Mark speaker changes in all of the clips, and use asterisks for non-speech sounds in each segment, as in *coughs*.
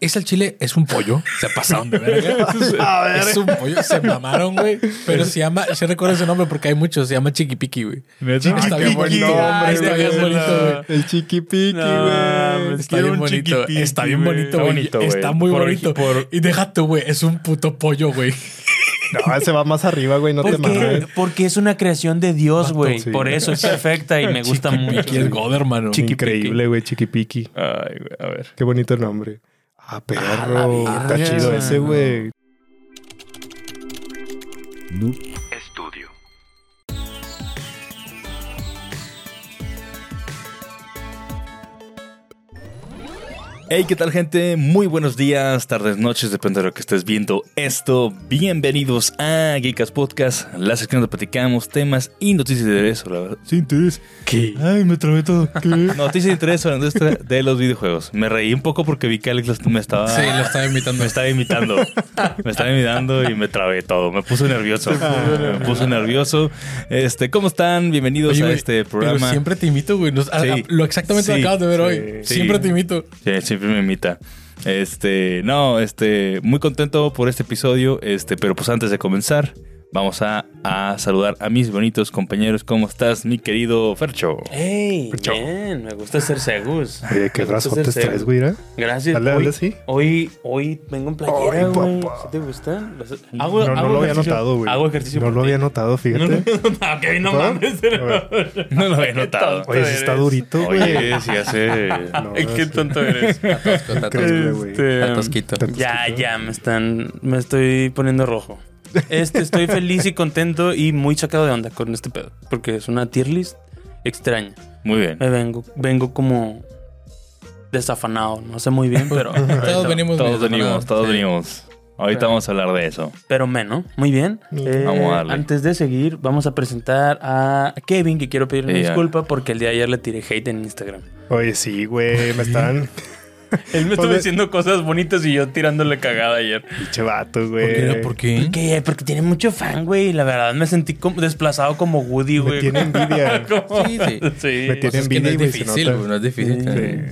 Speaker 1: es el chile, es un pollo. Se pasaron de verga.
Speaker 2: A ver.
Speaker 1: es un pollo. Se mamaron, güey. Pero se llama, se recuerda ese nombre porque hay muchos. Se llama Chiquipiqui, güey.
Speaker 3: Neta.
Speaker 1: Está
Speaker 2: Chiquipiqui.
Speaker 1: bien ah, bonito.
Speaker 2: Ay,
Speaker 1: está
Speaker 2: güey,
Speaker 1: bien
Speaker 2: es
Speaker 1: bonito,
Speaker 2: la-
Speaker 1: güey.
Speaker 3: El chiquipiqui, güey.
Speaker 2: No, mames,
Speaker 1: Está
Speaker 2: quiero
Speaker 1: bien
Speaker 2: un
Speaker 1: bonito.
Speaker 2: chiquipiqui,
Speaker 1: Está bien
Speaker 2: güey.
Speaker 1: bonito, güey.
Speaker 3: bonito,
Speaker 1: Está
Speaker 3: güey.
Speaker 1: muy
Speaker 3: Por-
Speaker 1: bonito.
Speaker 3: por-
Speaker 1: Y deja tú, güey. Es un puto pollo, güey.
Speaker 3: No, se va más arriba, güey. No te
Speaker 2: Porque,
Speaker 3: mames.
Speaker 2: porque es una creación de Dios,
Speaker 1: Vato,
Speaker 2: güey.
Speaker 3: sí.
Speaker 2: Por eso es perfecta y me gusta
Speaker 1: Chiquipiqui es
Speaker 2: mucho.
Speaker 1: God, hermano.
Speaker 3: Increíble, güey. Chiquipiqui.
Speaker 4: Ay, güey, a ver.
Speaker 3: Qué bonito nombre. Ah, perro.
Speaker 2: Ah, la
Speaker 3: Está chido
Speaker 2: verga.
Speaker 3: ese, güey.
Speaker 5: Noob
Speaker 6: Estudio.
Speaker 4: Hey, ¿qué tal, gente? Muy buenos días, tardes, noches, depende de lo que estés viendo esto. Bienvenidos a Geekas Podcast, la sección donde platicamos temas y noticias de interés sobre la Sí, interés.
Speaker 1: ¿Qué?
Speaker 4: Ay, me trabé todo. *laughs* Noticias de interés sobre la industria de los videojuegos. Me reí un poco porque vi que Alex las- me estaba.
Speaker 1: Sí, lo estaba imitando.
Speaker 4: Me estaba imitando. Me estaba imitando y me trabé todo. Me puso nervioso. Me puso nervioso. Este, ¿cómo están? Bienvenidos
Speaker 1: Oye,
Speaker 4: a
Speaker 1: güey,
Speaker 4: este
Speaker 1: Pero
Speaker 4: programa.
Speaker 1: siempre te imito, güey. Nos- a-
Speaker 4: Sí.
Speaker 1: a- lo exactamente lo
Speaker 4: Sí,
Speaker 1: acabas de ver
Speaker 4: sí,
Speaker 1: hoy.
Speaker 4: sí.
Speaker 1: Siempre te imito.
Speaker 4: Sí, siempre me imita. Este, no, este, muy contento por este episodio. Este, pero pues antes de comenzar, vamos a, a saludar a mis bonitos compañeros. ¿Cómo estás, mi querido Fercho?
Speaker 2: Ey, bien, me gusta ser segus.
Speaker 3: Oye, qué
Speaker 2: Me gusta ser
Speaker 3: brazotes
Speaker 2: segus.
Speaker 3: traes, güey. ¿eh?
Speaker 2: Gracias.
Speaker 3: Dale, dale,
Speaker 2: hoy,
Speaker 3: sí.
Speaker 2: hoy, hoy vengo en playera,
Speaker 3: Ay,
Speaker 2: güey.
Speaker 3: papá.
Speaker 2: ¿Sí te gustan? Los-
Speaker 3: No, no lo había
Speaker 2: ejercicio-
Speaker 3: notado, güey.
Speaker 2: Hago ejercicio.
Speaker 3: No
Speaker 2: por
Speaker 3: lo
Speaker 2: ti.
Speaker 3: había notado, fíjate.
Speaker 2: Ah, Kevin, no
Speaker 3: ¿Ah?
Speaker 2: mames.
Speaker 3: A ver.
Speaker 4: No lo había notado.
Speaker 3: Oye, sí está durito, güey.
Speaker 4: Oye, sí hace.
Speaker 3: No,
Speaker 2: Ay, qué
Speaker 3: es-
Speaker 2: tonto eres.
Speaker 3: Increíble, güey.
Speaker 2: Este,
Speaker 3: Tantos
Speaker 2: Ya,
Speaker 3: que-
Speaker 2: ya, me están. Me estoy poniendo rojo. Este, estoy feliz y contento y muy sacado de onda con este pedo. Porque es una tier list extraña.
Speaker 4: Muy bien.
Speaker 2: Me vengo, vengo como desafanado. No sé muy bien, pero.
Speaker 1: Todos venimos
Speaker 4: Todos
Speaker 1: bien,
Speaker 4: venimos,
Speaker 1: ¿no?
Speaker 4: todos
Speaker 1: Sí.
Speaker 4: venimos. Ahorita vamos a hablar de eso.
Speaker 2: Pero menos. Muy bien. Eh,
Speaker 4: Vamos a darle.
Speaker 2: Antes de seguir, vamos a presentar a Kevin, que quiero pedirle una
Speaker 4: Ella.
Speaker 2: disculpa porque el día de ayer le tiré hate en Instagram.
Speaker 3: Oye, sí, güey. Me están.
Speaker 2: Él me
Speaker 3: estuvo
Speaker 2: estuvo diciendo cosas bonitas y yo tirándole cagada ayer.
Speaker 3: Pinche vato,
Speaker 1: ¿Por qué?
Speaker 3: güey.
Speaker 1: Pues, ¿Por qué?
Speaker 2: Que, porque tiene mucho fan, güey. y La verdad me sentí como desplazado como
Speaker 3: Me
Speaker 2: Woody, güey.
Speaker 1: *laughs*
Speaker 3: tiene
Speaker 2: *laughs*
Speaker 3: envidia.
Speaker 2: Como-
Speaker 1: Sí, sí.
Speaker 2: Sí.
Speaker 3: Me tiene-
Speaker 1: Pues es que no es
Speaker 3: envidia, güey, se
Speaker 1: difícil,
Speaker 3: nota.
Speaker 1: güey, no es difícil.
Speaker 3: Mm,
Speaker 2: Sí.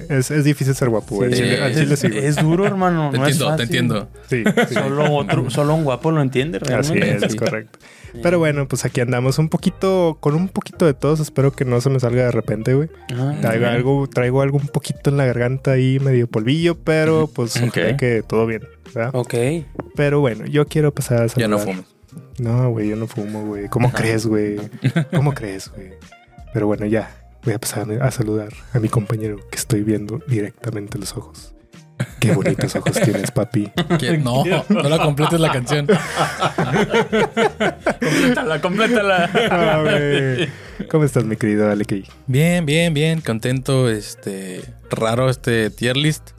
Speaker 1: Te
Speaker 3: Es, es difícil ser guapo, güey.
Speaker 2: Sí,
Speaker 3: Al chile- Al chile sí, güey.
Speaker 2: es duro, hermano. no es
Speaker 1: entiendo, te
Speaker 2: fácil.
Speaker 1: entiendo.
Speaker 3: Sí, sí.
Speaker 2: Solo, otro, solo un guapo lo entiende,
Speaker 3: Así
Speaker 2: realmente.
Speaker 3: es, es correcto. Pero bueno, pues aquí andamos un poquito, con un poquito de todos. Espero que no se me salga de repente, güey.
Speaker 2: Ah,
Speaker 3: Traigo algo, traigo algo un poquito en la garganta ahí, medio polvillo, pero pues
Speaker 4: Ok.
Speaker 3: ojalá que todo bien, ¿verdad?
Speaker 2: ok.
Speaker 3: Pero bueno, yo quiero pasar a
Speaker 1: Ya
Speaker 3: saludar.
Speaker 1: no fumes.
Speaker 3: No, güey, yo no fumo, güey. ¿Cómo crees, güey? ¿Cómo crees, güey? Pero bueno, ya. Voy a pasar a saludar a mi compañero que estoy viendo directamente los ojos. Qué bonitos ojos tienes, papi.
Speaker 1: Que- No, no la completes la canción.
Speaker 2: Complétala, complétala.
Speaker 3: Ah, güey. ¿Cómo estás, mi querido Aleki?
Speaker 1: Bien, bien, bien. Contento. Este. Raro este tier list.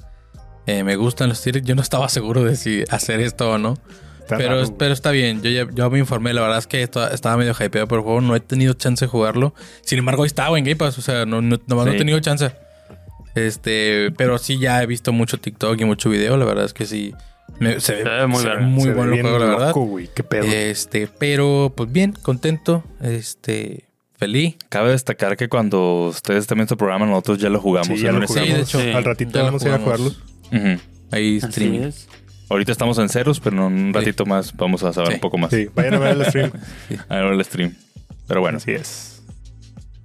Speaker 1: Eh, me gustan los tier list. Yo no estaba seguro de si hacer esto o no.
Speaker 3: Está
Speaker 1: Pero,
Speaker 3: raro, güey.
Speaker 1: pero está bien. Yo ya yo me informé. La verdad es que esto- estaba medio hypeado por el juego. No he tenido chance de jugarlo. Sin embargo, ahí estaba en Game Pass. O sea, no, no, nomás no he
Speaker 4: Sí.
Speaker 1: tenido chance. Este. Pero sí, ya he visto mucho TikTok y mucho video. La verdad es que sí. me- se
Speaker 2: Se
Speaker 1: ve
Speaker 2: ve muy
Speaker 1: se ve
Speaker 2: verga.
Speaker 1: muy
Speaker 3: Se ve
Speaker 1: bueno el
Speaker 3: bien
Speaker 1: juego, la verdad.
Speaker 3: loco, güey. Qué pedo.
Speaker 1: Este, pero pues bien, contento, este, feliz.
Speaker 4: Cabe destacar que cuando ustedes también este programa, nosotros ya lo jugamos
Speaker 3: Sí, ya
Speaker 4: en
Speaker 3: lo
Speaker 4: un stream.
Speaker 3: jugamos.
Speaker 1: Sí, de hecho,
Speaker 3: Al ratito
Speaker 1: ya lo
Speaker 3: vamos a ir a jugarlo.
Speaker 1: jugamos.
Speaker 4: Ujú.
Speaker 1: Ahí
Speaker 2: Así
Speaker 1: streaming.
Speaker 2: es.
Speaker 4: Ahorita estamos en ceros, pero en un
Speaker 1: Sí.
Speaker 4: ratito más vamos a saber
Speaker 1: Sí.
Speaker 4: un poco más.
Speaker 3: Sí, vayan a ver el stream.
Speaker 4: A ver el stream. Pero bueno,
Speaker 3: Así es.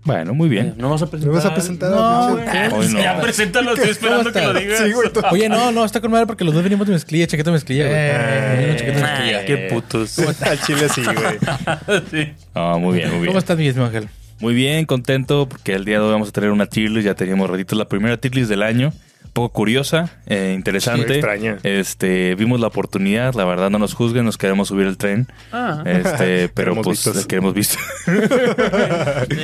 Speaker 4: bueno, muy bien.
Speaker 2: Eh, No vas a presentar.
Speaker 3: ¿No vas a presentar?
Speaker 2: No,
Speaker 3: güey?
Speaker 2: güey.
Speaker 4: Hoy no.
Speaker 2: Ya preséntalo, estoy esperando que lo digas.
Speaker 3: Sí, güey. tú-
Speaker 1: Oye, no, no, está con madre porque los dos venimos de mezclilla, chaqueta mezclilla, güey.
Speaker 3: Eh.
Speaker 1: Venimos de chaqueta
Speaker 2: Ay,
Speaker 1: mezclilla.
Speaker 2: qué putos.
Speaker 3: Al chile sí, güey.
Speaker 2: *laughs* Sí.
Speaker 4: Ah, muy bien, muy bien.
Speaker 1: ¿Cómo estás, Miguel Ángel?
Speaker 4: Muy bien, contento porque el día de hoy vamos a tener una tier list. Ya teníamos ratito la primera tier list del año. Un poco curiosa, eh,
Speaker 3: Muy
Speaker 4: interesante.
Speaker 3: extraña.
Speaker 4: este, vimos la oportunidad, la verdad no nos juzguen, nos queremos subir el tren.
Speaker 2: Ah.
Speaker 4: Este, pero
Speaker 3: Queremos
Speaker 4: pues
Speaker 3: vistos.
Speaker 4: les queremos visto.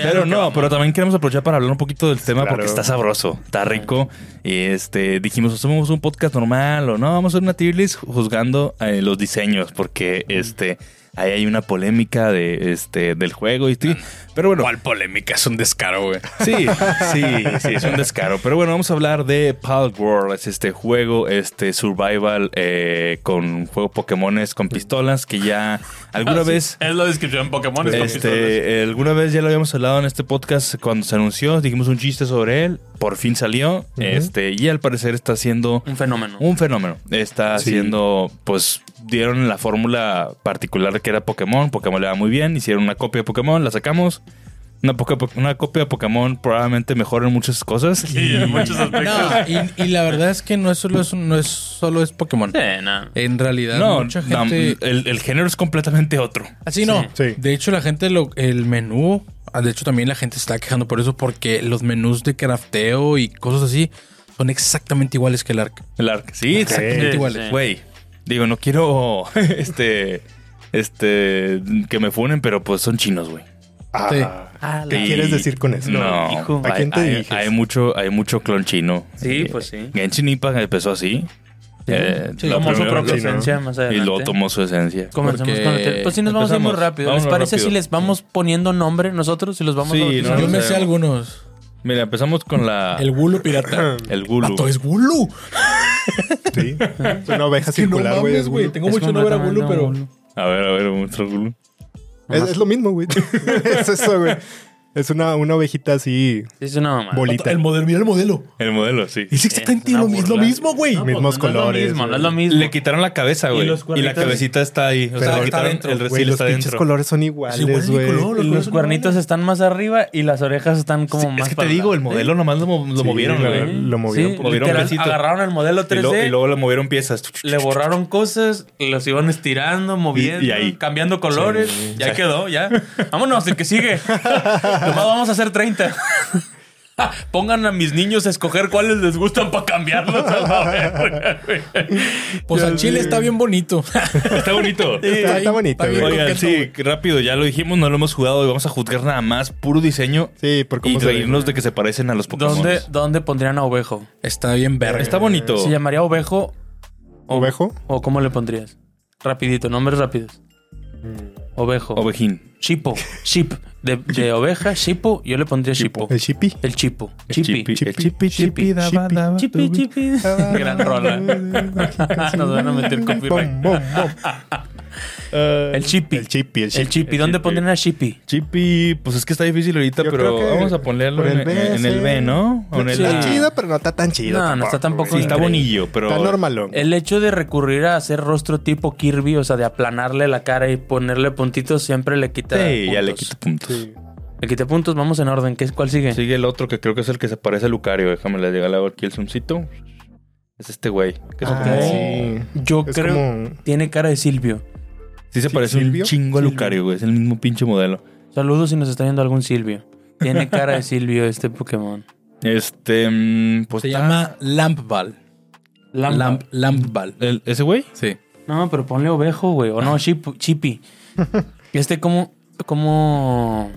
Speaker 4: pero no, pero también queremos aprovechar para hablar un poquito del tema
Speaker 3: Claro.
Speaker 4: porque está sabroso, está rico. Y este, dijimos, hacemos un podcast normal o no, vamos a hacer una tier list juzgando eh, los diseños porque este ahí hay una polémica de, este, del juego y estoy- Pero bueno,
Speaker 1: ¿Cuál polémica? Es un descaro, güey. *laughs*
Speaker 4: Sí, sí, sí, es un descaro. Pero bueno, vamos a hablar de Palworld, World. Es este juego, este survival eh, con juego Pokémones con pistolas que ya alguna
Speaker 1: Ah,
Speaker 4: vez.
Speaker 2: Es la descripción Pokémon. es con pistolas.
Speaker 4: Este, eh, alguna vez ya lo habíamos hablado en este podcast cuando se anunció, dijimos un chiste sobre él, por fin salió, este, y al parecer está siendo
Speaker 2: Un fenómeno.
Speaker 4: un fenómeno. Está
Speaker 3: Sí.
Speaker 4: haciendo, pues dieron la fórmula particular que era Pokémon. Pokémon le va muy bien. Hicieron una copia de Pokémon, la sacamos. Una, poca- una copia de Pokémon probablemente mejora en muchas cosas.
Speaker 2: Sí, en muchos aspectos.
Speaker 1: No, y, y la verdad es que no es solo es, un- no es, solo es Pokémon.
Speaker 2: Sí, no.
Speaker 1: En realidad,
Speaker 4: No,
Speaker 1: mucha
Speaker 4: dam-
Speaker 1: gente.
Speaker 4: el, el género es completamente otro.
Speaker 1: Así no.
Speaker 3: Sí.
Speaker 1: De hecho, la gente, lo, el menú. ah, De hecho, también la gente se está quejando por eso, porque los menús de crafteo y cosas así son exactamente iguales que el arc.
Speaker 4: El arc. Sí,
Speaker 3: Ok.
Speaker 1: Exactamente
Speaker 2: Sí,
Speaker 1: iguales.
Speaker 2: sí.
Speaker 4: Güey, digo, no quiero *laughs* este este que me funen, pero pues son chinos, güey.
Speaker 3: Ah,
Speaker 1: Sí.
Speaker 3: ¿Qué quieres decir con eso?
Speaker 4: No,
Speaker 2: hijo.
Speaker 3: ¿A quién te
Speaker 4: hay,
Speaker 3: diriges?
Speaker 4: hay mucho hay mucho clon chino.
Speaker 2: Sí,
Speaker 4: Eh,
Speaker 2: pues sí.
Speaker 4: Genshin Impact empezó así. Eh,
Speaker 1: Sí.
Speaker 4: lo
Speaker 1: Tomó
Speaker 2: Tomó su
Speaker 4: primero-
Speaker 2: propia
Speaker 3: sí, ¿no?
Speaker 2: esencia más
Speaker 4: Y
Speaker 2: adelante.
Speaker 4: luego tomó su esencia.
Speaker 2: Comenzamos
Speaker 1: Porque-
Speaker 2: con el tema. Pues sí, nos vamos a ir muy
Speaker 4: Empezamos.
Speaker 2: rápido.
Speaker 4: Vámonos
Speaker 2: ¿Les parece
Speaker 4: rápido.
Speaker 2: si les vamos poniendo nombre nosotros y los vamos
Speaker 4: Sí,
Speaker 2: bautizando?
Speaker 4: no,
Speaker 1: Yo
Speaker 4: no
Speaker 1: me
Speaker 4: sé.
Speaker 1: sé algunos.
Speaker 4: Mira, empezamos con la.
Speaker 1: El Gulu pirata.
Speaker 4: *clears throat* el Gulu.
Speaker 1: Vato, es Gulu.
Speaker 3: Sí. Es una oveja
Speaker 1: Es que no
Speaker 3: circular, güey.
Speaker 1: mames,
Speaker 3: es
Speaker 1: güey.
Speaker 3: Gulu.
Speaker 1: Tengo
Speaker 2: Es
Speaker 1: mucho no ver a Gulu,
Speaker 2: completamente
Speaker 1: pero.
Speaker 2: Gulu.
Speaker 4: A ver, a ver, otro Gulu.
Speaker 3: Es, es lo
Speaker 1: *laughs*
Speaker 3: mismo, güey. es eso, güey. Es una, una ovejita así,
Speaker 2: Sí, es una mamá.
Speaker 3: bolita.
Speaker 1: El modelo, mira el modelo.
Speaker 4: El modelo, sí.
Speaker 1: Es exactamente lo, mi- lo mismo, güey.
Speaker 3: No, Mismos colores,
Speaker 2: No es lo mismo, no
Speaker 3: güey.
Speaker 2: es lo mismo.
Speaker 4: Le quitaron la cabeza, güey.
Speaker 2: Y los
Speaker 4: Y, la
Speaker 2: cuernitos.
Speaker 4: cabecita está ahí. O
Speaker 3: Pero
Speaker 4: sea, le
Speaker 3: está
Speaker 4: quitaron
Speaker 1: dentro,
Speaker 4: el
Speaker 3: Güey,
Speaker 4: resil
Speaker 3: los
Speaker 4: está
Speaker 3: pinches
Speaker 4: dentro.
Speaker 3: colores son iguales,
Speaker 1: igual el
Speaker 3: güey.
Speaker 1: color.
Speaker 2: Y los cuernitos están más arriba y las orejas están como
Speaker 4: Sí,
Speaker 2: más
Speaker 4: es que te
Speaker 2: para
Speaker 4: digo, el
Speaker 2: adelante.
Speaker 4: modelo nomás lo, mo- lo
Speaker 3: Sí,
Speaker 4: movieron,
Speaker 3: la-
Speaker 4: güey.
Speaker 3: Lo movieron
Speaker 2: Sí,
Speaker 4: por- movieron
Speaker 2: literal,
Speaker 4: pedacito.
Speaker 2: agarraron el modelo
Speaker 4: Y, lo-
Speaker 2: 3D,
Speaker 4: y luego le movieron piezas.
Speaker 1: *laughs*
Speaker 2: le borraron cosas, los iban estirando, moviendo,
Speaker 4: Y- y ahí.
Speaker 2: cambiando colores. ya quedó, ya. Vámonos, el que
Speaker 4: *laughs*
Speaker 2: sigue. Nomás vamos a hacer 30. *laughs* Pongan a mis niños a escoger cuáles les gustan para cambiarlos. a la verga, güey.
Speaker 1: Pues
Speaker 2: Ya
Speaker 1: a Chile
Speaker 2: sé.
Speaker 1: está bien bonito. *laughs*
Speaker 4: Está bonito.
Speaker 3: Está, está
Speaker 1: ahí,
Speaker 3: bonito,
Speaker 1: está bien.
Speaker 3: güey.
Speaker 4: Oigan,
Speaker 1: coqueto,
Speaker 4: sí, rápido, ya lo dijimos, no lo hemos jugado y vamos a juzgar nada más puro diseño
Speaker 3: Sí, por
Speaker 4: y
Speaker 3: cómo se ve.
Speaker 4: reírnos de que se parecen a los Pokémon.
Speaker 2: ¿Dónde, ¿Dónde pondrían a Ovejo?
Speaker 1: Está bien verga.
Speaker 4: Está bonito.
Speaker 2: ¿Se llamaría Ovejo
Speaker 3: ¿Ovejo?
Speaker 2: o cómo le pondrías? Rapidito, nombres rápidos. Ovejo.
Speaker 4: Ovejin.
Speaker 2: Chipo. Chip. De, de oveja, chipo. Yo le pondría chipo.
Speaker 3: ¿El Shippy?
Speaker 2: El chipo.
Speaker 4: El
Speaker 2: Chipi.
Speaker 4: chipi.
Speaker 2: El chipi.
Speaker 3: chipi, daba, daba,
Speaker 2: Chipi, chipi.
Speaker 3: *laughs*
Speaker 2: Gran *laughs* rola. Nos van a meter
Speaker 3: Bom,
Speaker 2: copyright. Eh,
Speaker 3: bom,
Speaker 2: *laughs*
Speaker 3: bom.
Speaker 2: El chipi.
Speaker 3: El Shippy, el
Speaker 2: El
Speaker 3: Shippy.
Speaker 2: chipi. ¿Dónde
Speaker 4: chipi.
Speaker 2: pondrían a chipi?
Speaker 4: Chipi, pues es que está difícil ahorita,
Speaker 3: Yo
Speaker 4: pero
Speaker 3: creo que
Speaker 4: vamos a ponerlo
Speaker 3: por
Speaker 4: en
Speaker 3: el
Speaker 4: en- en
Speaker 3: B,
Speaker 4: el,
Speaker 3: sí.
Speaker 4: B, ¿no? O en el
Speaker 3: Está
Speaker 4: A.
Speaker 2: Sí.
Speaker 3: chido, pero no está tan chido.
Speaker 2: No, no está tampoco
Speaker 4: Sí,
Speaker 3: güey.
Speaker 4: está
Speaker 2: Increíble.
Speaker 4: bonillo, pero.
Speaker 3: Está normalón.
Speaker 2: El hecho de recurrir a hacer rostro tipo Kirby, o sea, de aplanarle la cara y ponerle puntitos, siempre le quita.
Speaker 4: Sí, ya
Speaker 2: puntos.
Speaker 4: le quito puntos.
Speaker 3: Sí.
Speaker 2: Le quita puntos, vamos en orden. ¿Qué, ¿Cuál sigue?
Speaker 4: Sigue el otro que creo que es el que se parece a Lucario. Déjame le llegar aquí el zoomcito. Es este güey. Que son
Speaker 3: Ah,
Speaker 4: como-
Speaker 3: sí.
Speaker 2: Yo
Speaker 3: Es
Speaker 2: creo.
Speaker 3: como...
Speaker 2: Tiene cara de Silvio.
Speaker 4: Sí se
Speaker 3: Sí,
Speaker 4: parece
Speaker 3: Silvio.
Speaker 4: un chingo a Lucario, güey. Es el mismo pinche modelo.
Speaker 2: Saludos si nos está viendo algún Silvio. Tiene cara de Silvio este Pokémon.
Speaker 4: Este, mm, pues
Speaker 1: Se
Speaker 4: está-
Speaker 1: llama Lampball.
Speaker 2: Lamp.
Speaker 1: Lamp, Lampball.
Speaker 4: el- ese güey.
Speaker 1: Sí.
Speaker 2: No, pero ponle ovejo, güey. O no, chip, chipi. Este como... Como...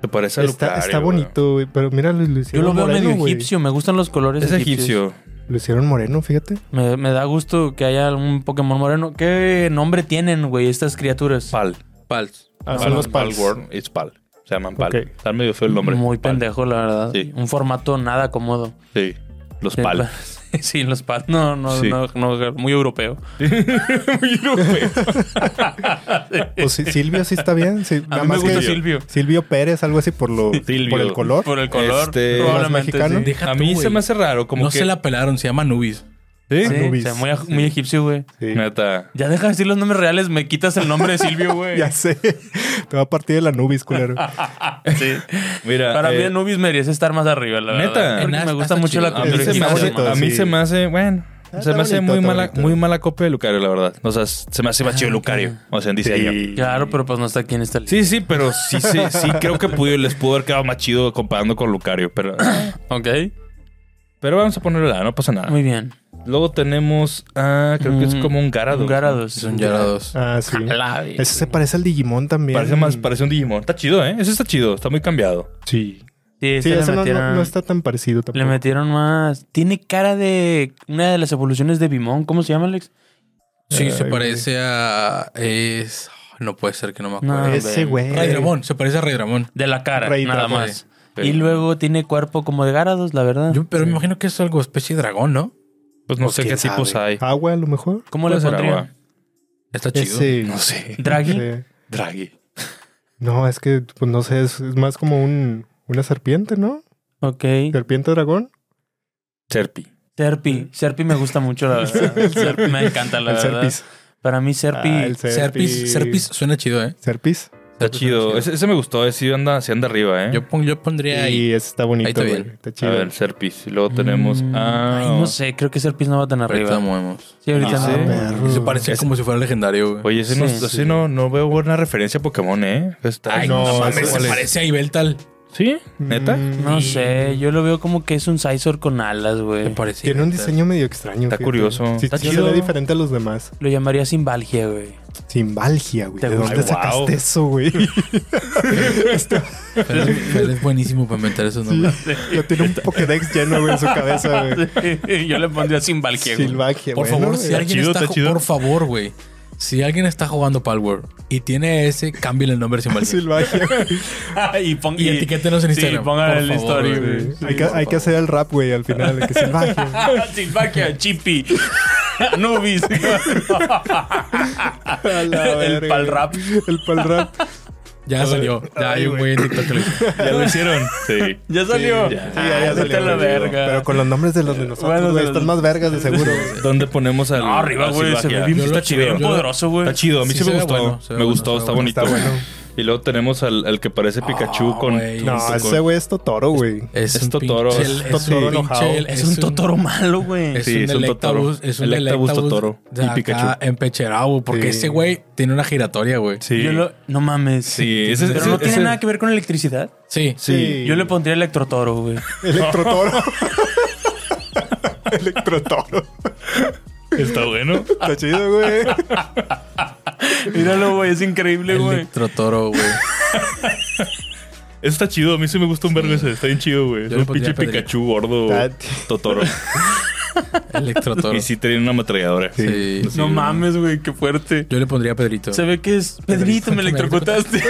Speaker 4: Se parece a
Speaker 3: Está,
Speaker 4: Lucario.
Speaker 3: está
Speaker 4: güey.
Speaker 3: bonito, güey, pero mira, lo, lo
Speaker 2: Yo
Speaker 3: hicieron
Speaker 2: lo veo
Speaker 3: moreno,
Speaker 2: medio
Speaker 3: güey.
Speaker 2: egipcio. Me gustan los colores
Speaker 4: Es
Speaker 2: egipcios.
Speaker 4: egipcio.
Speaker 3: Lo hicieron moreno, fíjate.
Speaker 2: Me, me da gusto que haya algún Pokémon moreno. ¿Qué nombre tienen, güey, estas criaturas?
Speaker 4: Pal.
Speaker 1: Pals.
Speaker 3: Ah,
Speaker 4: Pal-
Speaker 3: son los
Speaker 4: Pal
Speaker 3: pals.
Speaker 4: World, it's Pal. Se llaman Pal.
Speaker 3: Ok.
Speaker 4: Está medio feo el nombre.
Speaker 2: Muy
Speaker 4: Pal.
Speaker 2: pendejo, la verdad.
Speaker 4: Sí.
Speaker 2: Un formato nada cómodo.
Speaker 4: Sí. Los Pal.
Speaker 2: *laughs* Sí, los pal. No, no,
Speaker 4: Sí.
Speaker 2: no, no, muy europeo.
Speaker 4: Muy europeo.
Speaker 3: Pues sí, Silvio sí está bien. sí,
Speaker 2: *laughs* A
Speaker 3: nada
Speaker 2: mí me
Speaker 3: más
Speaker 2: gusta
Speaker 3: que
Speaker 2: Silvio.
Speaker 3: Silvio Pérez, algo así por
Speaker 2: *laughs*
Speaker 3: lo
Speaker 4: Silvio.
Speaker 3: por el color.
Speaker 2: Por el color,
Speaker 4: Este,
Speaker 2: probablemente.
Speaker 3: ¿más mexicano?
Speaker 2: sí.
Speaker 1: Deja
Speaker 4: A
Speaker 1: tú,
Speaker 4: mí se
Speaker 1: güey.
Speaker 4: me hace raro. Como
Speaker 1: no
Speaker 4: que.
Speaker 1: se la pelaron, se llama Nubis.
Speaker 4: Sí.
Speaker 2: Sí,
Speaker 3: Anubis.
Speaker 2: o sea, muy, muy egipcio, güey.
Speaker 3: Sí,
Speaker 4: Neta.
Speaker 2: Ya deja de decir los nombres reales, me quitas el nombre de
Speaker 3: *laughs*
Speaker 2: Silvio, güey.
Speaker 3: Ya sé. Te va a partir de la nubis, culero.
Speaker 2: Sí.
Speaker 4: Mira.
Speaker 2: Para mí
Speaker 4: eh,
Speaker 2: Anubis merece estar más arriba, la
Speaker 4: ¿Neta?
Speaker 2: verdad. Porque
Speaker 1: En-
Speaker 2: me gusta
Speaker 1: hasta
Speaker 2: mucho la
Speaker 1: chido.
Speaker 4: A mí,
Speaker 2: cultura
Speaker 3: Ese
Speaker 4: se me,
Speaker 3: está
Speaker 4: hace,
Speaker 2: egipcia.
Speaker 3: bonito,
Speaker 4: a mí
Speaker 3: sí.
Speaker 4: se me hace, bueno,
Speaker 3: Ah,
Speaker 4: se me
Speaker 3: está
Speaker 4: hace
Speaker 3: bonito,
Speaker 4: muy
Speaker 3: está
Speaker 4: mala,
Speaker 3: bonito.
Speaker 4: muy mala copia de Lucario, la verdad. O sea, se me hace más chido Lucario. O sea, en diseño.
Speaker 3: Sí.
Speaker 2: Claro, pero pues no está aquí en esta lista.
Speaker 4: Sí, sí, pero sí, sí, sí, creo que pudo, les pudo haber quedado más chido comparando con Lucario, pero,
Speaker 2: Ok.
Speaker 4: pero vamos a ponerlo la, no pasa nada.
Speaker 2: Muy bien.
Speaker 4: Luego tenemos, ah, creo que es
Speaker 2: Mm,
Speaker 4: como un Garados.
Speaker 2: Un Garados.
Speaker 1: Son Yarados.
Speaker 3: Ah, sí.
Speaker 2: La-
Speaker 3: Ese se parece al Digimon también.
Speaker 4: Parece más, parece un Digimon. Está chido, ¿eh? Ese está chido, está muy cambiado.
Speaker 3: Sí.
Speaker 2: Sí,
Speaker 3: Sí,
Speaker 2: este
Speaker 3: ese no,
Speaker 2: le,
Speaker 3: no-
Speaker 2: metieron,
Speaker 3: no está tan parecido
Speaker 2: le
Speaker 3: tampoco.
Speaker 2: metieron más. Tiene cara de una de las evoluciones de Bimón. ¿Cómo se llama, Alex?
Speaker 1: Sí, se
Speaker 3: Ay,
Speaker 1: parece a. Es. No puede ser que no me
Speaker 2: No,
Speaker 1: acuerde.
Speaker 3: Ese
Speaker 2: hombre.
Speaker 3: güey.
Speaker 1: Rey Dramón, se parece a Rey Dramón.
Speaker 2: De la cara,
Speaker 3: Rey
Speaker 2: nada
Speaker 3: Dragón.
Speaker 2: más.
Speaker 4: Sí.
Speaker 2: Y luego tiene cuerpo como de Gárados, la verdad.
Speaker 1: Yo- pero me imagino que es algo especie de dragón, ¿no?
Speaker 4: Pues no
Speaker 3: Pues,
Speaker 4: sé qué
Speaker 3: quién
Speaker 4: tipos
Speaker 3: sabe.
Speaker 4: hay.
Speaker 3: Agua, a lo mejor.
Speaker 2: Ah, ¿Cómo le
Speaker 4: Puede ser
Speaker 2: pondría?
Speaker 4: agua.
Speaker 1: Está chido.
Speaker 3: Ese.
Speaker 4: No sé.
Speaker 1: *laughs*
Speaker 2: ¿Draghi?
Speaker 3: sé.
Speaker 4: Draghi.
Speaker 3: No, es que, pues, no sé, es, es más como un, una serpiente, ¿no?
Speaker 2: Ok.
Speaker 3: Serpiente dragón.
Speaker 4: Serpi.
Speaker 2: Serpi. Serpi me gusta mucho, la *laughs* verdad.
Speaker 3: *laughs*
Speaker 2: Serpi Ah, me encanta, la
Speaker 3: el
Speaker 2: verdad.
Speaker 3: serpis.
Speaker 2: Para mí, Serpi.
Speaker 3: Ah, el
Speaker 1: Serpis, Serpis suena chido, ¿eh?
Speaker 3: Serpis.
Speaker 4: Está chido. Ese, ese me gustó. Ese anda, sí anda arriba, ¿eh?
Speaker 1: Yo, pon- yo
Speaker 3: Y
Speaker 1: pondría ahí.
Speaker 3: ese está bonito,
Speaker 1: Ahí está
Speaker 3: güey.
Speaker 1: bien.
Speaker 3: Está
Speaker 4: a
Speaker 3: chido.
Speaker 4: ver, Serpis. Y luego tenemos ah,
Speaker 2: Mm,
Speaker 4: a...
Speaker 2: Ay, no sé, creo que Serpis no va tan
Speaker 1: Ahorita
Speaker 2: arriba.
Speaker 1: movemos.
Speaker 2: Sí, ahorita
Speaker 4: Ah,
Speaker 2: no.
Speaker 3: perro.
Speaker 1: Y se parece
Speaker 4: Ese-
Speaker 1: como si fuera legendario, güey.
Speaker 4: Oye, ese, no,
Speaker 2: Sí,
Speaker 4: ese
Speaker 3: sí.
Speaker 4: no, no veo buena referencia a Pokémon, ¿eh? Está-
Speaker 1: Ay,
Speaker 3: no,
Speaker 1: no, mames,
Speaker 3: ese-
Speaker 1: se
Speaker 3: ¿cuál es?
Speaker 1: parece a Ibeltal.
Speaker 4: ¿Sí? ¿Neta?
Speaker 3: Mm,
Speaker 2: No sé, yo lo veo como que es un Sizor con alas,
Speaker 1: Se
Speaker 2: güey.
Speaker 1: parece a
Speaker 3: Tiene un
Speaker 1: Ibeltal.
Speaker 3: diseño medio extraño.
Speaker 4: Está curioso.
Speaker 3: Sí,
Speaker 4: Está
Speaker 3: sí se
Speaker 4: chido.
Speaker 3: ve diferente a los demás.
Speaker 2: Lo llamaría Simbalgia, güey.
Speaker 3: Simbalgia, güey.
Speaker 2: Te
Speaker 3: ¿De
Speaker 2: gusta.
Speaker 3: dónde
Speaker 4: Ay,
Speaker 3: sacaste
Speaker 4: wow.
Speaker 3: eso, güey? *laughs*
Speaker 1: Pero él es buenísimo para inventar esos nombres.
Speaker 3: Lo tiene un Pokédex lleno, güey, en su cabeza,
Speaker 2: *laughs*
Speaker 3: güey.
Speaker 2: Ah, yo le pondría Simbalgia, güey.
Speaker 3: Silvagia,
Speaker 1: Por
Speaker 3: bueno,
Speaker 1: favor,
Speaker 3: güey.
Speaker 1: si alguien
Speaker 4: chido,
Speaker 1: está,
Speaker 4: está
Speaker 1: ju-
Speaker 4: chido.
Speaker 1: por favor, güey. Si alguien está jugando Palworld y tiene ese, cámbiale el nombre sin mal.
Speaker 3: *laughs*
Speaker 2: *laughs*
Speaker 3: Silvagia, güey.
Speaker 2: *laughs* y, pon-
Speaker 1: Y etiquétenos en Instagram,
Speaker 2: Sí, pongan
Speaker 1: por
Speaker 2: el
Speaker 1: favor,
Speaker 2: story,
Speaker 1: güey.
Speaker 2: güey.
Speaker 3: Hay que, hay que hacer el rap, güey, al final.
Speaker 2: *laughs*
Speaker 3: de Que Silvagia.
Speaker 1: *laughs*
Speaker 2: Silvaquia, Chippy, *laughs* Anubis.
Speaker 3: A la
Speaker 2: El
Speaker 3: verga,
Speaker 2: pal
Speaker 3: güey.
Speaker 2: rap.
Speaker 3: El pal rap.
Speaker 1: Ya salió. Ya hay un güey en TikTok que lo hizo.
Speaker 4: ¿Ya
Speaker 2: *laughs*
Speaker 4: lo hicieron? Sí.
Speaker 2: *laughs* ya salió.
Speaker 4: ya.
Speaker 3: Sí, ya, ya
Speaker 2: Ah,
Speaker 3: salió,
Speaker 2: vete a la
Speaker 3: güey.
Speaker 2: verga.
Speaker 3: Pero con los nombres de los de nosotros,
Speaker 2: Bueno,
Speaker 3: güey,
Speaker 2: de los-
Speaker 3: están más vergas de seguro.
Speaker 4: *laughs* ¿Dónde ponemos al...
Speaker 2: No, Ah, arriba,
Speaker 4: al
Speaker 2: güey. Se
Speaker 4: Silvagia?
Speaker 2: ve bien,
Speaker 1: Ah, Yo lo-
Speaker 2: está chido, bien
Speaker 1: yo-
Speaker 2: poderoso, güey.
Speaker 4: Está chido, a mí
Speaker 1: Sí,
Speaker 4: sí,
Speaker 1: se
Speaker 4: me
Speaker 1: ve
Speaker 4: gustó.
Speaker 1: bueno, se ve
Speaker 4: me
Speaker 1: bueno,
Speaker 4: gustó,
Speaker 1: se ve
Speaker 4: está
Speaker 1: bueno.
Speaker 4: bonito.
Speaker 3: Está bueno.
Speaker 4: güey. Y luego tenemos al, al que parece Pikachu
Speaker 1: Ah,
Speaker 4: con...
Speaker 1: güey.
Speaker 4: con-
Speaker 3: No,
Speaker 4: con-
Speaker 3: ese güey es Totoro, güey.
Speaker 1: Es,
Speaker 4: Es
Speaker 1: un
Speaker 4: Totoro,
Speaker 1: pinche-
Speaker 4: es
Speaker 1: es un
Speaker 3: Totoro enojado.
Speaker 1: pinche-
Speaker 2: Es un Totoro malo, güey.
Speaker 1: Es
Speaker 4: Sí,
Speaker 1: un
Speaker 4: es un
Speaker 1: Electabuzz.
Speaker 4: Totoro.
Speaker 1: Es un
Speaker 4: Electabuzz,
Speaker 1: Electabuzz.
Speaker 4: Totoro
Speaker 1: de
Speaker 4: y
Speaker 1: acá
Speaker 4: Pikachu.
Speaker 1: Empechado, güey, porque
Speaker 3: Sí.
Speaker 1: ese güey tiene una giratoria, güey. Sí.
Speaker 4: Sí.
Speaker 2: Yo lo- no mames.
Speaker 4: Sí, ese-
Speaker 2: Pero
Speaker 4: ese-
Speaker 2: no tiene
Speaker 4: ese-
Speaker 2: nada que ver con electricidad.
Speaker 1: Sí.
Speaker 4: Sí.
Speaker 2: Yo le pondría Electrotoro, güey. *laughs*
Speaker 3: Electrotoro. *laughs* Electrotoro.
Speaker 4: Está bueno.
Speaker 3: Está chido, *laughs* güey.
Speaker 2: Míralo, güey. Es increíble, güey.
Speaker 1: Electrotoro, güey.
Speaker 4: Eso está chido, a mí sí me gusta un vergo ese, está bien chido, güey. Es
Speaker 1: Yo le
Speaker 4: un
Speaker 1: pondría Ah,
Speaker 4: pinche
Speaker 1: Pedrito.
Speaker 4: Pikachu
Speaker 1: *laughs*
Speaker 4: gordo,
Speaker 3: That-
Speaker 4: Totoro.
Speaker 1: Electrotoro.
Speaker 4: Y sí tenía una ametralladora.
Speaker 1: Sí.
Speaker 2: No mames, güey. Qué fuerte.
Speaker 1: Yo le pondría a Pedrito.
Speaker 2: Se ve que es Pedrito, me electrocutaste.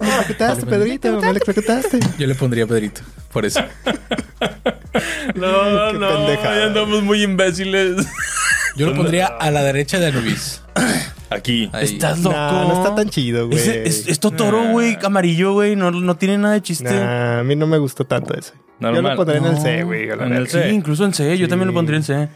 Speaker 3: Me electrocutaste, Pedrito. Me electrocutaste.
Speaker 1: Yo le pondría a Pedrito. Por eso.
Speaker 2: *laughs* No,
Speaker 3: Qué
Speaker 2: no,
Speaker 3: pendejada.
Speaker 2: ya andamos muy imbéciles.
Speaker 1: Yo le pondría a la derecha de Anubis.
Speaker 4: Aquí.
Speaker 1: Ahí.
Speaker 2: Estás
Speaker 3: No,
Speaker 2: loco.
Speaker 3: no está tan chido, güey.
Speaker 2: Es, es-
Speaker 1: este-
Speaker 2: es Totoro, güey, amarillo, güey. No, no tiene nada de chiste.
Speaker 3: Nah, a mí no me gustó tanto ese. Yo
Speaker 4: Normal.
Speaker 3: lo pondré en el
Speaker 2: No.
Speaker 3: C, güey. a la
Speaker 4: En el
Speaker 3: verga.
Speaker 2: Sí,
Speaker 4: C.
Speaker 2: incluso en C. Yo también lo pondría en C.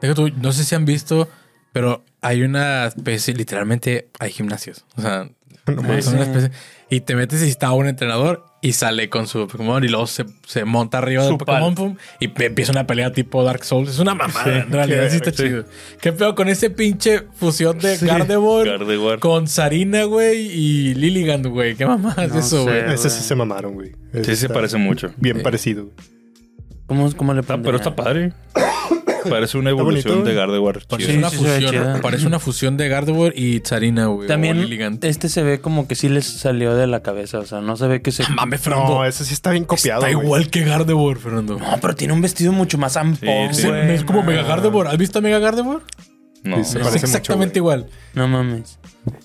Speaker 1: Deja tú, no sé si han visto, pero hay una especie, literalmente hay gimnasios. O sea,
Speaker 2: mames.
Speaker 1: son una
Speaker 2: Sí.
Speaker 1: especie- y te metes y está un entrenador y sale con su Pokémon y luego se, se monta arriba
Speaker 2: Su
Speaker 1: del Pokémon
Speaker 2: pal.
Speaker 1: pum, y pe- empieza una pelea tipo Dark Souls. Es una mamada, en realidad
Speaker 3: qué
Speaker 1: sí está
Speaker 4: verga, sí.
Speaker 1: chido. Qué peor con ese pinche fusión de
Speaker 3: Sí.
Speaker 1: Gardevoir,
Speaker 4: Gardevoir.
Speaker 1: con Sarina, güey, y Lilligant, güey. Qué mamada es
Speaker 2: No
Speaker 1: eso,
Speaker 2: sé.
Speaker 1: güey.
Speaker 3: Ese sí
Speaker 2: güey.
Speaker 3: se mamaron, güey. Ese
Speaker 4: Sí, se
Speaker 3: está
Speaker 4: parece mucho.
Speaker 3: Bien
Speaker 1: Sí.
Speaker 3: parecido. güey.
Speaker 2: ¿Cómo, cómo le
Speaker 4: Está-
Speaker 2: pondría?
Speaker 4: pero
Speaker 1: *coughs*
Speaker 4: está padre. Parece una evolución
Speaker 3: bonito.
Speaker 4: de Gardevoir.
Speaker 1: Parece
Speaker 4: chido.
Speaker 1: una
Speaker 2: sí se ve
Speaker 1: fusión.
Speaker 2: chida.
Speaker 1: Parece una fusión de Gardevoir y Sarina, güey.
Speaker 2: También
Speaker 1: o Lilligant.
Speaker 2: este se ve como que sí les salió de la cabeza. O sea, no se ve que se...
Speaker 1: Mame, Fernando.
Speaker 3: No, ese sí está bien copiado,
Speaker 1: está
Speaker 3: güey.
Speaker 1: igual que Gardevoir, Fernando.
Speaker 2: No, pero tiene un vestido mucho más ampón,
Speaker 4: Sí, sí.
Speaker 2: güey.
Speaker 1: es como
Speaker 2: No,
Speaker 1: Mega Gardevoir. ¿Has visto a Mega Gardevoir?
Speaker 4: No.
Speaker 3: Sí,
Speaker 1: Es
Speaker 3: se parece mucho,
Speaker 1: exactamente igual.
Speaker 2: No mames.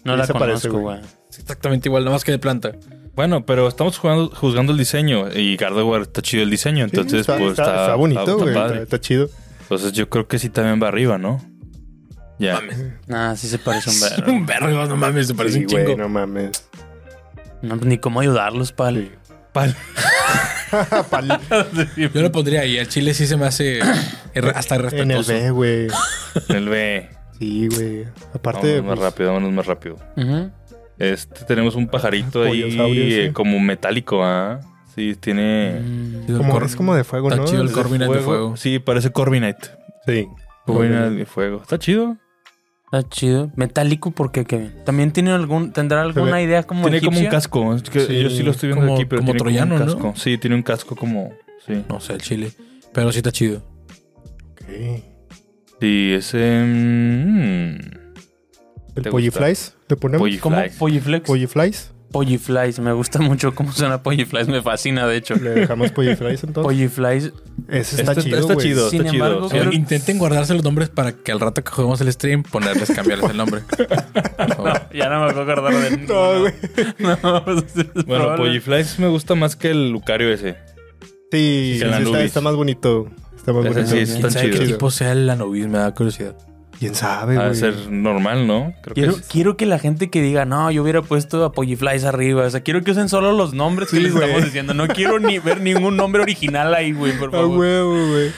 Speaker 2: No
Speaker 3: Sí
Speaker 2: la
Speaker 3: se parece,
Speaker 2: conozco,
Speaker 3: güey.
Speaker 2: güey.
Speaker 1: Es exactamente igual, nada más que de planta.
Speaker 4: Bueno, pero estamos jugando, juzgando el diseño y Gardevoir está chido el diseño,
Speaker 3: Sí,
Speaker 4: entonces
Speaker 3: está,
Speaker 4: pues
Speaker 3: está-
Speaker 4: está,
Speaker 3: está bonito,
Speaker 4: está
Speaker 3: güey. Está,
Speaker 4: padre.
Speaker 3: está chido.
Speaker 4: Entonces yo creo que sí también va arriba, ¿no? Ya.
Speaker 2: Nah, sí se parece un
Speaker 1: Es *laughs*
Speaker 2: verbo.
Speaker 1: un vergo, no mames, se parece
Speaker 3: Sí,
Speaker 1: un
Speaker 3: güey,
Speaker 1: chingo.
Speaker 3: no mames.
Speaker 2: No, ni cómo ayudarlos, pal.
Speaker 3: Sí. *laughs*
Speaker 4: Pal.
Speaker 3: Pal-
Speaker 1: Yo lo pondría ahí. Al chile sí se me hace *coughs* er- hasta
Speaker 3: en el
Speaker 1: respetuoso.
Speaker 3: B, güey.
Speaker 4: El B.
Speaker 3: Sí, güey. Aparte,
Speaker 4: Vámonos
Speaker 3: pues,
Speaker 4: más rápido, vámonos más rápido.
Speaker 2: Ujú.
Speaker 4: Este, tenemos un pajarito ahí
Speaker 3: Poliosaurio, sí.
Speaker 4: eh, como metálico, ¿ah? Sí, tiene...
Speaker 2: Mm.
Speaker 1: El
Speaker 3: como,
Speaker 1: cor-
Speaker 3: es como de fuego,
Speaker 1: Está
Speaker 3: ¿no?
Speaker 1: chido el
Speaker 3: Desde-
Speaker 1: Corviknight de fuego.
Speaker 4: Sí, parece Corviknight.
Speaker 3: Sí.
Speaker 4: Corviknight de fuego. Está chido.
Speaker 2: Está chido. Metálico, ¿por qué, Kevin? ¿También tiene algún, tendrá alguna
Speaker 3: ve-
Speaker 2: idea como
Speaker 4: tiene como un
Speaker 2: egipcia?
Speaker 4: casco. es que
Speaker 3: Sí.
Speaker 4: Yo sí lo estoy viendo
Speaker 1: Como-
Speaker 4: aquí, pero
Speaker 1: como
Speaker 4: tiene
Speaker 1: troyano,
Speaker 4: como
Speaker 1: ¿no?
Speaker 4: un casco. Sí, tiene un casco como... Sí.
Speaker 1: No sé, el chile. Pero sí está chido.
Speaker 3: Ok.
Speaker 4: Sí, ese... mm,
Speaker 3: ¿El
Speaker 4: ¿Te
Speaker 3: Polliflies? ¿Le ponemos?
Speaker 4: Polliflies.
Speaker 2: ¿Cómo? Polliflex.
Speaker 3: ¿Polliflies?
Speaker 2: Polliflies, me gusta mucho cómo suena Polliflies, me fascina de
Speaker 3: *laughs*
Speaker 2: hecho.
Speaker 3: Le dejamos Polliflies entonces.
Speaker 2: Polliflies,
Speaker 3: Ese está
Speaker 4: Este-
Speaker 3: chido,
Speaker 4: está
Speaker 3: güey.
Speaker 4: chido,
Speaker 2: Sin
Speaker 4: está chido.
Speaker 2: embargo,
Speaker 4: Sí.
Speaker 2: creo-
Speaker 1: Intenten guardarse los nombres para que al rato que juguemos el stream ponerles, cambiarles el
Speaker 3: *laughs*
Speaker 1: nombre. Por favor.
Speaker 2: no, ya no me puedo acordar
Speaker 4: *laughs*
Speaker 2: de
Speaker 3: No, güey.
Speaker 2: *laughs* No, pues, es
Speaker 4: Bueno,
Speaker 2: probable.
Speaker 4: Polliflies me gusta más que el Lucario ese.
Speaker 3: Sí,
Speaker 4: Que
Speaker 3: sí, está,
Speaker 4: la Anubis.
Speaker 3: está más bonito. Está más
Speaker 4: Ese
Speaker 3: bonito.
Speaker 4: sí es-
Speaker 1: ¿Quién
Speaker 4: Están
Speaker 1: sabe qué
Speaker 4: chidos.
Speaker 1: tipo sea el Anubis? Me da curiosidad.
Speaker 3: ¿Quién sabe,
Speaker 4: Ha de
Speaker 3: güey?
Speaker 4: ser normal, ¿no? Creo que
Speaker 2: Quiero,
Speaker 4: es-
Speaker 2: quiero que la gente que diga, no, yo hubiera puesto a Polliflies arriba. O sea, quiero que usen solo los nombres que
Speaker 3: Sí,
Speaker 2: les
Speaker 3: güey.
Speaker 2: estamos diciendo. No quiero ni ver ningún nombre original ahí, güey, por
Speaker 3: A
Speaker 2: favor.
Speaker 3: huevo, güey.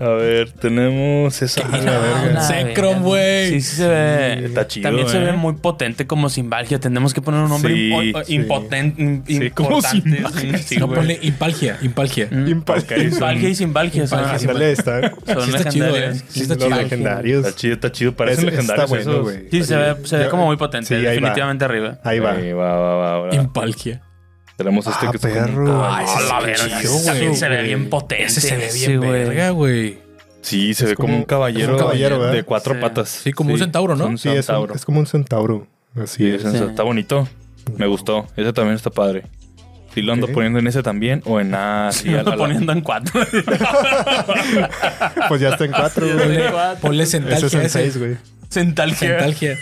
Speaker 4: A ver, tenemos esa.
Speaker 1: Ah,
Speaker 3: A la verga.
Speaker 2: una
Speaker 1: Secron,
Speaker 2: Ah, verga.
Speaker 1: güey.
Speaker 2: Sí, sí se ve.
Speaker 4: Está chido.
Speaker 2: También se
Speaker 4: ¿eh?
Speaker 2: ve muy potente como Simbalgia. Tenemos que poner un nombre
Speaker 4: Sí,
Speaker 2: impo-
Speaker 3: sí.
Speaker 2: impotente. im-
Speaker 4: Sí, como
Speaker 2: importante. Sí,
Speaker 1: no,
Speaker 2: güey.
Speaker 1: ponle impalgia, impalgia.
Speaker 2: Mm,
Speaker 3: Impalgia.
Speaker 2: Simbalgia y Simbalgia son,
Speaker 1: Impalgia,
Speaker 3: *laughs* Ándale, está.
Speaker 2: son
Speaker 1: Sí está chido, eh.
Speaker 2: legendarias.
Speaker 1: Sí está
Speaker 3: Los
Speaker 1: chido.
Speaker 3: legendarios.
Speaker 4: Está chido, está chido.
Speaker 3: Ese-
Speaker 4: Parecen
Speaker 3: ese
Speaker 4: legendarios
Speaker 3: Está bueno,
Speaker 4: esos.
Speaker 3: güey.
Speaker 2: Sí, se ve, se ve
Speaker 3: Yo-
Speaker 2: como muy potente.
Speaker 3: Sí, ahí va.
Speaker 2: definitivamente arriba.
Speaker 3: Ahí va.
Speaker 4: Ahí va, va, va, va.
Speaker 1: Impalgia.
Speaker 4: Tenemos Eh, este
Speaker 3: Ah,
Speaker 4: que es
Speaker 3: perro.
Speaker 4: como-
Speaker 1: Ah, ese
Speaker 2: A
Speaker 1: se
Speaker 2: la
Speaker 1: ve
Speaker 2: verga.
Speaker 1: chido,
Speaker 2: ese También
Speaker 1: güey.
Speaker 2: se ve bien potente.
Speaker 1: Ese se ve bien
Speaker 2: sí, güey.
Speaker 1: verga, güey.
Speaker 4: Sí, se ve como,
Speaker 3: como-
Speaker 4: un caballero,
Speaker 1: como un caballero,
Speaker 4: de
Speaker 3: ¿verdad?
Speaker 4: cuatro
Speaker 2: Sí.
Speaker 4: patas.
Speaker 1: Sí, como un centauro, ¿no?
Speaker 4: Un
Speaker 3: Sí, es, un-
Speaker 4: centauro.
Speaker 3: es como un centauro. Así
Speaker 4: Sí,
Speaker 3: es.
Speaker 4: ese
Speaker 2: Sí.
Speaker 4: Está bonito. Me gustó. Ese también está padre. Si lo ando
Speaker 3: Ok.
Speaker 4: poniendo en ese también o en nada. sí, a la-
Speaker 2: *laughs* Lo poniendo en *laughs* cuatro.
Speaker 3: Pues ya está en cuatro, güey.
Speaker 1: Ponle, ponle
Speaker 3: Ese es
Speaker 1: centalgia
Speaker 3: en
Speaker 1: ese.
Speaker 3: seis, güey.
Speaker 2: Sentalgia.
Speaker 1: Centalgia.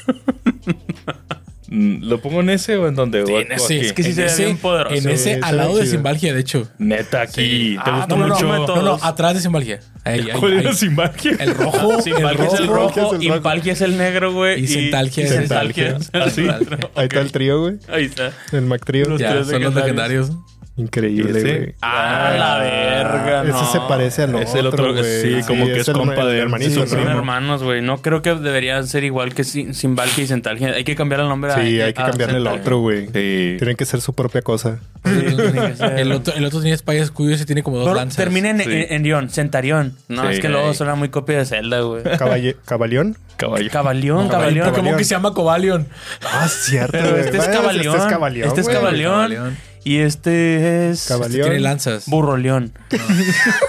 Speaker 4: Mm, ¿Lo pongo en ese o en donde?
Speaker 1: En ese, es que sí
Speaker 2: En
Speaker 1: se ve
Speaker 2: ese-
Speaker 1: bien poderoso. En ese,
Speaker 3: Sí, se
Speaker 1: al
Speaker 3: ve
Speaker 1: lado de
Speaker 3: chido.
Speaker 1: Simbalgia, de hecho.
Speaker 4: Neta, aquí. ¿Te
Speaker 2: Ah,
Speaker 4: gustó
Speaker 2: no, no,
Speaker 4: mucho?
Speaker 2: no, me to-
Speaker 1: No, no,
Speaker 2: Todos.
Speaker 1: atrás de Simbalgia. Ahí, ahí,
Speaker 4: ¿Cuál
Speaker 1: ahí.
Speaker 4: era Simbargia?
Speaker 1: El rojo,
Speaker 2: *laughs*
Speaker 1: el
Speaker 2: Simbalgia es el
Speaker 1: rojo.
Speaker 2: rojo,
Speaker 3: es el rojo.
Speaker 2: Impalgia es el negro, güey.
Speaker 1: Y Centalgia es el-
Speaker 2: Centalgia es el
Speaker 1: Así.
Speaker 2: negro.
Speaker 3: Ahí está
Speaker 2: *laughs* Ok.
Speaker 3: el trío, güey.
Speaker 2: Ahí está.
Speaker 3: El Mac Trío.
Speaker 2: Los-
Speaker 1: Ya,
Speaker 2: tres
Speaker 1: son los
Speaker 2: legendarios.
Speaker 1: legendarios. *laughs*
Speaker 3: Increíble,
Speaker 4: Ese-
Speaker 3: güey.
Speaker 2: Ah, A la verga, no.
Speaker 3: Ese se parece al otro,
Speaker 4: Es el otro,
Speaker 3: güey.
Speaker 4: sí, como que es
Speaker 3: el
Speaker 4: compa de
Speaker 3: hermanito,
Speaker 4: su
Speaker 2: Son
Speaker 4: primo.
Speaker 3: ¿no?
Speaker 2: hermanos, güey. No creo que deberían ser igual que Sin- Simbalgia y Centalgia. Hay que cambiar el nombre a-
Speaker 3: Sí, hay que
Speaker 2: a
Speaker 3: cambiarle el
Speaker 2: Centalgia.
Speaker 3: otro, güey.
Speaker 4: Sí.
Speaker 3: Tienen que ser su propia cosa.
Speaker 2: Sí, tiene que ser.
Speaker 1: El otro, el otro tiene Spy Scudo y ese tiene como dos
Speaker 2: Pero
Speaker 1: lanzas.
Speaker 2: termina en,
Speaker 4: Sí.
Speaker 2: en- en Ion, Centarión. No,
Speaker 4: Sí.
Speaker 2: es que luego suena muy copia de Zelda, güey.
Speaker 3: Caballe- ¿Cabaleón?
Speaker 4: Caballo.
Speaker 2: Cabalión, Cabalión.
Speaker 3: Cabalión.
Speaker 1: ¿Cómo que se llama Cobalion?
Speaker 3: Ah, cierto.
Speaker 1: pues,
Speaker 2: Pero
Speaker 3: güey.
Speaker 2: este es
Speaker 3: Ves,
Speaker 2: Cabalión.
Speaker 3: Este es Cabaleón.
Speaker 2: Este es
Speaker 3: güey.
Speaker 2: Cabaleón.
Speaker 1: Cabaleón.
Speaker 2: Y este es.
Speaker 3: Cabaleón.
Speaker 1: Tiene lanzas.
Speaker 2: Burroleón.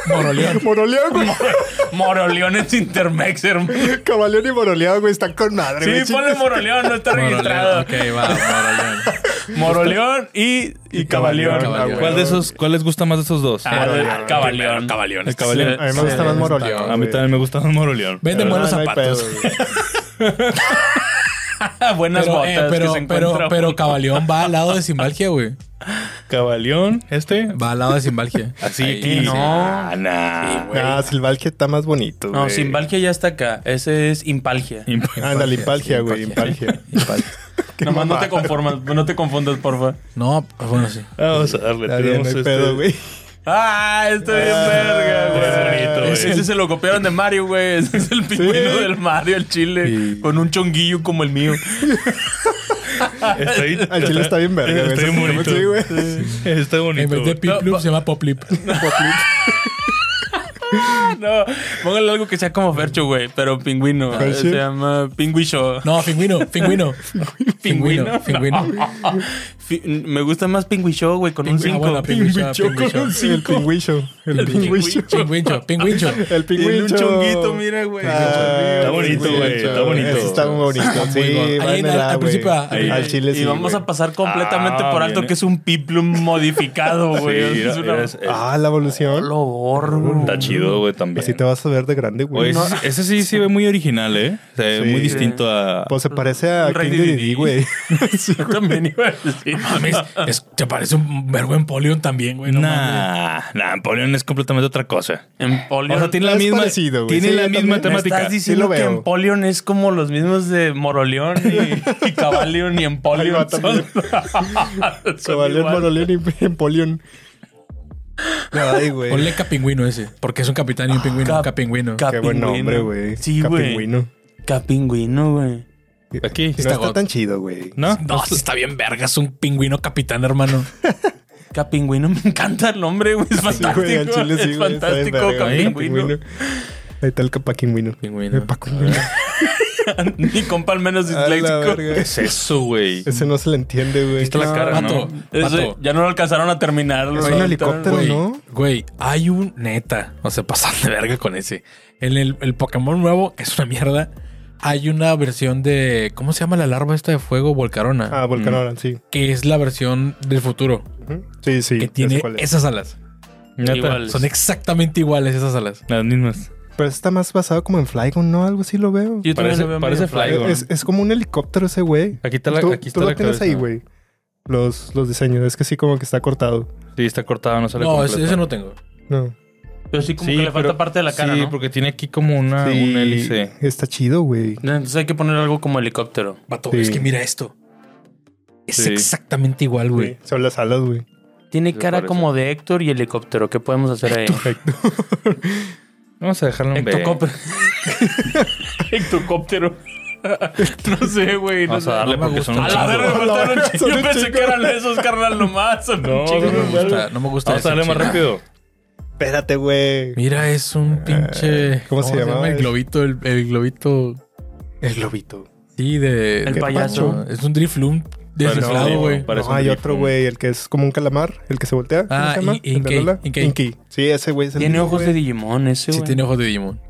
Speaker 1: Moroleón.
Speaker 3: *laughs* Moroleón, güey.
Speaker 2: *laughs* Moroleón es Intermex, hermano.
Speaker 3: Cabaleón y Moroleón, güey. Están con madre, güey.
Speaker 2: Sí, ponle Moroleón, no está
Speaker 1: Moroleón.
Speaker 2: registrado.
Speaker 1: Ok, va, Moroleón.
Speaker 2: *laughs* Moroleón y, y Cabaleón.
Speaker 1: Cabaleón.
Speaker 3: Ah,
Speaker 4: ¿Cuál de esos, ¿Cuál les gusta más de esos dos?
Speaker 2: Ah,
Speaker 3: Moroleón.
Speaker 2: Cabaleón. Cabaleón.
Speaker 4: El Cabaleón.
Speaker 3: A mí me gusta más Moroleón.
Speaker 4: a mí
Speaker 3: güey.
Speaker 4: también me gusta más Moroleón.
Speaker 1: Venden
Speaker 3: Ah,
Speaker 1: buenos
Speaker 3: no hay
Speaker 1: zapatos.
Speaker 3: pedo, güey.
Speaker 2: Ah, Buenas
Speaker 1: Pero, eh,
Speaker 2: botas que
Speaker 1: pero,
Speaker 2: se encuentra
Speaker 1: pero,
Speaker 2: uno.
Speaker 1: pero Cabaleón va al lado de Simbalgia, güey.
Speaker 4: Cabaleón, este.
Speaker 1: Va al lado de Simbalgia.
Speaker 4: Así
Speaker 1: Ahí.
Speaker 4: aquí.
Speaker 2: no.
Speaker 4: Ah, nah.
Speaker 1: Sí, güey.
Speaker 3: Nah, Silvalgia está más bonito,
Speaker 2: No,
Speaker 3: güey.
Speaker 2: Simbalgia ya está acá. Ese es Impalgia.
Speaker 4: Imp-
Speaker 3: Ándale, impalgia, güey.
Speaker 1: Impalgia.
Speaker 3: Impalgia. Qué
Speaker 2: Nomás no te
Speaker 3: mamada.
Speaker 2: conformas, no te confundas, porfa.
Speaker 1: No, pues bueno, sí.
Speaker 4: Vamos a darle.
Speaker 3: Está bien,
Speaker 4: tenemos
Speaker 3: no hay
Speaker 4: este-
Speaker 3: pedo, güey.
Speaker 2: Ah, está bien verga, güey.
Speaker 4: es bonito, güey.
Speaker 2: Ese se lo copiaron de Mario, güey. *laughs* Ese es el pingüino del Mario, el chile.
Speaker 3: Sí.
Speaker 2: Con un chonguillo como el mío.
Speaker 4: Está bien-
Speaker 3: Al chile está bien verga, güey.
Speaker 4: Está bien bonito.
Speaker 3: Sí, güey. *laughs*
Speaker 4: Está
Speaker 1: En
Speaker 4: bonito.
Speaker 1: vez de
Speaker 4: güey.
Speaker 1: Piplup se llama Poplip.
Speaker 2: No, póngale algo que sea como Fercho, güey. Pero pingüino.
Speaker 3: ¿Fercho?
Speaker 2: Se llama Pingüisho.
Speaker 1: No, pingüino,
Speaker 3: *laughs*
Speaker 1: pingüino.
Speaker 2: Pingüino.
Speaker 1: Pingüino.
Speaker 2: Fi- Me gusta más Pingüisho, güey, con un
Speaker 1: Ah,
Speaker 2: 5.
Speaker 1: bueno, pingüino.
Speaker 3: Con un El pingüicho. El pingüicho.
Speaker 1: Pingüincho, pingüincho.
Speaker 3: El
Speaker 2: Tiene
Speaker 3: pingüicho.
Speaker 2: un chonguito, mira, güey.
Speaker 3: Ah,
Speaker 4: Está bonito,
Speaker 3: el
Speaker 4: güey,
Speaker 3: pingüicho.
Speaker 4: está bonito.
Speaker 3: Ese Está muy bonito. Sí,
Speaker 1: Ahí
Speaker 3: va
Speaker 1: en
Speaker 3: en el
Speaker 1: al-
Speaker 3: A,
Speaker 1: al
Speaker 3: güey.
Speaker 1: principio, ahí.
Speaker 3: Al chile
Speaker 2: y
Speaker 3: sí,
Speaker 2: vamos
Speaker 3: güey.
Speaker 2: a pasar completamente
Speaker 4: Ah,
Speaker 2: por alto
Speaker 4: bien,
Speaker 2: que
Speaker 4: eh.
Speaker 2: es un piplum modificado,
Speaker 4: Sí,
Speaker 2: güey.
Speaker 4: mira,
Speaker 2: es una...
Speaker 4: es- es-
Speaker 3: Ah, la evolución.
Speaker 2: Olor, güey.
Speaker 4: Está chido, güey, también.
Speaker 3: Así te vas a ver de grande,
Speaker 4: Oye,
Speaker 3: güey.
Speaker 4: ese, ese sí se ve muy original, ¿eh? Se ve
Speaker 3: Sí.
Speaker 4: muy distinto a...
Speaker 3: Pues se parece a
Speaker 2: Rey
Speaker 3: King
Speaker 2: Dedede.
Speaker 3: Dedede, güey. Sí,
Speaker 2: *laughs* Yo también iba a decir.
Speaker 1: Mames, es- te parece un verbo en Polion también, güey. No mames.
Speaker 4: Nah, nah, Napoleón es completamente otra cosa.
Speaker 2: En Polion.
Speaker 4: O sea, tiene la
Speaker 3: Es
Speaker 4: misma,
Speaker 3: parecido, güey.
Speaker 4: tiene
Speaker 3: Sí,
Speaker 4: la
Speaker 3: yo
Speaker 4: misma
Speaker 3: también.
Speaker 2: ¿Me
Speaker 4: temática.
Speaker 2: estás diciendo
Speaker 3: Sí lo
Speaker 2: que
Speaker 3: veo.
Speaker 2: en Polion es como los mismos de Moroleón y, y Cabalion y en
Speaker 3: Ahí
Speaker 2: Polion.
Speaker 3: va también.
Speaker 2: *laughs*
Speaker 3: Cabaleón, Moroleón y *laughs* Empolión. Ay, güey. Ah,
Speaker 1: Ponle capingüino ese, porque es un capitán y un pingüino.
Speaker 2: cap-
Speaker 1: capingüino.
Speaker 2: cap-
Speaker 3: Qué buen
Speaker 2: Capingüino.
Speaker 3: nombre, güey.
Speaker 2: Sí, güey.
Speaker 3: Capingüino.
Speaker 2: Capingüino, güey.
Speaker 4: Aquí.
Speaker 3: No
Speaker 1: Está
Speaker 3: está
Speaker 1: got-
Speaker 3: tan chido, güey.
Speaker 4: ¿No?
Speaker 1: no, sí está bien verga, es un pingüino capitán, hermano.
Speaker 2: Capingüino, *laughs* me encanta el nombre, güey. Es
Speaker 3: Sí, güey, al
Speaker 2: fantástico.
Speaker 3: chile sí,
Speaker 2: es
Speaker 3: güey, está bien
Speaker 2: fantástico,
Speaker 3: verga, güey.
Speaker 2: Capingüino.
Speaker 3: Ahí está el capakingüino.
Speaker 1: Pingüino.
Speaker 3: El pacungüino.
Speaker 2: *laughs* Mi compa al menos
Speaker 3: A la
Speaker 2: disléxico.
Speaker 3: verga.
Speaker 4: ¿Qué es eso, güey?
Speaker 3: Ese no se le entiende, güey. Ah.
Speaker 4: está la
Speaker 3: No,
Speaker 4: cara,
Speaker 1: Pato,
Speaker 2: Eso,
Speaker 1: pato.
Speaker 2: ya no lo alcanzaron a terminar.
Speaker 3: Es
Speaker 2: güey.
Speaker 3: un helicóptero,
Speaker 1: Güey,
Speaker 3: ¿no?
Speaker 1: güey, hay un neta. No se pasan de verga con ese. En el, el Pokémon nuevo, que es una mierda, Hay una versión de. ¿Cómo se llama la larva esta de fuego? Volcarona.
Speaker 3: Ah,
Speaker 4: Mm.
Speaker 3: Volcano Oran, sí.
Speaker 1: Que es la versión del futuro.
Speaker 3: Ujú. Sí, sí.
Speaker 1: que
Speaker 3: ya sé
Speaker 1: tiene
Speaker 3: cuál es.
Speaker 1: esas alas.
Speaker 4: Neta,
Speaker 2: Igual.
Speaker 1: Son exactamente iguales esas alas.
Speaker 4: Las mismas.
Speaker 3: Pero está más basado como en Flygon, ¿no? Algo así lo veo.
Speaker 2: Yo también
Speaker 4: Parece-
Speaker 2: lo veo
Speaker 4: parece
Speaker 2: medio
Speaker 4: Flygon.
Speaker 2: Flygon.
Speaker 3: Es, es como un helicóptero ese güey.
Speaker 4: Aquí está la,
Speaker 3: tú
Speaker 4: aquí
Speaker 3: tú
Speaker 4: está
Speaker 3: lo
Speaker 4: la
Speaker 3: tienes
Speaker 4: cabeza.
Speaker 3: ahí, güey. Los, los diseños. Es que sí, como que está cortado.
Speaker 4: Sí, está cortada, no sale
Speaker 1: No,
Speaker 4: completa.
Speaker 1: ese, ese no tengo.
Speaker 3: No.
Speaker 2: Pero sí, como
Speaker 4: Sí,
Speaker 2: que le falta
Speaker 4: pero-
Speaker 2: parte de la cara,
Speaker 4: Sí,
Speaker 2: ¿no?
Speaker 4: porque tiene aquí como una
Speaker 3: Sí,
Speaker 4: Ah, un hélice.
Speaker 3: Está chido, güey.
Speaker 2: No, Entonces hay que poner algo como helicóptero.
Speaker 1: Vato,
Speaker 3: Sí.
Speaker 1: es que mira esto. Es
Speaker 4: Sí.
Speaker 1: exactamente igual, güey.
Speaker 3: Son las alas, güey.
Speaker 2: Tiene
Speaker 4: Sí,
Speaker 2: cara
Speaker 4: parece.
Speaker 2: como de Héctor y helicóptero. ¿Qué podemos hacer ahí?
Speaker 4: Vamos a dejarlo en B.
Speaker 2: Hectocóptero. Hectocóptero. *laughs* no sé, güey. No
Speaker 4: Vamos
Speaker 2: sé.
Speaker 4: a darle
Speaker 1: No me
Speaker 4: porque son
Speaker 1: gusta.
Speaker 4: un
Speaker 2: A la
Speaker 4: chingo.
Speaker 3: *laughs* A
Speaker 2: verga,
Speaker 3: la
Speaker 2: faltaron
Speaker 3: verga,
Speaker 2: ch-
Speaker 3: son
Speaker 2: *laughs* Yo
Speaker 3: un
Speaker 2: pensé que eran esos, carnal, nomás. son
Speaker 4: No,
Speaker 2: un chingo.
Speaker 4: no,
Speaker 1: No me gusta, no me gusta
Speaker 4: Vamos a
Speaker 1: ese
Speaker 4: darle más
Speaker 1: chile.
Speaker 4: rápido.
Speaker 3: Espérate, güey.
Speaker 1: Mira, es un pinche.
Speaker 3: Eh, ¿cómo se llamaba?
Speaker 1: El globito, el, el globito.
Speaker 3: El globito.
Speaker 1: Sí, de.
Speaker 2: El
Speaker 3: Qué
Speaker 2: payaso.
Speaker 1: No, es un driflum desinflado,
Speaker 4: un-
Speaker 1: güey.
Speaker 4: parece
Speaker 3: No,
Speaker 4: un
Speaker 3: hay
Speaker 4: grifo.
Speaker 3: otro, güey. El que es como un calamar. El que se voltea. ¿Cómo
Speaker 1: Ah,
Speaker 3: se llama?
Speaker 1: In-
Speaker 3: El de
Speaker 1: Inkey,
Speaker 3: Lola.
Speaker 1: Inkey.
Speaker 3: Inkey. Sí, ese güey es el
Speaker 2: Tiene
Speaker 3: mismo,
Speaker 2: ojos
Speaker 3: güey.
Speaker 2: de Digimon ese,
Speaker 1: Sí,
Speaker 2: güey. Pues
Speaker 1: tiene ojos de Digimon.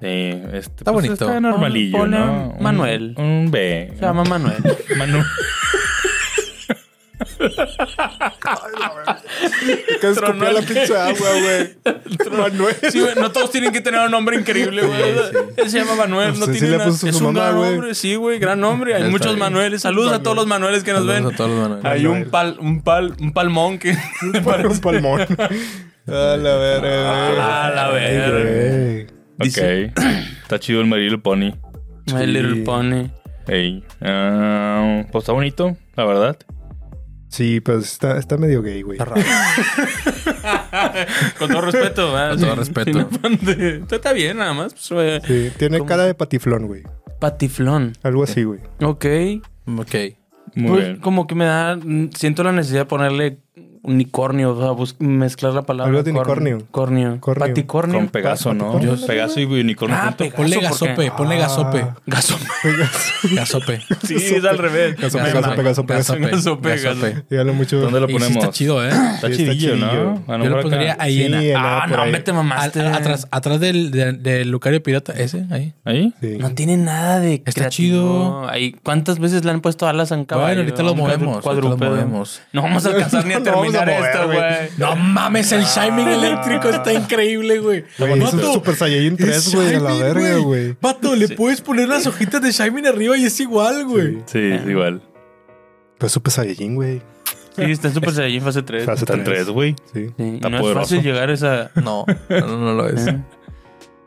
Speaker 4: Sí, este,
Speaker 1: Está bonito.
Speaker 4: Está normalillo,
Speaker 2: Ponle
Speaker 4: ¿no?
Speaker 2: un Manuel.
Speaker 4: Un, un B.
Speaker 2: Se llama Manuel.
Speaker 4: *laughs*
Speaker 3: *laughs*
Speaker 4: Manu.
Speaker 3: Que escupió
Speaker 2: Tronó el
Speaker 3: la pinche agua, güey. Manuel.
Speaker 2: Sí, güey, no todos tienen que tener un nombre increíble, güey. Él se llama Manuel, no
Speaker 3: Usted sí
Speaker 2: tiene
Speaker 3: le
Speaker 2: nada.
Speaker 3: puso su
Speaker 2: Es un
Speaker 3: mamá,
Speaker 2: gran
Speaker 3: güey.
Speaker 2: hombre, sí, güey, gran hombre. Hay
Speaker 1: Está
Speaker 2: muchos
Speaker 1: bien.
Speaker 2: Manueles. Saludos a todos los Manueles que nos
Speaker 1: Saludos
Speaker 2: ven.
Speaker 1: a todos los Manuel.
Speaker 2: Hay un
Speaker 3: Manuel.
Speaker 2: pal, un pal, un palmón que *laughs*
Speaker 3: Por un
Speaker 2: parece-
Speaker 3: palmón. *laughs* A la verga. güey.
Speaker 2: A la
Speaker 3: Ay,
Speaker 2: verga.
Speaker 3: güey.
Speaker 2: Dice-
Speaker 4: Ok. Está chido el Marillo Pony.
Speaker 2: My Little Pony.
Speaker 4: Ey. Ah, pues está bonito, la verdad.
Speaker 3: Sí, pues está, está medio gay, güey.
Speaker 2: Con todo respeto, ¿verdad?
Speaker 1: Con todo
Speaker 2: Sí,
Speaker 1: respeto.
Speaker 2: sí, no, pan de- Está está bien, nada más. pues, eh,
Speaker 3: Sí, tiene
Speaker 2: ¿Cómo?
Speaker 3: cara de patiflón, güey.
Speaker 2: Patiflón.
Speaker 3: Algo así, güey.
Speaker 2: Ok.
Speaker 1: Ok.
Speaker 4: Muy
Speaker 2: Pues,
Speaker 4: bien.
Speaker 2: Como que me da. mm, Siento la necesidad de ponerle unicornio, o sea, bus- mezclar la palabra.
Speaker 3: Algo de
Speaker 2: cornio.
Speaker 3: unicornio.
Speaker 2: Cornio.
Speaker 3: Cornio.
Speaker 2: Paticornio.
Speaker 4: Con Pegaso, ¿no?
Speaker 3: Paticornio.
Speaker 4: Pegaso y unicornio.
Speaker 2: Ah,
Speaker 4: junto.
Speaker 2: Pegaso,
Speaker 1: Ponle
Speaker 2: ¿por qué?
Speaker 1: gasope, ponle
Speaker 3: Ah.
Speaker 1: gasope.
Speaker 2: Gaso-
Speaker 1: Gasope.
Speaker 2: *laughs* Sí, es al revés.
Speaker 3: Gasope,
Speaker 2: Me
Speaker 3: gasope,
Speaker 2: mama.
Speaker 3: gasope.
Speaker 1: Gasope.
Speaker 2: Gasope,
Speaker 1: gasope.
Speaker 3: Dígalo mucho.
Speaker 4: ¿Dónde lo
Speaker 1: Y sí
Speaker 4: ponemos?
Speaker 1: está chido, ¿eh?
Speaker 4: Está
Speaker 3: Sí, está
Speaker 4: chidillo,
Speaker 3: chidillo.
Speaker 4: ¿no? A lo
Speaker 1: Yo lo
Speaker 4: mejor
Speaker 1: pondría
Speaker 4: acá.
Speaker 1: ahí en
Speaker 3: Sí, en
Speaker 2: Ah,
Speaker 3: A por
Speaker 2: no,
Speaker 3: ahí.
Speaker 2: me te mamaste.
Speaker 1: Al- atrás, atrás del, de- del Lucario Pirata, ese, ahí.
Speaker 4: ¿Ahí?
Speaker 3: Sí.
Speaker 2: No tiene nada de
Speaker 1: Está
Speaker 2: creativo.
Speaker 1: chido.
Speaker 2: Ay, ¿Cuántas veces le han puesto alas a un caballo?
Speaker 1: Bueno, ahorita lo
Speaker 2: A un
Speaker 1: movemos,
Speaker 2: cuadrúpedo.
Speaker 1: ahorita lo movemos.
Speaker 2: No vamos a alcanzar ni a
Speaker 3: *laughs* No lo vamos a
Speaker 2: terminar
Speaker 3: mover,
Speaker 2: esto,
Speaker 3: güey.
Speaker 2: güey.
Speaker 1: No mames, el Shining eléctrico está increíble, güey.
Speaker 3: Güey, es un
Speaker 1: Vato,
Speaker 3: Super
Speaker 1: es
Speaker 3: Saiyajin 3, güey, a la
Speaker 1: Shining,
Speaker 3: verga, güey.
Speaker 1: Vato, le puedes poner las hojitas de Shining arriba y es igual, güey.
Speaker 4: Sí, es igual.
Speaker 3: Pero Pues Super Saiyajin, güey.
Speaker 2: Sí, está en Super Saiyajin fase 3.
Speaker 3: Fase
Speaker 4: Están
Speaker 3: tres.
Speaker 4: tres, güey.
Speaker 3: Sí.
Speaker 2: Sí,
Speaker 4: Está
Speaker 2: no
Speaker 4: poderoso.
Speaker 2: es fácil llegar
Speaker 3: *laughs*
Speaker 2: a esa.
Speaker 1: No, no, no lo es.
Speaker 2: ¿eh?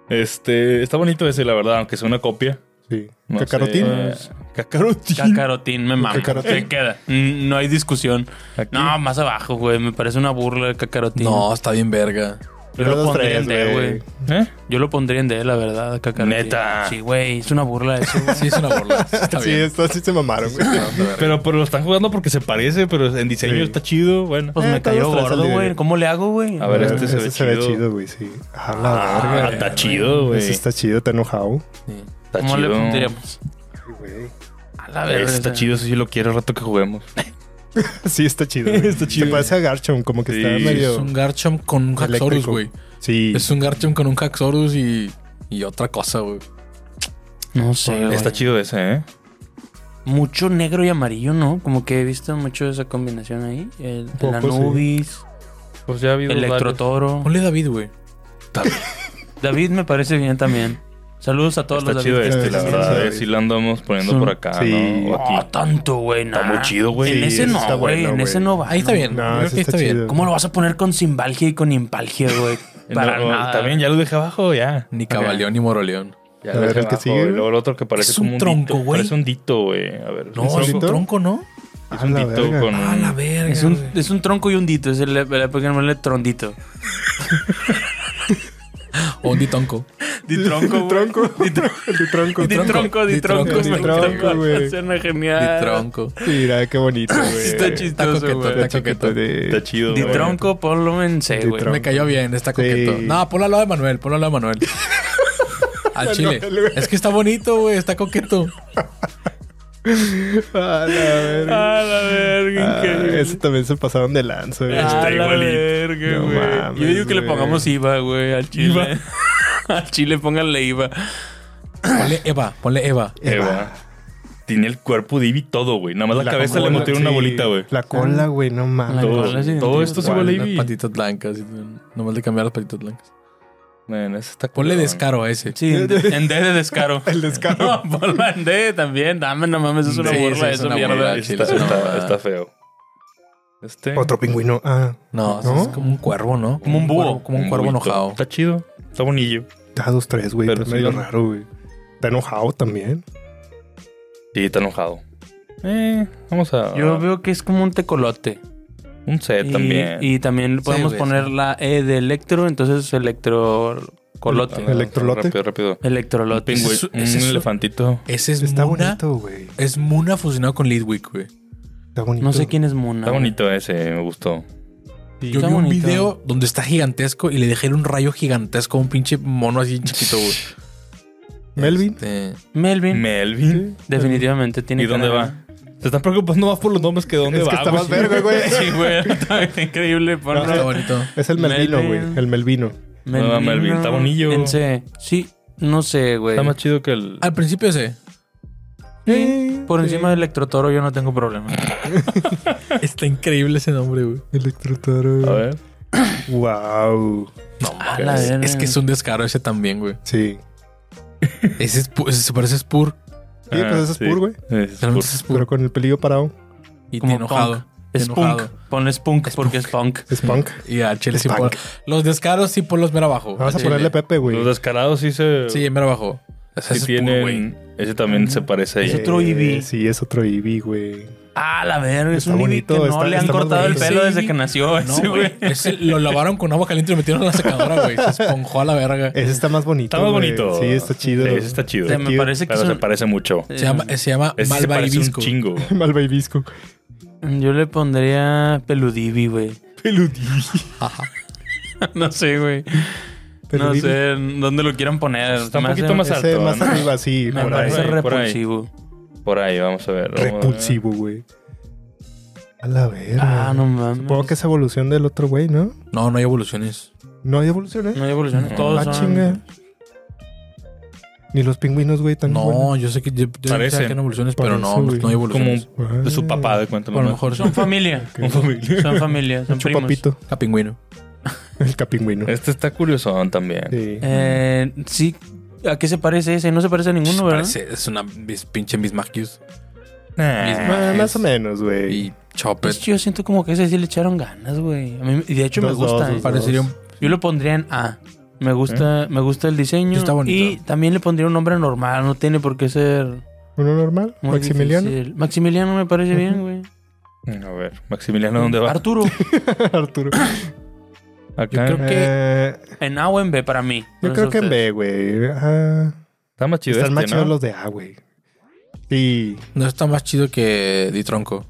Speaker 4: Este, está bonito ese, la verdad, aunque sea una copia.
Speaker 3: Sí.
Speaker 4: No
Speaker 3: Cacarotín.
Speaker 4: sé. ah, Cacarotín.
Speaker 2: Cacarotín, me mama.
Speaker 3: Cacarotín.
Speaker 2: Se queda. Mm, No hay discusión.
Speaker 4: Aquí.
Speaker 2: No, más abajo, güey. Me parece una burla el cacarotín.
Speaker 1: No, está bien verga.
Speaker 2: yo
Speaker 3: Pero
Speaker 2: lo
Speaker 3: los
Speaker 2: pondría en
Speaker 3: tres,
Speaker 2: D,
Speaker 3: güey.
Speaker 2: güey.
Speaker 4: ¿Eh?
Speaker 2: Yo lo pondría en D, la verdad, cacarotín.
Speaker 4: Neta.
Speaker 2: Sí, güey. Es una burla eso, güey.
Speaker 1: Sí, es una burla. sí Está
Speaker 3: Sí,
Speaker 1: bien.
Speaker 3: esto sí se mamaron, güey.
Speaker 4: Pero, pero lo están jugando porque se parece, pero en diseño
Speaker 3: Sí.
Speaker 4: está chido. Bueno,
Speaker 2: Pues
Speaker 3: Eh,
Speaker 2: me cayó
Speaker 3: todos tres al
Speaker 2: gordo,
Speaker 3: líder.
Speaker 2: güey. ¿Cómo le hago, güey?
Speaker 4: A ver, este se ve
Speaker 3: Ese se ve
Speaker 4: chido.
Speaker 3: chido, güey, sí. A la
Speaker 4: Ah,
Speaker 3: verga.
Speaker 4: está chido, güey.
Speaker 3: Ese
Speaker 4: Está,
Speaker 3: está chido, está enojado.
Speaker 1: Sí.
Speaker 2: ¿Cómo le
Speaker 4: chido.
Speaker 2: pondríamos?
Speaker 3: Sí, güey.
Speaker 2: A la
Speaker 4: Ese
Speaker 2: verga.
Speaker 4: Está chido, eso sí lo quiero al rato que juguemos.
Speaker 3: *laughs* Sí, está
Speaker 2: *laughs*
Speaker 3: chido. está chido. Se parece a Garchomp, como que
Speaker 4: Sí.
Speaker 3: está
Speaker 1: Es
Speaker 3: medio.
Speaker 1: un Garchomp con un Haxorus,
Speaker 3: Eléctrico.
Speaker 1: güey.
Speaker 3: Sí.
Speaker 1: Es un Garchomp con un Haxorus y, y otra cosa, güey.
Speaker 2: No sé, güey.
Speaker 4: Está chido ese, ¿eh?
Speaker 2: Mucho negro y amarillo, ¿no? Como que he visto mucho esa combinación ahí. El, el
Speaker 3: poco, sí.
Speaker 2: Anubis,
Speaker 4: Pues ya ha habido
Speaker 2: Electrotoro.
Speaker 1: Ponle David, güey.
Speaker 2: David me parece bien también. Saludos a todos
Speaker 4: Está
Speaker 2: los
Speaker 4: chido
Speaker 2: David.
Speaker 4: este, la
Speaker 3: Sí,
Speaker 4: verdad.
Speaker 3: sí,
Speaker 4: eh.
Speaker 3: sí.
Speaker 4: Sí lo andamos poniendo por acá,
Speaker 3: Sí.
Speaker 4: ¿no? O
Speaker 2: No,
Speaker 4: aquí.
Speaker 2: tanto, güey.
Speaker 4: Está
Speaker 2: nah.
Speaker 4: muy chido, güey.
Speaker 2: En
Speaker 3: Sí,
Speaker 2: ese
Speaker 3: eso
Speaker 2: no,
Speaker 3: está
Speaker 2: güey.
Speaker 3: bueno,
Speaker 2: en
Speaker 3: güey.
Speaker 2: ese no
Speaker 1: *laughs*
Speaker 2: va.
Speaker 1: Ahí está
Speaker 2: no.
Speaker 1: bien.
Speaker 3: No,
Speaker 1: Creo
Speaker 3: ese
Speaker 1: que
Speaker 3: está
Speaker 1: está bien.
Speaker 3: chido.
Speaker 2: ¿Cómo lo vas a poner con simbalgia y con impalgia, güey? Para
Speaker 4: No,
Speaker 2: nada.
Speaker 4: También ya lo dejé abajo, ya.
Speaker 1: Ni Cabaleón ni Moroleón.
Speaker 3: A
Speaker 4: Ya lo
Speaker 3: ver,
Speaker 4: dejé
Speaker 3: el que
Speaker 4: abajo,
Speaker 3: sigue,
Speaker 4: güey.
Speaker 3: güey.
Speaker 4: Luego el otro que parece
Speaker 1: Es
Speaker 4: como
Speaker 1: un
Speaker 4: un
Speaker 1: tronco,
Speaker 4: dito.
Speaker 1: güey.
Speaker 4: Parece un dito, güey. A ver.
Speaker 1: No, es un
Speaker 3: tronco?
Speaker 1: tronco, ¿no?
Speaker 4: Es un
Speaker 3: A la
Speaker 4: dito
Speaker 3: verga. *laughs*
Speaker 4: con
Speaker 1: A
Speaker 4: un-
Speaker 1: la verga.
Speaker 2: Es un, *laughs*
Speaker 1: güey.
Speaker 2: es un tronco y un dito. Es el, el, llamarle trondito.
Speaker 1: O un ditonco.
Speaker 2: Ditronco, *laughs*
Speaker 3: Tronco.
Speaker 2: güey. Ditronco.
Speaker 3: El de tronco.
Speaker 2: Ditronco, ditronco.
Speaker 1: Ditronco,
Speaker 3: ditronco, güey.
Speaker 2: güey. Suena genial.
Speaker 1: Ditronco.
Speaker 3: Mira, qué bonito, güey.
Speaker 2: Está chistoso,
Speaker 1: coqueto,
Speaker 2: güey.
Speaker 1: está coqueto.
Speaker 4: Está chido. güey.
Speaker 2: Ditronco, ponlo en C, güey.
Speaker 3: Ditronco.
Speaker 1: Me cayó bien, está coqueto.
Speaker 3: Sí.
Speaker 1: No, ponlo al lado de Manuel, ponlo al lado de Manuel. Al chile.
Speaker 3: Manuel, güey.
Speaker 1: Es que está bonito, güey, está coqueto.
Speaker 3: *laughs* A la verga.
Speaker 2: A la verga,
Speaker 3: Ah,
Speaker 2: Ah, increíble.
Speaker 3: ese también se pasaron de lanza, güey.
Speaker 2: A Ah, la
Speaker 4: igualito.
Speaker 2: verga,
Speaker 3: No
Speaker 2: güey.
Speaker 3: mames,
Speaker 2: Yo digo que le
Speaker 3: güey.
Speaker 2: *laughs* pongamos IVA, güey, al chile. al chile pónganle IVA.
Speaker 1: Ponle Eva, ponle Eva.
Speaker 4: Eva. Eh, Tiene el cuerpo de Ivy todo, güey. Nada más la, cabeza le
Speaker 3: cola,
Speaker 4: metieron una
Speaker 3: sí.
Speaker 4: bolita, güey.
Speaker 3: La cola, güey, no mames.
Speaker 4: Todo,
Speaker 2: cola, sí,
Speaker 4: todo
Speaker 2: sí,
Speaker 4: esto se
Speaker 2: igual,
Speaker 4: huele a
Speaker 1: Las
Speaker 4: Ivy.
Speaker 1: patitas blancas. y- Nomás le cambiar las patitas blancas.
Speaker 4: Man, ese está
Speaker 1: Ponle
Speaker 4: culero,
Speaker 1: descaro a ese.
Speaker 2: Sí, en, en D de descaro.
Speaker 3: *laughs* El descaro.
Speaker 2: *laughs* No, ponla en D también. Dame, no mames, es una
Speaker 1: Sí,
Speaker 2: burla
Speaker 1: sí, es
Speaker 2: eso,
Speaker 1: una
Speaker 2: mierda.
Speaker 1: burla.
Speaker 4: güey.
Speaker 1: Sí,
Speaker 4: Está,
Speaker 1: sí, no,
Speaker 4: está-
Speaker 1: ah.
Speaker 4: está feo. Este.
Speaker 3: Otro pingüino. Ah,
Speaker 1: No, o sea,
Speaker 3: ¿No?
Speaker 1: es como un cuervo, ¿no?
Speaker 2: Como un búho.
Speaker 1: cuervo- Como un cuervo
Speaker 4: Muy
Speaker 1: enojado.
Speaker 4: Está chido. Está bonillo.
Speaker 3: está dos, tres, güey.
Speaker 4: Pero
Speaker 3: Está medio
Speaker 4: sí.
Speaker 3: raro, güey. Está enojado también.
Speaker 4: Sí, está enojado. Eh, vamos a.
Speaker 2: Yo veo que es como un tecolote.
Speaker 4: Un set
Speaker 2: y,
Speaker 4: Eh, también.
Speaker 2: y también podemos
Speaker 1: güey,
Speaker 2: poner
Speaker 1: sí.
Speaker 2: la E de electro, entonces electrocolote.
Speaker 4: Ah,
Speaker 3: Electrolote.
Speaker 4: Rápido, rápido. Un
Speaker 2: Electrolote.
Speaker 4: pingüe-
Speaker 1: Ese es-
Speaker 4: un
Speaker 1: ese es-
Speaker 4: elefantito.
Speaker 1: Ese es
Speaker 3: Está
Speaker 1: Muna.
Speaker 3: bonito, güey.
Speaker 1: Es Muna fusionado con Lidwick, güey.
Speaker 3: Está bonito.
Speaker 2: No sé quién es Muna.
Speaker 4: Está bonito ese, me gustó.
Speaker 1: Yo
Speaker 2: Está
Speaker 1: vi un
Speaker 2: bonito.
Speaker 1: video donde está gigantesco y le dejé un rayo gigantesco a un pinche mono así chiquito,
Speaker 2: *laughs*
Speaker 1: güey.
Speaker 3: Melvin.
Speaker 1: Este,
Speaker 2: Melvin.
Speaker 4: Melvin.
Speaker 2: Definitivamente tiene
Speaker 4: ¿Y dónde
Speaker 2: cara de-
Speaker 4: va? Se están preocupando más por los nombres que dónde
Speaker 3: Es
Speaker 4: va.
Speaker 3: que está
Speaker 4: güey.
Speaker 3: más verga,
Speaker 4: *laughs*
Speaker 3: güey.
Speaker 2: Sí, güey. *laughs* Está increíble. ponlo.
Speaker 1: está bonito.
Speaker 3: Es el Melvino, güey.
Speaker 2: Melvin.
Speaker 3: El Melvino.
Speaker 4: No, Melvin, está bonillo.
Speaker 2: En C. Sí, no sé, güey.
Speaker 4: Está más chido que el.
Speaker 1: Al principio ese.
Speaker 2: Sí, Por encima de Electrotoro yo no tengo problema.
Speaker 1: Está increíble ese nombre, güey.
Speaker 4: A
Speaker 3: Electrotoro.
Speaker 4: ver.
Speaker 3: Wow.
Speaker 1: No,
Speaker 2: Ah,
Speaker 1: mames.
Speaker 2: la verga.
Speaker 1: es que es un descaro ese también,
Speaker 2: *laughs*
Speaker 1: güey.
Speaker 3: Sí.
Speaker 1: Ese es pu- ese se parece a Spur,
Speaker 3: Sí, pues ese es
Speaker 4: Ah, sí.
Speaker 3: pur, güey.
Speaker 4: Ese es
Speaker 1: realmente
Speaker 4: pur.
Speaker 1: es Spur.
Speaker 3: Pero con el pelillo parado.
Speaker 1: Y
Speaker 2: Como
Speaker 1: enojado.
Speaker 2: Es punk.
Speaker 1: enojado.
Speaker 2: Ponle spunk porque es punk.
Speaker 3: Es punk.
Speaker 1: Y a Chelsea
Speaker 3: Es punk.
Speaker 1: por- Los descaros sí ponlos mero abajo.
Speaker 3: Vamos a
Speaker 1: Chile.
Speaker 3: ponerle Pepe, güey.
Speaker 4: Los descarados sí se.
Speaker 1: Sí, mero abajo. O sea, ese
Speaker 4: sí
Speaker 1: es Spur, güey.
Speaker 4: tienen. ese también se parece a
Speaker 2: Es
Speaker 4: ella.
Speaker 2: otro Eevee.
Speaker 3: Eh, Sí, es otro Eevee, güey.
Speaker 2: Ah, la verga, es
Speaker 3: Está
Speaker 2: un Eevee
Speaker 3: bonito,
Speaker 2: que no
Speaker 3: está-
Speaker 2: le han
Speaker 3: está más
Speaker 2: cortado el
Speaker 3: bonito.
Speaker 2: pelo
Speaker 1: Sí.
Speaker 2: desde que nació ese,
Speaker 1: No, güey.
Speaker 2: güey.
Speaker 1: Ese Lo lavaron con agua caliente y lo metieron en la secadora, güey. Se esponjó a la verga.
Speaker 4: Eh,
Speaker 3: Ese está más bonito.
Speaker 4: Está más
Speaker 3: güey.
Speaker 4: bonito.
Speaker 3: Sí, está chido.
Speaker 4: Sí, ese
Speaker 3: *laughs*
Speaker 4: está chido.
Speaker 2: O sea, me
Speaker 3: cute,
Speaker 2: parece que eh,
Speaker 4: Pero
Speaker 2: es
Speaker 4: se
Speaker 2: un-
Speaker 4: parece mucho.
Speaker 1: Se llama, se llama
Speaker 4: eh, Ese se
Speaker 1: Malva
Speaker 4: parece un
Speaker 1: Hibisco.
Speaker 4: chingo.
Speaker 3: Malvavisco.
Speaker 2: Yo le pondría peludivi, güey. *laughs*
Speaker 1: Ajá.
Speaker 2: No sé, güey. No
Speaker 3: Peludivi.
Speaker 2: sé dónde lo quieran poner.
Speaker 4: Está un
Speaker 2: Me hace-
Speaker 4: poquito más
Speaker 3: Ese
Speaker 4: alto.
Speaker 3: más
Speaker 4: ¿no?
Speaker 3: arriba, sí.
Speaker 2: Me
Speaker 3: por ahí.
Speaker 2: parece
Speaker 4: por ahí.
Speaker 2: repulsivo.
Speaker 4: Por ahí, vamos a ver. vamos a ver.
Speaker 3: Repulsivo, güey. A la verga.
Speaker 2: Ah, no mames.
Speaker 3: Supongo que es evolución del otro güey, ¿no?
Speaker 1: No, no hay evoluciones.
Speaker 3: No hay evolución, ¿eh?
Speaker 2: No hay evolución.
Speaker 4: No.
Speaker 2: Todos
Speaker 3: ah,
Speaker 2: son...
Speaker 3: chinga. Ni los pingüinos, güey, tan
Speaker 1: No, yo sé que yo, yo
Speaker 4: Parece.
Speaker 1: sé que hay evoluciones, pero
Speaker 3: Parece,
Speaker 1: no, no,
Speaker 3: güey.
Speaker 1: no hay
Speaker 4: Como
Speaker 1: evoluciones.
Speaker 4: un- de
Speaker 3: Ah,
Speaker 4: su papá, de cuenta.
Speaker 1: a lo
Speaker 4: mamá.
Speaker 1: mejor son
Speaker 3: *laughs*
Speaker 2: Son familia.
Speaker 3: Un
Speaker 2: Son familia. Son primos.
Speaker 3: chupapito. *laughs*
Speaker 1: capingüino.
Speaker 3: El capingüino.
Speaker 4: Este está curioso también.
Speaker 3: Sí.
Speaker 2: Eh, sí. ¿A qué se parece ese? No se parece a ninguno, ¿verdad?
Speaker 1: Parece, es una bis- pinche Bismarckius.
Speaker 4: Nah.
Speaker 3: Ah,
Speaker 1: es-
Speaker 3: más o menos, güey.
Speaker 1: Y Chopper.
Speaker 2: Pues yo siento como que ese sí le echaron ganas, güey. A mí- Y de hecho me
Speaker 3: Dos,
Speaker 2: gusta.
Speaker 3: dos,
Speaker 2: eh.
Speaker 3: dos.
Speaker 1: Parecería un...
Speaker 2: Yo lo pondría en A. Me gusta, me gusta el diseño.
Speaker 1: Está bonito.
Speaker 2: Y también le pondría un nombre normal. No tiene por qué ser
Speaker 3: ¿Uno normal?
Speaker 2: muy
Speaker 3: Maximiliano.
Speaker 2: difícil. Maximiliano me parece bien, güey.
Speaker 4: A ver, Maximiliano, ¿dónde va?
Speaker 2: Arturo.
Speaker 3: *laughs* Arturo.
Speaker 4: Acá.
Speaker 1: Yo creo que-
Speaker 3: Eh,
Speaker 2: en A o en B para mí.
Speaker 3: yo
Speaker 2: No
Speaker 3: creo
Speaker 2: sé
Speaker 3: que en
Speaker 2: ustedes.
Speaker 3: B, güey. Ah,
Speaker 4: Está más chido
Speaker 3: están
Speaker 4: este,
Speaker 3: más chidos
Speaker 4: ¿no?
Speaker 3: los de A, güey. Sí.
Speaker 1: No está más chido que Ditronco.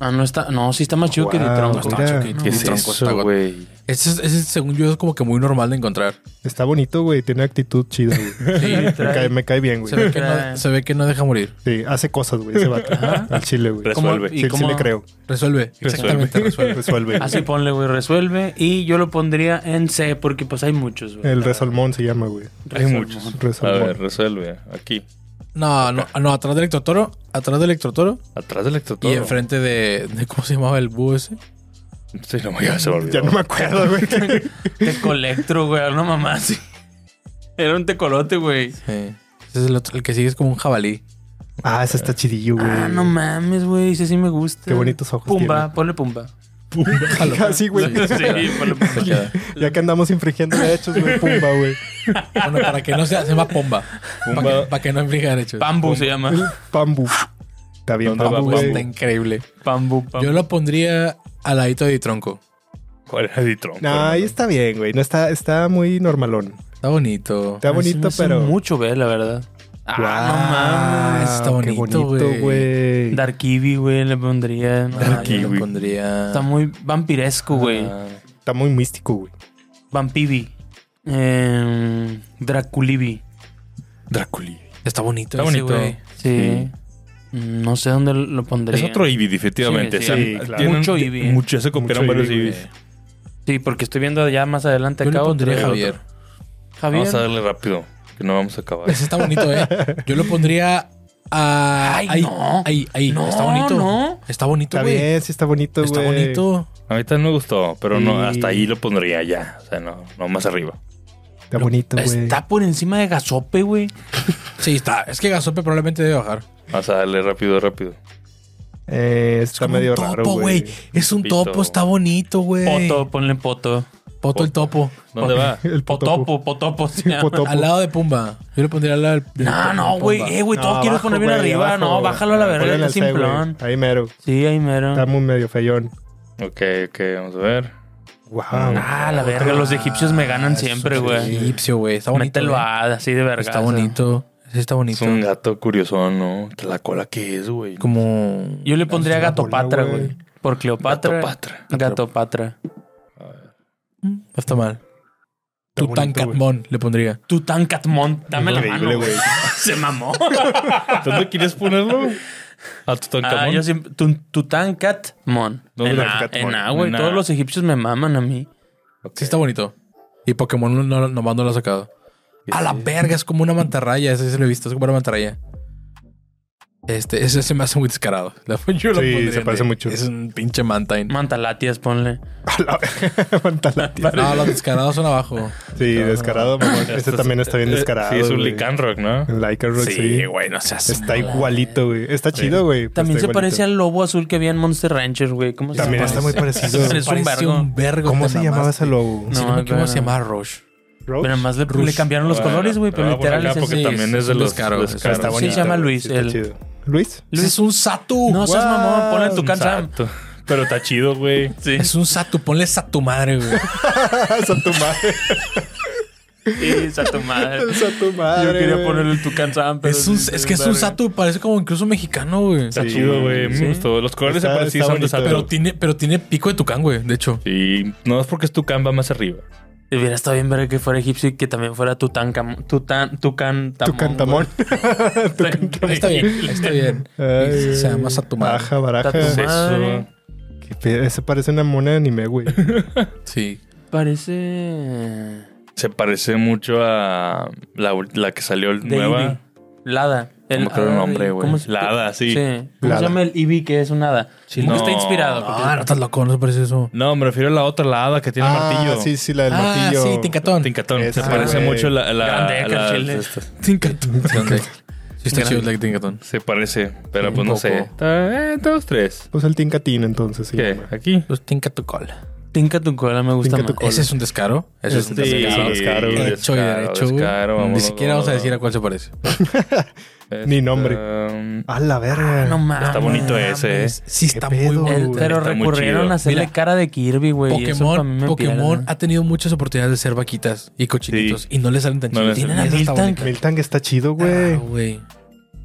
Speaker 2: Ah, no está. No, sí está más chido que
Speaker 3: Wow,
Speaker 1: No
Speaker 2: Ditronco.
Speaker 1: está más chido
Speaker 3: Mira.
Speaker 1: que
Speaker 4: ¿Qué
Speaker 2: No,
Speaker 1: que
Speaker 4: es
Speaker 2: Tronco
Speaker 1: Ditronco. está
Speaker 4: eso,
Speaker 1: guapo.
Speaker 4: güey?
Speaker 1: Ese es- ese, según yo, es como que muy normal de encontrar.
Speaker 3: Está bonito, güey. Tiene actitud chida, güey.
Speaker 1: Sí.
Speaker 3: *laughs* me, cae, me cae bien,
Speaker 1: Se
Speaker 3: güey.
Speaker 1: ve, que no, se ve que no deja morir.
Speaker 3: Sí, hace cosas, güey, ese vato. Al chile, güey.
Speaker 2: ¿Cómo-
Speaker 4: Resuelve.
Speaker 2: y
Speaker 3: Sí, sí
Speaker 2: cómo-
Speaker 3: le creo.
Speaker 1: Resuelve. Exactamente,
Speaker 3: *laughs*
Speaker 1: resuelve.
Speaker 3: Resuelve.
Speaker 2: *laughs* Así
Speaker 3: güey.
Speaker 2: ponle, güey, resuelve. Y yo lo pondría en C, porque pues hay muchos, güey.
Speaker 3: El resolmón se llama, güey.
Speaker 4: Hay
Speaker 2: Resolmón.
Speaker 4: muchos. A
Speaker 3: Resolmón.
Speaker 4: ver, resuelve. Aquí.
Speaker 1: No, no, no, atrás del Electrotoro. Atrás del Electrotoro.
Speaker 4: Atrás del ectotoro.
Speaker 1: Y enfrente de, de- ¿Cómo se llamaba el búho ese?
Speaker 4: Sí, no, ya se me olvidó.
Speaker 3: Ya no me acuerdo, güey.
Speaker 2: Tecolectro, güey. Una mamá así. Era un tecolote, güey.
Speaker 1: Sí. Ese es el, otro- el que sigue es como un jabalí.
Speaker 3: *laughs* ah, ese está chidillo, güey.
Speaker 2: Ah, no mames, güey. Ese sí me gusta.
Speaker 3: Qué bonitos ojos
Speaker 2: Pumba,
Speaker 3: tiene.
Speaker 2: ponle pumba.
Speaker 3: Así, güey.
Speaker 2: *laughs* Sí,
Speaker 3: *laughs*
Speaker 2: ponle pumba.
Speaker 1: Se queda.
Speaker 3: Ya que andamos infringiendo derechos, güey. Pumba, güey.
Speaker 1: Bueno, para que no sea, se llama Pomba. Para que,
Speaker 4: Pumba.
Speaker 1: para que no infrinja derechos.
Speaker 2: Pambu se llama.
Speaker 3: Pambu. Está bien,
Speaker 4: ¿Dónde va
Speaker 3: Pambu,
Speaker 1: Pomba está
Speaker 3: güey.
Speaker 1: increíble.
Speaker 2: Pambu, pambu.
Speaker 1: Yo lo pondría al ladito de Tronco.
Speaker 4: ¿Cuál era de Trump?
Speaker 3: Nah, ahí está bien, güey. No está, está muy normalón.
Speaker 1: Está bonito.
Speaker 3: Está
Speaker 2: Ah, sí me
Speaker 3: bonito,
Speaker 2: hace
Speaker 3: pero.
Speaker 2: Mucho, güey, la verdad.
Speaker 3: Ah,
Speaker 2: Ah,
Speaker 1: mames. Está
Speaker 3: qué
Speaker 1: bonito, güey.
Speaker 2: no
Speaker 3: güey.
Speaker 2: mames. Dark Kiwi, güey, le pondría. No,
Speaker 1: Ah,
Speaker 4: Aquí,
Speaker 1: yo
Speaker 4: güey.
Speaker 1: lo pondría.
Speaker 2: Está muy vampiresco, güey.
Speaker 4: Ah,
Speaker 3: Está muy místico, güey.
Speaker 2: Vampivi. Eh, Draculivi.
Speaker 4: Drácula.
Speaker 1: Está bonito.
Speaker 4: Está
Speaker 1: ese,
Speaker 4: bonito.
Speaker 1: güey.
Speaker 2: Sí. Mm, No sé dónde lo pondría.
Speaker 4: Es otro Eevee, definitivamente.
Speaker 2: Sí, sí,
Speaker 4: O sea,
Speaker 3: sí, claro.
Speaker 4: tienen-
Speaker 2: Mucho Eevee.
Speaker 4: Mucho, se copiaron
Speaker 3: Mucho
Speaker 4: varios
Speaker 3: Eevee,
Speaker 4: Eevees.
Speaker 2: Sí, porque estoy viendo ya más
Speaker 1: Eh,
Speaker 2: adelante
Speaker 1: Yo
Speaker 2: acá
Speaker 1: le
Speaker 2: otro.
Speaker 1: pondría Javier.
Speaker 2: Javier.
Speaker 4: Vamos a darle rápido. que no vamos a acabar.
Speaker 1: Ese está bonito, ¿eh? Yo lo pondría a...
Speaker 2: Ay,
Speaker 1: ahí,
Speaker 2: no.
Speaker 1: ahí, ahí.
Speaker 2: No,
Speaker 1: está bonito.
Speaker 2: no.
Speaker 1: Está bonito,
Speaker 3: Está
Speaker 1: güey.
Speaker 3: bien, sí está bonito, güey.
Speaker 1: Está bonito.
Speaker 4: A mí también me gustó, pero no,
Speaker 3: Sí.
Speaker 4: hasta ahí lo pondría ya. O sea, no, no más arriba.
Speaker 3: Está bonito, güey.
Speaker 2: Está Ah, por encima de Gasope, güey.
Speaker 1: Sí, está. Es que Gasope probablemente debe bajar.
Speaker 4: Vamos a darle rápido, rápido.
Speaker 3: Eh, está
Speaker 1: como
Speaker 3: medio
Speaker 1: un
Speaker 3: raro,
Speaker 1: topo,
Speaker 3: güey.
Speaker 1: Es un
Speaker 4: Pito.
Speaker 1: topo, está bonito, güey.
Speaker 2: Poto, ponle poto.
Speaker 1: Poto el topo.
Speaker 4: ¿Dónde va?
Speaker 3: El potopo.
Speaker 2: Potopo, potopo. se
Speaker 3: Sí,
Speaker 2: llama.
Speaker 3: potopo.
Speaker 1: Al lado de Pumba. Yo lo pondría al lado del- del-
Speaker 2: No,
Speaker 1: del
Speaker 2: no,
Speaker 1: Pumba.
Speaker 2: güey. Eh, güey, todo
Speaker 3: No,
Speaker 2: quiero
Speaker 3: abajo,
Speaker 2: poner bien
Speaker 3: güey,
Speaker 2: arriba.
Speaker 3: abajo,
Speaker 2: no,
Speaker 3: güey.
Speaker 2: bájalo a la verga,
Speaker 3: Ponle
Speaker 2: está
Speaker 3: al C, güey.
Speaker 2: simplón.
Speaker 3: Ahí mero.
Speaker 2: Sí, ahí mero.
Speaker 3: Está muy medio feyón.
Speaker 4: Ok, ok, vamos a ver.
Speaker 3: Wow.
Speaker 2: Ah, la verga, los egipcios me ganan
Speaker 1: Ah,
Speaker 2: siempre,
Speaker 1: es un
Speaker 2: güey.
Speaker 1: Egipcio, güey. Está bonito.
Speaker 2: Mételo
Speaker 1: güey.
Speaker 2: a eh. así de verga.
Speaker 1: Está bonito. Sí, está
Speaker 4: Es
Speaker 1: bonito.
Speaker 4: un gato curioso, ¿no? La cola que es, güey.
Speaker 1: Como.
Speaker 2: Yo le pondría
Speaker 3: Es una
Speaker 2: gato
Speaker 3: bola,
Speaker 2: patra,
Speaker 3: güey.
Speaker 2: güey. Por Cleopatra.
Speaker 4: Patra.
Speaker 2: Gato patra.
Speaker 1: No está mal.
Speaker 3: bonito,
Speaker 1: Tutankamón le pondría.
Speaker 2: Tutankamón. Dame la mano.
Speaker 3: güey.
Speaker 2: *laughs* güey. Se mamó.
Speaker 4: ¿Dónde quieres ponerlo? A
Speaker 2: Ah,
Speaker 4: Tutankamón.
Speaker 2: yo siempre. Tun- Tutankamón.
Speaker 4: ¿Dónde
Speaker 2: En
Speaker 4: está
Speaker 2: A,
Speaker 4: Tutankamón?
Speaker 2: en A, güey.
Speaker 4: En A.
Speaker 2: Todos los egipcios me maman a mí.
Speaker 4: Ok.
Speaker 1: Sí, está bonito. Y Pokémon no, no, nomás no lo ha sacado. A la verga, es como una mantarraya. Ese sí lo he visto. Es como una mantarraya. Este, ese se me hace muy descarado. *laughs* La- yo lo
Speaker 3: Sí,
Speaker 1: pondría
Speaker 3: se
Speaker 1: en-
Speaker 3: parece mucho.
Speaker 1: Es un pinche mantine.
Speaker 2: Mantalatias, ponle.
Speaker 3: A la Fantalatía.
Speaker 1: No, los descarados son abajo.
Speaker 3: Sí, descarado, mamón. Este también está bien descarado.
Speaker 4: eh, Sí, es un
Speaker 3: güey.
Speaker 4: Lican Rock, ¿no?
Speaker 3: El Lycan Rock, sí.
Speaker 1: güey, no seas.
Speaker 3: Está igualito, güey. Está chido, güey. pero
Speaker 2: También
Speaker 3: está
Speaker 2: se parece
Speaker 3: igualito.
Speaker 2: al lobo azul que había en Monster Rancher, güey. ¿Cómo se
Speaker 3: También
Speaker 2: llama?
Speaker 3: está muy parecido.
Speaker 2: Se parece un vergo.
Speaker 1: vergo,
Speaker 3: ¿Cómo
Speaker 1: te
Speaker 3: se llamaba
Speaker 1: mamaste.
Speaker 3: ese lobo?
Speaker 1: Sí, no,
Speaker 2: No,
Speaker 1: me acuerdo ¿Cómo
Speaker 2: pero-
Speaker 1: se llamaba Roche?
Speaker 3: Roach.
Speaker 2: Pero más le,
Speaker 1: Rush.
Speaker 2: le cambiaron los
Speaker 3: Ah,
Speaker 4: Bueno,
Speaker 2: colores, güey. Pero
Speaker 4: lo voy a poner
Speaker 2: literal
Speaker 4: acá
Speaker 2: es
Speaker 4: porque
Speaker 2: ese.
Speaker 4: también es de
Speaker 1: son
Speaker 4: los
Speaker 1: los caros.
Speaker 4: los
Speaker 1: Está
Speaker 4: caros.
Speaker 3: Está bonito.
Speaker 2: se llama
Speaker 3: güey.
Speaker 2: Luis,
Speaker 3: Sí, está
Speaker 2: el-
Speaker 3: chido. ¿Luis?
Speaker 2: *laughs*
Speaker 1: Ese Es un Satu.
Speaker 2: No seas mamón, ponle tu cansa.
Speaker 4: Exacto. Pero está chido, güey.
Speaker 2: *laughs* Sí.
Speaker 1: Es un Satu. Ponle Satu madre, güey.
Speaker 3: Esa Ah, tu
Speaker 2: *laughs*
Speaker 3: madre.
Speaker 2: Es a tu madre.
Speaker 3: *laughs* Esa tu madre.
Speaker 2: Yo quería
Speaker 3: güey.
Speaker 2: ponerle tu cansan, pero.
Speaker 1: es, un,
Speaker 2: sí,
Speaker 1: es que es un
Speaker 2: verga.
Speaker 1: Satu. Parece como incluso mexicano, güey.
Speaker 4: Está
Speaker 3: Sí,
Speaker 4: chido, güey.
Speaker 2: sí.
Speaker 4: Me gustó. Los colores se
Speaker 3: Está-
Speaker 4: parecían
Speaker 3: está
Speaker 4: son de
Speaker 3: bonito.
Speaker 4: Sato.
Speaker 1: Pero tiene, pero tiene pico de tucán, güey. De
Speaker 4: *laughs*
Speaker 1: hecho.
Speaker 4: Y no es porque es Tucán, va más arriba.
Speaker 2: Hubiera estado bien ver que fuera egipcio y que también fuera Tutankamón. Tutan,
Speaker 3: Tu
Speaker 2: Tucantamón.
Speaker 3: cantamón.
Speaker 2: güey.
Speaker 1: Está bien, está bien.
Speaker 3: Ay,
Speaker 1: se llama Satu madre.
Speaker 3: Baraja, baraja.
Speaker 2: Está tu
Speaker 4: Es eso.
Speaker 2: madre.
Speaker 3: Qué pe- Ese parece una mona de anime, güey.
Speaker 1: Sí.
Speaker 2: Parece.
Speaker 4: Se parece mucho a la, ul- la que salió nueva.
Speaker 2: Nueva. Lada.
Speaker 4: me acuerdo el nombre, güey.
Speaker 2: ¿Cómo se-
Speaker 4: La hada, sí.
Speaker 2: ¿Cómo
Speaker 3: Lada.
Speaker 2: se llama el Ibi que es un hada? Como
Speaker 4: no.
Speaker 2: que está inspirado. porque-
Speaker 1: Ah, no estás loco, no se parece eso.
Speaker 4: No, me refiero a la otra, la hada que tiene
Speaker 3: ah,
Speaker 4: martillo.
Speaker 3: sí, sí, la del
Speaker 1: Ah,
Speaker 3: martillo.
Speaker 1: sí, Tincatón.
Speaker 4: Tincatón. Se
Speaker 3: Esa,
Speaker 4: parece
Speaker 3: güey.
Speaker 4: mucho a la. a la-
Speaker 2: Grande,
Speaker 4: a la-
Speaker 2: Carchile.
Speaker 4: esta-
Speaker 1: Tincatón. Sí, está chido el like Tincatón.
Speaker 4: Se parece, pero
Speaker 1: Un
Speaker 4: pues no
Speaker 1: poco.
Speaker 4: sé. Está, eh, dos, tres.
Speaker 3: Pues el Tincatín, entonces. Sí,
Speaker 4: ¿Qué?
Speaker 3: mamá.
Speaker 4: ¿Aquí?
Speaker 1: Los Tincatucol.
Speaker 2: Tinka tu cola me gusta
Speaker 3: Tinka tu
Speaker 2: más.
Speaker 3: cola.
Speaker 1: Ese es un descaro. Ese es un
Speaker 3: Sí,
Speaker 1: descaro.
Speaker 3: descaro, güey.
Speaker 1: Hecho y derecho. güey. Ni siquiera vamos a decir a cuál se parece.
Speaker 3: Ni nombre.
Speaker 4: Está mm, ah,
Speaker 3: A la verga.
Speaker 2: Ah, No mames.
Speaker 4: bonito ese, ¿eh?
Speaker 1: Sí, está
Speaker 3: Qué
Speaker 1: muy
Speaker 3: pedo,
Speaker 1: bueno.
Speaker 2: El-
Speaker 3: güey.
Speaker 2: pero
Speaker 4: Está muy
Speaker 2: recurrieron
Speaker 4: chido.
Speaker 2: a hacerle
Speaker 1: Mira,
Speaker 2: cara de Kirby, güey. y eso pa' mí
Speaker 1: Pokémon,
Speaker 2: me
Speaker 1: Pokémon
Speaker 2: pierde.
Speaker 1: ha tenido muchas oportunidades de ser vaquitas y cochinitos
Speaker 4: Sí.
Speaker 1: y no le salen tan
Speaker 4: No
Speaker 1: chidos.
Speaker 4: le
Speaker 1: Tienen a
Speaker 2: salen.
Speaker 1: Miltank.
Speaker 3: Miltank está chido, güey.
Speaker 1: güey.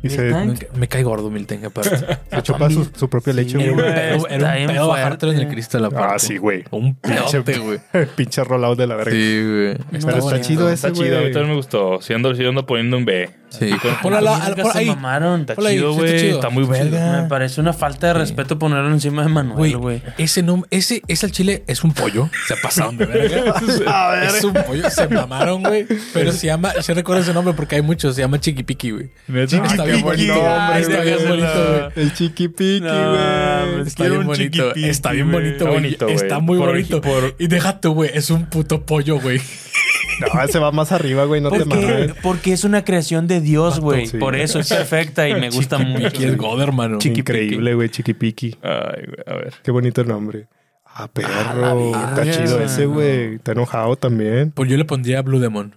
Speaker 3: y se,
Speaker 2: Miltank.
Speaker 1: Nunca- Me cae gordo Miltank aparte.
Speaker 3: se chupa su, su propio leche,
Speaker 2: Sí,
Speaker 1: Era un
Speaker 3: güey.
Speaker 1: pedo,
Speaker 2: Está
Speaker 1: era un
Speaker 2: bien
Speaker 1: pedo bajártelo en el
Speaker 2: fuerte.
Speaker 1: cristal aparte.
Speaker 3: Ah, sí, güey.
Speaker 1: Un pedote,
Speaker 3: Pinche-
Speaker 1: güey.
Speaker 3: *laughs* Pinche rollout de la verga.
Speaker 1: Sí, güey.
Speaker 3: Pero está
Speaker 2: bonito.
Speaker 3: chido ese,
Speaker 4: chido, a mí
Speaker 3: güey.
Speaker 4: también me gustó. Si ando, sí ando poniendo un B.
Speaker 1: Sí.
Speaker 2: Por
Speaker 1: Ponlo a la- a la-
Speaker 2: verga,
Speaker 1: por
Speaker 2: se
Speaker 1: ahí.
Speaker 2: mamaron.
Speaker 4: Está
Speaker 1: Hola, sí,
Speaker 4: chido,
Speaker 1: está
Speaker 4: güey.
Speaker 1: chido.
Speaker 4: Está muy verga.
Speaker 1: Chido.
Speaker 2: Me parece una falta de respeto ponerlo encima de Manuel,
Speaker 1: Güey,
Speaker 2: Ah. güey.
Speaker 1: ese no, ese, ese al chile es un pollo. Se pasaron de verga.
Speaker 3: Ah,
Speaker 1: es un pollo. Se mamaron, güey. Pero se llama, yo recuerdo ese nombre porque hay muchos. Se llama Chiquipiqui, güey. Está bien
Speaker 3: Chiqui Piqui,
Speaker 1: bonito.
Speaker 3: no, hombre,
Speaker 1: Está bien
Speaker 3: güey.
Speaker 1: bonito, güey.
Speaker 3: El chiquipiqui, güey.
Speaker 1: Está bien bonito, está bien bonito,
Speaker 4: Está
Speaker 1: güey.
Speaker 4: bonito, güey.
Speaker 1: Está muy
Speaker 4: Por-
Speaker 1: bonito.
Speaker 4: por-
Speaker 1: Y déjate, güey, es un puto pollo, güey.
Speaker 3: No, se va más arriba, güey. No te mames.
Speaker 2: Porque, porque es una creación de Dios, güey.
Speaker 3: sí.
Speaker 2: Por eso es *laughs* perfecta y me gusta
Speaker 1: Aquí es
Speaker 2: mucho.
Speaker 1: God, hermano.
Speaker 3: Increíble, güey. Chiquipiqui.
Speaker 4: Ay, güey, a ver.
Speaker 3: Qué bonito nombre. Ah, perro.
Speaker 2: la
Speaker 3: Está
Speaker 2: verga.
Speaker 3: chido ese, güey. Está enojado también.
Speaker 1: Pues yo le pondría Blue Demon.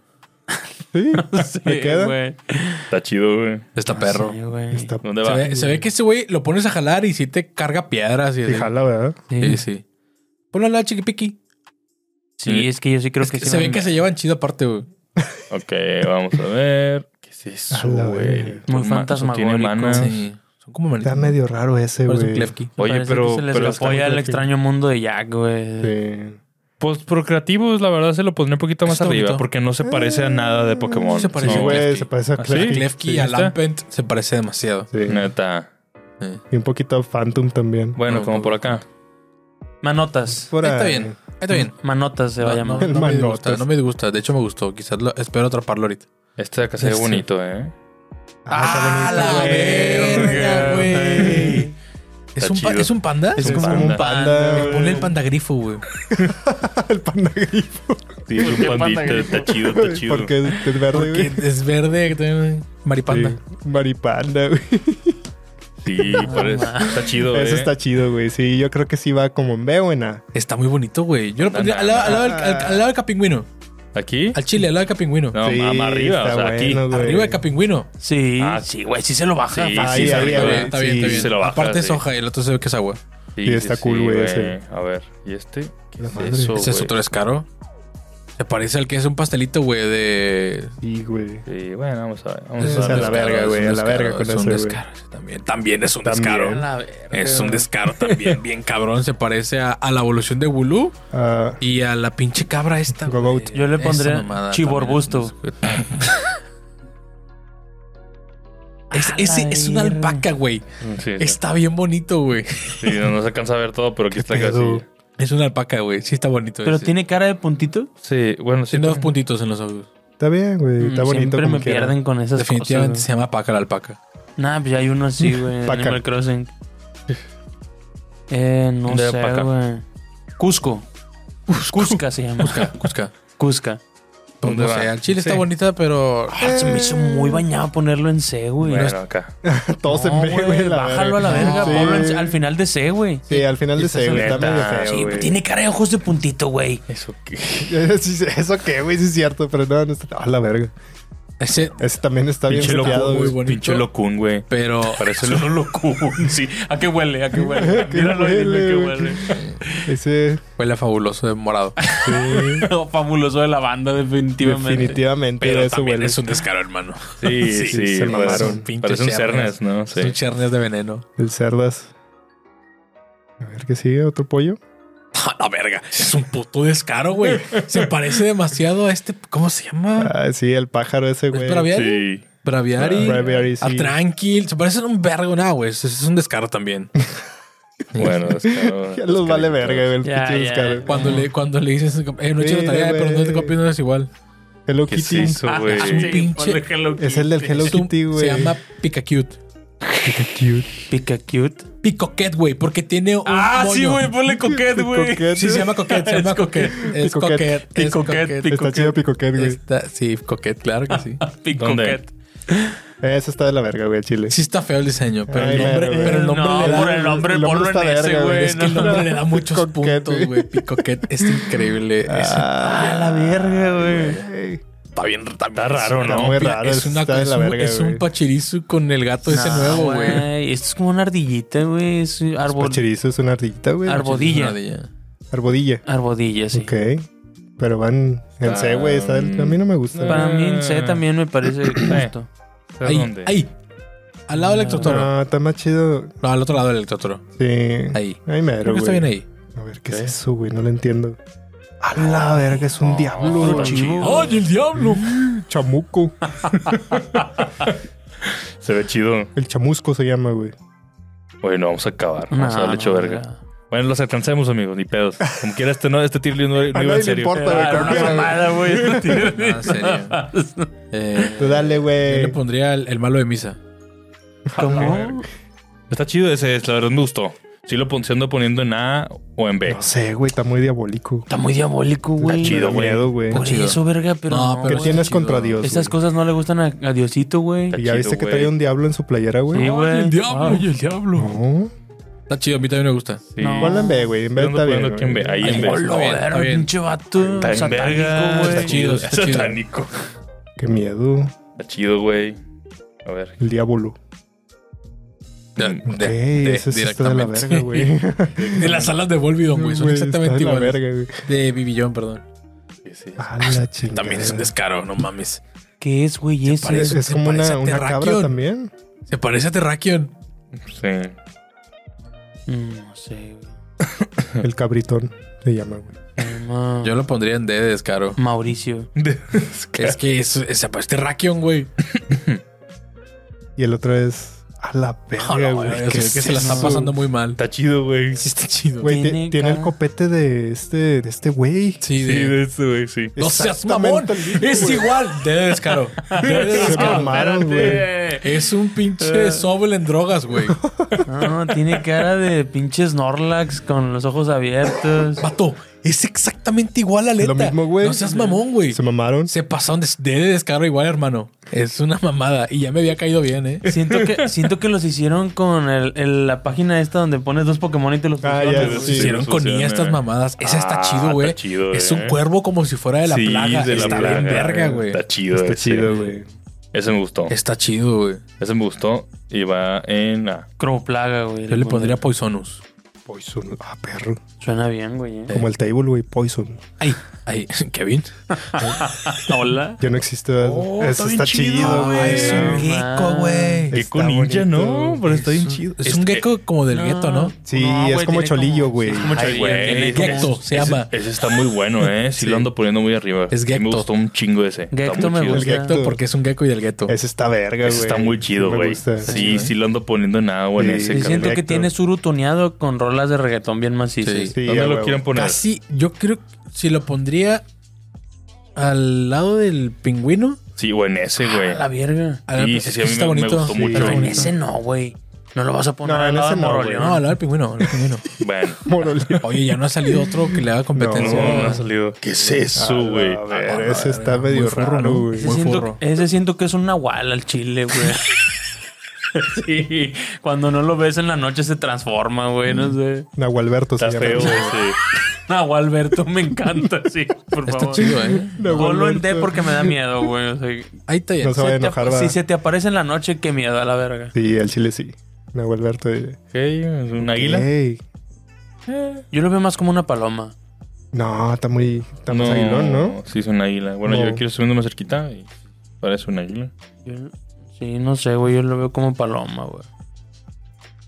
Speaker 3: Sí.
Speaker 2: Sí,
Speaker 3: ¿Me queda?
Speaker 2: güey.
Speaker 4: Está chido, güey.
Speaker 1: Está este perro.
Speaker 2: Ah, Sí, güey.
Speaker 3: Está
Speaker 4: ¿Dónde
Speaker 1: se,
Speaker 4: va?
Speaker 1: ve, se ve que ese güey lo pones a jalar y sí te carga piedras y así.
Speaker 3: y jala, ¿verdad?
Speaker 1: Sí,
Speaker 2: Sí,
Speaker 1: sí. Ponlo a la chiquipiqui.
Speaker 2: Sí, Eh, es que yo sí creo
Speaker 1: Es
Speaker 2: que
Speaker 1: que
Speaker 2: sí
Speaker 1: se
Speaker 2: me-
Speaker 1: ve que se llevan chido aparte, güey.
Speaker 4: Ok, vamos a ver. ¿Qué es
Speaker 3: A
Speaker 4: eso,
Speaker 3: la
Speaker 4: güey?
Speaker 3: verga.
Speaker 4: Por
Speaker 2: Muy
Speaker 4: ma-
Speaker 2: fantasmagórico.
Speaker 4: Tiene manos.
Speaker 1: Sí. Son como manitos.
Speaker 3: Está medio raro ese,
Speaker 1: Parece un
Speaker 3: güey.
Speaker 1: Klefki.
Speaker 2: me
Speaker 4: Oye,
Speaker 2: parece que
Speaker 4: pero-
Speaker 2: Se les
Speaker 4: pero
Speaker 2: apoya
Speaker 4: está
Speaker 3: muy
Speaker 2: el
Speaker 3: bien.
Speaker 2: extraño mundo de Jack, güey.
Speaker 3: Sí.
Speaker 4: Post Pues, procreativos, la verdad, se lo pondré un poquito más
Speaker 1: Está
Speaker 4: arriba
Speaker 1: bonito. Eh,
Speaker 4: porque no se parece a nada de Pokémon.
Speaker 1: Se parece
Speaker 3: Sí,
Speaker 1: No,
Speaker 3: güey,
Speaker 1: Klefki.
Speaker 3: se parece a
Speaker 4: ¿Ah, sí?
Speaker 3: Klefki.
Speaker 1: Klefki
Speaker 4: Sí,
Speaker 1: y a
Speaker 4: está.
Speaker 1: Lampent se parece demasiado.
Speaker 3: Sí.
Speaker 4: Neta.
Speaker 1: Sí.
Speaker 3: Y un poquito a Phantom también.
Speaker 4: Bueno,
Speaker 1: No,
Speaker 4: como
Speaker 1: no.
Speaker 4: por acá.
Speaker 2: Manotas.
Speaker 3: Por
Speaker 1: Está
Speaker 3: ahí.
Speaker 1: bien, ahí está bien.
Speaker 2: Manotas se va a
Speaker 1: No,
Speaker 2: llamar.
Speaker 1: no, no me
Speaker 3: El
Speaker 1: disgusta,
Speaker 3: manotas.
Speaker 1: no me disgusta. De hecho, me gustó. Quizás lo- espero atraparlo ahorita.
Speaker 4: Este de acá se ve
Speaker 1: Este.
Speaker 4: bonito, ¿eh?
Speaker 1: ¡Ah, la verga, güey! ¿Es
Speaker 4: Está
Speaker 1: un, pa-
Speaker 4: chido.
Speaker 1: ¿Es un panda?
Speaker 4: Es
Speaker 3: Es como
Speaker 4: panda.
Speaker 3: un panda.
Speaker 1: güey.
Speaker 3: güey.
Speaker 1: Ponle el pandagrifo, güey.
Speaker 3: *laughs* el panda grifo.
Speaker 4: Sí, es un pandita. Está
Speaker 3: *laughs*
Speaker 4: chido, está chido.
Speaker 3: Porque es es verde,
Speaker 1: Porque
Speaker 3: güey.
Speaker 1: es verde. que también- Maripanda.
Speaker 3: Sí, Maripanda,
Speaker 4: *laughs*
Speaker 3: güey.
Speaker 4: Sí, parece. Está
Speaker 3: *laughs*
Speaker 4: chido,
Speaker 3: Eso
Speaker 4: ¿eh?
Speaker 3: está chido, güey. Sí, yo creo que sí va como en B o en A.
Speaker 1: Está muy bonito, güey. Yo lo
Speaker 4: No,
Speaker 1: pondría
Speaker 4: no,
Speaker 1: al, lado, al, lado del,
Speaker 3: no.
Speaker 1: al- al lado del capingüino.
Speaker 4: ¿Aquí?
Speaker 1: Al chile, al lado del capingüino.
Speaker 4: No,
Speaker 3: Sí,
Speaker 4: más arriba, o
Speaker 3: está
Speaker 4: sea, aquí.
Speaker 3: bueno, güey.
Speaker 1: Arriba del capingüino.
Speaker 2: Sí.
Speaker 4: Ah,
Speaker 2: sí, güey, sí se lo baja.
Speaker 4: Sí,
Speaker 2: fácil.
Speaker 4: sí,
Speaker 3: Ahí,
Speaker 4: se
Speaker 3: ahí,
Speaker 4: arriba,
Speaker 1: Está bien,
Speaker 4: güey.
Speaker 1: está bien, está
Speaker 4: Sí,
Speaker 1: bien.
Speaker 4: se lo baja,
Speaker 1: Aparte es
Speaker 4: sí.
Speaker 1: hoja y el otro se ve que es agua.
Speaker 4: Sí,
Speaker 3: Sí, está cool, güey, ese.
Speaker 4: A ver, ¿y este? ¿Qué
Speaker 3: La
Speaker 4: es
Speaker 3: madre.
Speaker 4: eso,
Speaker 1: Ese es
Speaker 4: güey?
Speaker 1: otro descaro. Se parece al que es un pastelito, güey, de...
Speaker 3: Sí, güey.
Speaker 4: Sí, bueno, vamos a ver. Vamos
Speaker 1: Es
Speaker 4: a
Speaker 1: un
Speaker 3: a
Speaker 4: ver.
Speaker 3: la verga,
Speaker 1: descaro, es un
Speaker 3: güey, a la
Speaker 1: descaro,
Speaker 3: verga con
Speaker 1: Es
Speaker 3: ese,
Speaker 1: un
Speaker 3: güey.
Speaker 1: descaro. ese También, también es un
Speaker 3: También.
Speaker 1: descaro.
Speaker 2: La verga.
Speaker 1: Es un descaro también, bien cabrón. Se parece a, a la evolución de Wulu
Speaker 3: Ah,
Speaker 1: y a la pinche cabra esta.
Speaker 3: Go
Speaker 1: güey.
Speaker 3: Goat.
Speaker 2: Yo le
Speaker 1: Esa
Speaker 2: pondría
Speaker 1: mamada
Speaker 2: chivo
Speaker 1: también es un
Speaker 2: arbusto. *laughs*
Speaker 1: Es,
Speaker 2: A
Speaker 1: es,
Speaker 2: la
Speaker 1: es una
Speaker 2: verga.
Speaker 1: alpaca, güey.
Speaker 4: Sí, sí.
Speaker 1: Está bien bonito, güey.
Speaker 4: Sí, no, no se alcanza a ver todo, pero aquí está
Speaker 3: pedo?
Speaker 4: casi.
Speaker 1: Es una alpaca, güey. Sí está bonito.
Speaker 2: Pero
Speaker 1: ese.
Speaker 2: tiene cara de puntito.
Speaker 4: Sí, bueno, sí.
Speaker 1: Tiene dos
Speaker 4: pero-
Speaker 1: puntitos en los ojos.
Speaker 3: está bien, güey. Está
Speaker 2: Mm,
Speaker 3: bonito.
Speaker 2: Siempre
Speaker 3: como
Speaker 2: me
Speaker 3: quiera.
Speaker 2: pierden con esas
Speaker 1: Definitivamente
Speaker 2: cosas.
Speaker 1: se llama paca la alpaca.
Speaker 2: güey. Nah, pues ya hay uno así, güey. en
Speaker 3: Paca.
Speaker 2: Animal *laughs* Crossing. Eh, no
Speaker 4: De
Speaker 2: sé,
Speaker 4: paca.
Speaker 2: güey. Cusco. Cusca se llama. Cusca.
Speaker 1: Cusca.
Speaker 2: Cusca.
Speaker 1: Pues no
Speaker 4: ¿Dónde va?
Speaker 1: sé, al chile está
Speaker 3: Sí.
Speaker 1: bonita, pero. eh,
Speaker 2: Ah, se me hizo muy bañado ponerlo en C, güey.
Speaker 4: Bueno, acá.
Speaker 3: *laughs* Todos
Speaker 2: No,
Speaker 3: en B, güey. la
Speaker 2: Bájalo a la
Speaker 1: verga.
Speaker 2: verga,
Speaker 1: Sí.
Speaker 2: ponlo en- al final de C, güey.
Speaker 3: Sí, al final de
Speaker 1: Esa es
Speaker 3: C, güey. Está medio
Speaker 4: neta.
Speaker 3: feo,
Speaker 2: Sí,
Speaker 3: güey.
Speaker 2: tiene cara de ojos de puntito, güey.
Speaker 4: Eso
Speaker 3: *laughs*
Speaker 4: que.
Speaker 3: Sí, Eso qué, güey, sí es cierto, pero no, no está. A la verga.
Speaker 1: Ese,
Speaker 3: Ese también está bien
Speaker 4: Pinche
Speaker 3: seteado,
Speaker 4: locún,
Speaker 1: muy
Speaker 3: güey.
Speaker 1: bonito.
Speaker 4: Pinche locún, güey.
Speaker 1: pero.
Speaker 2: *laughs*
Speaker 4: Parece lo locún.
Speaker 2: Sí, ¿a qué huele? ¿A
Speaker 3: *laughs*
Speaker 2: qué huele?
Speaker 3: qué
Speaker 2: Míralo y dime
Speaker 3: huele,
Speaker 2: qué
Speaker 3: güey?
Speaker 2: huele.
Speaker 3: Ese,
Speaker 1: Huele a fabuloso de morado.
Speaker 2: Fabuloso de la banda, definitivamente.
Speaker 3: definitivamente,
Speaker 1: Pero
Speaker 3: eso
Speaker 1: también
Speaker 3: huele.
Speaker 1: es un descaro, hermano.
Speaker 4: Sí, sí,
Speaker 3: se
Speaker 4: parece-
Speaker 3: mamaron.
Speaker 1: Pinche
Speaker 4: Parece un
Speaker 1: cerdas.
Speaker 4: Cernes, ¿no?
Speaker 1: Son
Speaker 4: Sí.
Speaker 1: chernes de veneno.
Speaker 3: El cerdas. A ver qué sigue, otro pollo.
Speaker 1: A la verga. Es un puto descaro, güey. Se parece demasiado a este. ¿Cómo se llama?
Speaker 3: Ah, sí, el pájaro ese,
Speaker 1: ¿Es
Speaker 3: güey.
Speaker 1: Braviari?
Speaker 4: Sí.
Speaker 1: Braviari.
Speaker 3: Braviary, sí.
Speaker 1: A Tranquil. Se parece a un vergo, nada, güey. Es, es un descaro también.
Speaker 4: Bueno, descaro.
Speaker 3: Ya los vale verga, güey, el
Speaker 2: Ya,
Speaker 3: pinche
Speaker 2: ya.
Speaker 3: descaro.
Speaker 1: Cuando le, cuando le dices, eh, no he hecho la
Speaker 3: Mira,
Speaker 1: tarea, pero no te
Speaker 3: güey.
Speaker 1: copies, no es igual.
Speaker 3: Hello
Speaker 4: ¿Qué es
Speaker 3: Kitty.
Speaker 4: eso, güey?
Speaker 1: Ah, sí. pinche-
Speaker 3: Es el del Hello
Speaker 1: Es un-
Speaker 3: Kitty, güey.
Speaker 1: Se llama Pica Cute.
Speaker 3: Qué cute.
Speaker 2: Pica cute.
Speaker 1: Picoquet, güey, porque tiene un.
Speaker 2: Ah,
Speaker 1: moño.
Speaker 2: sí, güey, ponle
Speaker 1: *laughs*
Speaker 2: coquet, güey.
Speaker 3: Coquete.
Speaker 1: Sí, se llama coquet, se llama coquet. Es
Speaker 3: Picoquet.
Speaker 1: coquet, es
Speaker 2: Picoquet,
Speaker 1: coquet.
Speaker 2: pic-
Speaker 3: Está chido Picoquet, güey.
Speaker 1: Está- sí, coquet, claro que sí.
Speaker 4: ¿Dónde?
Speaker 2: Picoquet.
Speaker 3: Eso está de la verga, güey, Chile.
Speaker 1: Sí está feo el diseño, pero
Speaker 3: Ay,
Speaker 1: el nombre,
Speaker 3: verga,
Speaker 1: pero el nombre
Speaker 2: no,
Speaker 1: le da,
Speaker 2: por el nombre,
Speaker 3: el nombre
Speaker 2: ponlo
Speaker 3: está
Speaker 2: en ese,
Speaker 3: verga,
Speaker 2: güey.
Speaker 3: güey,
Speaker 1: es que el
Speaker 2: no.
Speaker 1: nombre le da muchos
Speaker 3: Coquet,
Speaker 1: puntos,
Speaker 3: güey. Ah,
Speaker 1: güey. Picoquet es increíble. Es-
Speaker 2: A la verga, güey.
Speaker 3: Ey,
Speaker 1: está bien, está bien-
Speaker 4: Está raro,
Speaker 3: Está
Speaker 4: ¿no?
Speaker 3: muy raro.
Speaker 1: Es, una,
Speaker 3: está
Speaker 1: cosa-
Speaker 3: de la
Speaker 1: es un-
Speaker 3: verga,
Speaker 1: es un
Speaker 3: güey.
Speaker 1: pachirizu con el gato Pues ese
Speaker 2: Nah,
Speaker 1: nuevo, güey.
Speaker 2: Esto es como una ardillita, güey. Es un
Speaker 3: Es
Speaker 2: árbol.
Speaker 3: pacherizo, es una ardillita, güey.
Speaker 2: Árbol. Arbodilla.
Speaker 1: Arbodilla.
Speaker 3: Arbodilla.
Speaker 2: Arbodilla, sí.
Speaker 3: Ok. Pero van en C, güey. está del- A mí no me gusta.
Speaker 2: Para mí en C también me parece
Speaker 1: Eh,
Speaker 2: justo.
Speaker 1: Ahí, ahí. Al lado del electrotoro.
Speaker 3: No, está más chido.
Speaker 1: No, al otro lado del electrotoro.
Speaker 3: Sí.
Speaker 1: Ahí.
Speaker 3: Ahí mero,
Speaker 1: Creo que está
Speaker 3: güey.
Speaker 1: bien ahí.
Speaker 3: A ver, ¿qué es eso, güey? No lo entiendo. A
Speaker 4: Ah,
Speaker 3: la verga, es un diablo.
Speaker 2: Otro
Speaker 3: güey.
Speaker 2: chivo.
Speaker 1: ¡Ay, el diablo!
Speaker 3: Chamuco.
Speaker 4: Se ve chido.
Speaker 3: El chamusco se llama, güey.
Speaker 4: Bueno, vamos a acabar.
Speaker 2: No,
Speaker 4: Vamos a darle
Speaker 2: no,
Speaker 4: hecho verga.
Speaker 2: no.
Speaker 4: Bueno, los alcancemos, amigos, ni pedos. Como quiera, este, no, este tier list no, no
Speaker 3: A
Speaker 4: iba en
Speaker 3: nadie le
Speaker 4: serio.
Speaker 3: importa, güey.
Speaker 2: Ah, era una
Speaker 3: cualquiera, güey.
Speaker 2: mamada, güey. este tío.
Speaker 1: *laughs* No, en serio.
Speaker 3: *laughs*
Speaker 1: Eh,
Speaker 3: Tú dale,
Speaker 1: yo le
Speaker 3: güey.
Speaker 1: pondría el, el malo de misa.
Speaker 2: ¿Cómo?
Speaker 4: Está chido ese, es, la verdad me gustó. Sí lo pon- sí ando poniendo en A o en B.
Speaker 3: No sé, güey. Está muy diabólico.
Speaker 2: Está muy diabólico, güey. Pues,
Speaker 3: Me da
Speaker 4: chido, güey.
Speaker 3: miedo, güey.
Speaker 2: Por
Speaker 1: chido.
Speaker 2: eso, verga, pero.
Speaker 1: No,
Speaker 2: no,
Speaker 1: pero está
Speaker 3: ¿Qué
Speaker 2: güey.
Speaker 3: tienes
Speaker 1: chido.
Speaker 3: contra Dios?
Speaker 2: Estas
Speaker 3: güey?
Speaker 2: cosas no le gustan a, a Diosito, güey.
Speaker 4: Está
Speaker 3: ¿Y ya
Speaker 4: chido,
Speaker 3: viste que
Speaker 4: güey.
Speaker 3: trae un diablo en su playera,
Speaker 2: Sí,
Speaker 3: güey?
Speaker 2: güey.
Speaker 1: el diablo,
Speaker 2: Ah.
Speaker 1: y el diablo.
Speaker 3: No.
Speaker 1: Está chido, a mí también me gusta.
Speaker 4: Sí.
Speaker 2: No.
Speaker 3: Ponla en B, güey. En B
Speaker 4: Yo ando
Speaker 3: está bien.
Speaker 4: poniendo aquí en B. Ahí
Speaker 1: Ay,
Speaker 4: en
Speaker 1: hola. Está
Speaker 2: Hola,
Speaker 4: B.
Speaker 1: bien, está
Speaker 2: verga,
Speaker 1: bien.
Speaker 2: pinche vato.
Speaker 4: Está en verga.
Speaker 2: Satánico,
Speaker 4: Está
Speaker 2: güey.
Speaker 1: chido,
Speaker 4: chido.
Speaker 1: está chido.
Speaker 4: Satánico.
Speaker 3: Qué miedo.
Speaker 4: Está chido, güey. A ver.
Speaker 3: El diablo.
Speaker 1: De,
Speaker 3: Ok,
Speaker 1: de- de-
Speaker 3: ese sí está de la verga, güey.
Speaker 1: *laughs* De las alas de Volvidon, güey. Son
Speaker 3: Güey,
Speaker 1: exactamente
Speaker 3: está de la
Speaker 1: iguales.
Speaker 3: verga,
Speaker 1: *laughs*
Speaker 3: güey.
Speaker 1: De Bibillón, perdón.
Speaker 4: Sí, sí.
Speaker 3: A la chingada.
Speaker 1: También es un descaro, no mames.
Speaker 2: ¿Qué es, güey? Ese?
Speaker 1: parece-
Speaker 3: Es, es
Speaker 1: Se
Speaker 3: como
Speaker 1: parece
Speaker 3: una,
Speaker 1: a
Speaker 3: una cabra
Speaker 1: Terrakion. *laughs*
Speaker 3: también.
Speaker 1: Se parece a Terrakion.
Speaker 4: Sí.
Speaker 2: Mm, No sé, güey.
Speaker 3: El cabritón se llama, güey.
Speaker 2: Ma-
Speaker 1: Yo lo pondría en D de descaro.
Speaker 2: Mauricio.
Speaker 3: *laughs*
Speaker 1: Es que es, es- se parece a Terrakion, güey.
Speaker 3: Y el otro es. A la
Speaker 1: Ah,
Speaker 3: verga,
Speaker 1: no,
Speaker 3: güey.
Speaker 1: güey,
Speaker 3: ¿qué
Speaker 1: se ve
Speaker 3: es
Speaker 1: que se la está
Speaker 3: eso?
Speaker 1: pasando muy mal.
Speaker 4: Está chido, güey.
Speaker 1: Sí, está chido.
Speaker 3: Güey, ti-
Speaker 2: Tiene
Speaker 3: tiene, el
Speaker 2: cara-
Speaker 3: copete de este, de este güey.
Speaker 1: Sí,
Speaker 4: Sí,
Speaker 1: de-
Speaker 4: de este, güey, sí.
Speaker 1: No seas
Speaker 3: Exactamente
Speaker 1: mamón.
Speaker 3: el mismo,
Speaker 1: Es
Speaker 3: güey.
Speaker 1: igual. De
Speaker 3: *laughs*
Speaker 1: descaro. De
Speaker 4: Ah,
Speaker 3: Se
Speaker 1: descaro.
Speaker 3: mamaron, güey.
Speaker 2: Espérate.
Speaker 1: Es un pinche
Speaker 3: Eh.
Speaker 1: Sobel en drogas, güey.
Speaker 2: No, tiene cara de pinches Norlax con los ojos abiertos.
Speaker 1: Pato, es exactamente igual a Leta.
Speaker 3: Lo mismo, güey.
Speaker 1: No seas mamón, güey.
Speaker 3: Se mamaron.
Speaker 1: Se pasaron de, de descaro igual, hermano. Es una mamada. Y ya me había caído bien, ¿eh?
Speaker 2: Siento que, siento que los hicieron con el- el- la página esta donde pones dos Pokémon y te los
Speaker 3: Ah,
Speaker 2: fusionas,
Speaker 3: ya,
Speaker 2: güey.
Speaker 3: sí.
Speaker 1: Se hicieron
Speaker 4: los
Speaker 1: con niña
Speaker 4: fusionan.
Speaker 1: estas mamadas. Ese
Speaker 4: Ah,
Speaker 1: está chido, güey.
Speaker 4: está chido,
Speaker 1: es
Speaker 4: eh.
Speaker 1: un cuervo como si fuera de la
Speaker 4: Sí,
Speaker 1: plaga.
Speaker 4: de la
Speaker 1: está
Speaker 4: plaga. eh.
Speaker 1: bien verga, güey.
Speaker 4: Está chido,
Speaker 3: Está
Speaker 4: ese.
Speaker 3: chido, güey.
Speaker 4: Ese me gustó.
Speaker 1: Está chido, güey.
Speaker 4: Ese me gustó. Y va en A.
Speaker 2: Croplaga, güey.
Speaker 1: Yo le pondría Poisonus.
Speaker 3: Poison. Ah, perro.
Speaker 2: Suena bien, güey. ¿eh?
Speaker 3: Como el table, güey. Poison.
Speaker 1: Ay, ay, *laughs* Kevin.
Speaker 2: Hola.
Speaker 3: Ya no existe. ¿verdad?
Speaker 1: Oh,
Speaker 3: Pues, eso
Speaker 4: está bien
Speaker 3: está
Speaker 4: chido,
Speaker 3: chido,
Speaker 4: güey.
Speaker 3: güey.
Speaker 1: es un
Speaker 2: Sí,
Speaker 1: gecko,
Speaker 2: man.
Speaker 1: güey.
Speaker 3: Está
Speaker 4: Gecko ninja, ¿no?
Speaker 3: bonito.
Speaker 4: Pero está bien chido.
Speaker 1: Es un gecko como del gueto, ¿no?
Speaker 3: Sí,
Speaker 2: No,
Speaker 3: es
Speaker 2: güey,
Speaker 3: como
Speaker 2: tiene
Speaker 3: cholillo,
Speaker 2: como-
Speaker 3: güey.
Speaker 2: sí, es como
Speaker 4: Ay,
Speaker 2: cholillo,
Speaker 4: güey.
Speaker 2: tiene como-
Speaker 1: Gecto se
Speaker 4: Ese-
Speaker 1: llama.
Speaker 4: Ese, está muy bueno, ¿eh? Sí, lo ando poniendo muy arriba.
Speaker 1: Es
Speaker 4: Sí Me
Speaker 1: Gecto.
Speaker 4: gustó un chingo ese. Está
Speaker 2: Gecto
Speaker 4: muy
Speaker 2: me
Speaker 4: chido.
Speaker 2: gusta.
Speaker 3: El Gecto.
Speaker 1: Porque es un gecko y del gueto.
Speaker 3: Ese está verga, güey.
Speaker 4: Ese está muy chido, eh.
Speaker 3: Me
Speaker 4: güey.
Speaker 3: gusta.
Speaker 4: Sí, sí lo ando poniendo en A o en
Speaker 3: Sí.
Speaker 4: ese.
Speaker 2: Sí,
Speaker 4: cabrón.
Speaker 2: siento que
Speaker 3: Correcto.
Speaker 2: tiene suru toneado con rolas de reggaetón bien macizas.
Speaker 1: Sí.
Speaker 3: Sí,
Speaker 4: ¿Dónde
Speaker 3: a
Speaker 4: lo
Speaker 3: huevo. *laughs*
Speaker 4: quieren poner?
Speaker 1: Casi, yo creo que si lo pondría al lado del pingüino.
Speaker 4: Sí, o en ese, güey.
Speaker 2: A
Speaker 4: *laughs*
Speaker 2: la verga.
Speaker 1: al-
Speaker 4: Sí, sí, sí, a mí me- me gustó mucho.
Speaker 1: Está
Speaker 2: Pero en
Speaker 1: bonito.
Speaker 2: ese no, güey. No lo vas a poner
Speaker 3: No, en
Speaker 2: al lado
Speaker 3: ese
Speaker 2: de
Speaker 3: no,
Speaker 2: Moroleón.
Speaker 1: No, al lado del pingüino. al lado del pingüino.
Speaker 4: Bueno.
Speaker 3: Morolio.
Speaker 4: *laughs*
Speaker 1: Oye, ya no ha salido otro que le haga
Speaker 4: No,
Speaker 1: competencia.
Speaker 4: no ha salido. ¿Qué es eso, güey?
Speaker 3: A ver, ese está
Speaker 1: Muy
Speaker 3: medio
Speaker 1: furro,
Speaker 3: raro,
Speaker 1: ¿no?
Speaker 3: güey.
Speaker 2: ese,
Speaker 1: Muy
Speaker 2: siento,
Speaker 1: furro.
Speaker 2: ese siento que es un nahual al
Speaker 1: *laughs*
Speaker 2: chile, güey. sí. Cuando no lo ves en la noche se transforma, güey. No sé.
Speaker 3: Nahualberto se
Speaker 4: Está
Speaker 3: llama.
Speaker 4: feo,
Speaker 3: *laughs*
Speaker 4: güey. sí.
Speaker 2: Nahualberto me encanta, sí. Por
Speaker 1: Está
Speaker 2: favor.
Speaker 1: chido, ¿eh?
Speaker 2: Ponlo en
Speaker 3: Nahualberto.
Speaker 2: D porque me da miedo, güey. O sea,
Speaker 1: Ahí está ya.
Speaker 3: No se
Speaker 2: se
Speaker 3: vaya a
Speaker 2: te-
Speaker 3: enojar, va.
Speaker 2: si se te aparece en la noche, qué miedo a la verga.
Speaker 3: Sí, el chile sí. Nahualberto. eh.
Speaker 4: Ok, ¿es ¿Un águila?
Speaker 3: Ey.
Speaker 2: Yo lo veo más como una paloma.
Speaker 3: No, está muy... Está más aguilón, ¿no?
Speaker 4: Sí, es un águila. Bueno,
Speaker 3: No.
Speaker 4: yo quiero subiendo más cerquita y parece un águila.
Speaker 2: Yo- sí, no sé, güey. Yo lo veo como paloma, güey.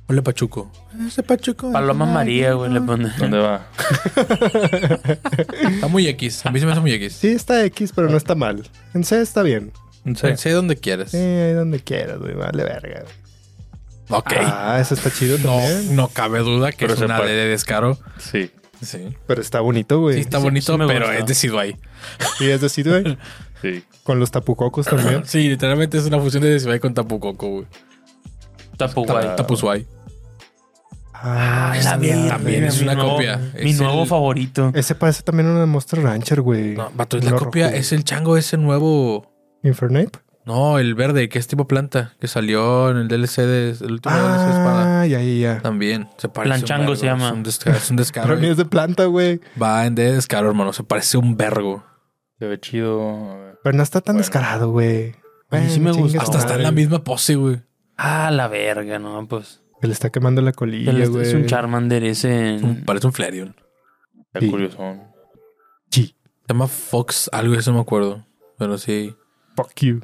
Speaker 1: Ponle Pachuco. Ese Pachuco.
Speaker 2: Paloma María, güey, le pone.
Speaker 4: ¿Dónde va?
Speaker 1: Está muy X. A mí se me hace muy X.
Speaker 3: Sí, está X, pero no está mal. En C está bien.
Speaker 4: No sé.
Speaker 1: Pensé donde quieras.
Speaker 3: Sí, ahí donde quieras, güey. Vale, verga. güey.
Speaker 1: Ok.
Speaker 3: Ah, ese está chido
Speaker 1: No,
Speaker 3: también.
Speaker 1: no cabe duda que
Speaker 4: Pero
Speaker 1: es
Speaker 4: se
Speaker 1: una
Speaker 4: puede.
Speaker 1: de, de descaro.
Speaker 4: Sí.
Speaker 1: Sí.
Speaker 3: Pero está bonito, güey.
Speaker 1: Sí,
Speaker 3: Sí,
Speaker 1: está
Speaker 2: sí,
Speaker 1: bonito,
Speaker 2: sí me
Speaker 1: pero
Speaker 2: gusta.
Speaker 1: es de Siduay.
Speaker 3: Y es decir,
Speaker 1: *laughs*
Speaker 3: güey,
Speaker 4: Sí.
Speaker 3: con los tapucocos también.
Speaker 1: Sí, literalmente es una fusión de Siduay con Tapucoco, güey.
Speaker 2: Tapu,
Speaker 1: Tapu-
Speaker 2: güey.
Speaker 1: Tapuzuay.
Speaker 3: Ah, está bien.
Speaker 1: También es
Speaker 2: mi
Speaker 1: una
Speaker 2: nuevo-
Speaker 1: copia.
Speaker 2: Mi
Speaker 1: Es
Speaker 2: nuevo
Speaker 1: el-
Speaker 2: favorito.
Speaker 3: Ese parece también una Monster Rancher, güey.
Speaker 1: No, vato, es la
Speaker 3: Color
Speaker 1: copia.
Speaker 3: rojo,
Speaker 1: Es el chango ese nuevo.
Speaker 3: güey. Infernape.
Speaker 1: No, el verde, que es tipo planta, que salió en el DLC de el último DLC de espada.
Speaker 3: Ah, ya, ya, ya.
Speaker 1: También se parece. un
Speaker 2: Planchango
Speaker 1: vergo,
Speaker 2: se llama.
Speaker 1: Es un descaro. Es un descaro
Speaker 3: *laughs* Para mí es de planta, güey.
Speaker 1: Va en de descaro, hermano. Se parece un vergo.
Speaker 4: Se ve chido. A ver.
Speaker 3: Pero no está tan
Speaker 4: Bueno.
Speaker 3: descarado, güey.
Speaker 2: A mí sí me
Speaker 3: Bueno,
Speaker 2: gusta.
Speaker 3: chingue
Speaker 1: Hasta
Speaker 3: su
Speaker 1: está en la
Speaker 3: madre.
Speaker 1: misma pose, güey.
Speaker 2: Ah, la verga, no, pues.
Speaker 3: Se le está quemando la
Speaker 2: El-
Speaker 3: colilla, güey.
Speaker 2: es un Charmander ese.
Speaker 1: Es
Speaker 2: en-
Speaker 1: un- Parece un Flareon.
Speaker 4: Está
Speaker 3: Sí.
Speaker 4: curioso.
Speaker 3: Sí.
Speaker 1: Se llama Fox, algo eso no me acuerdo. Pero sí.
Speaker 3: Fuck you.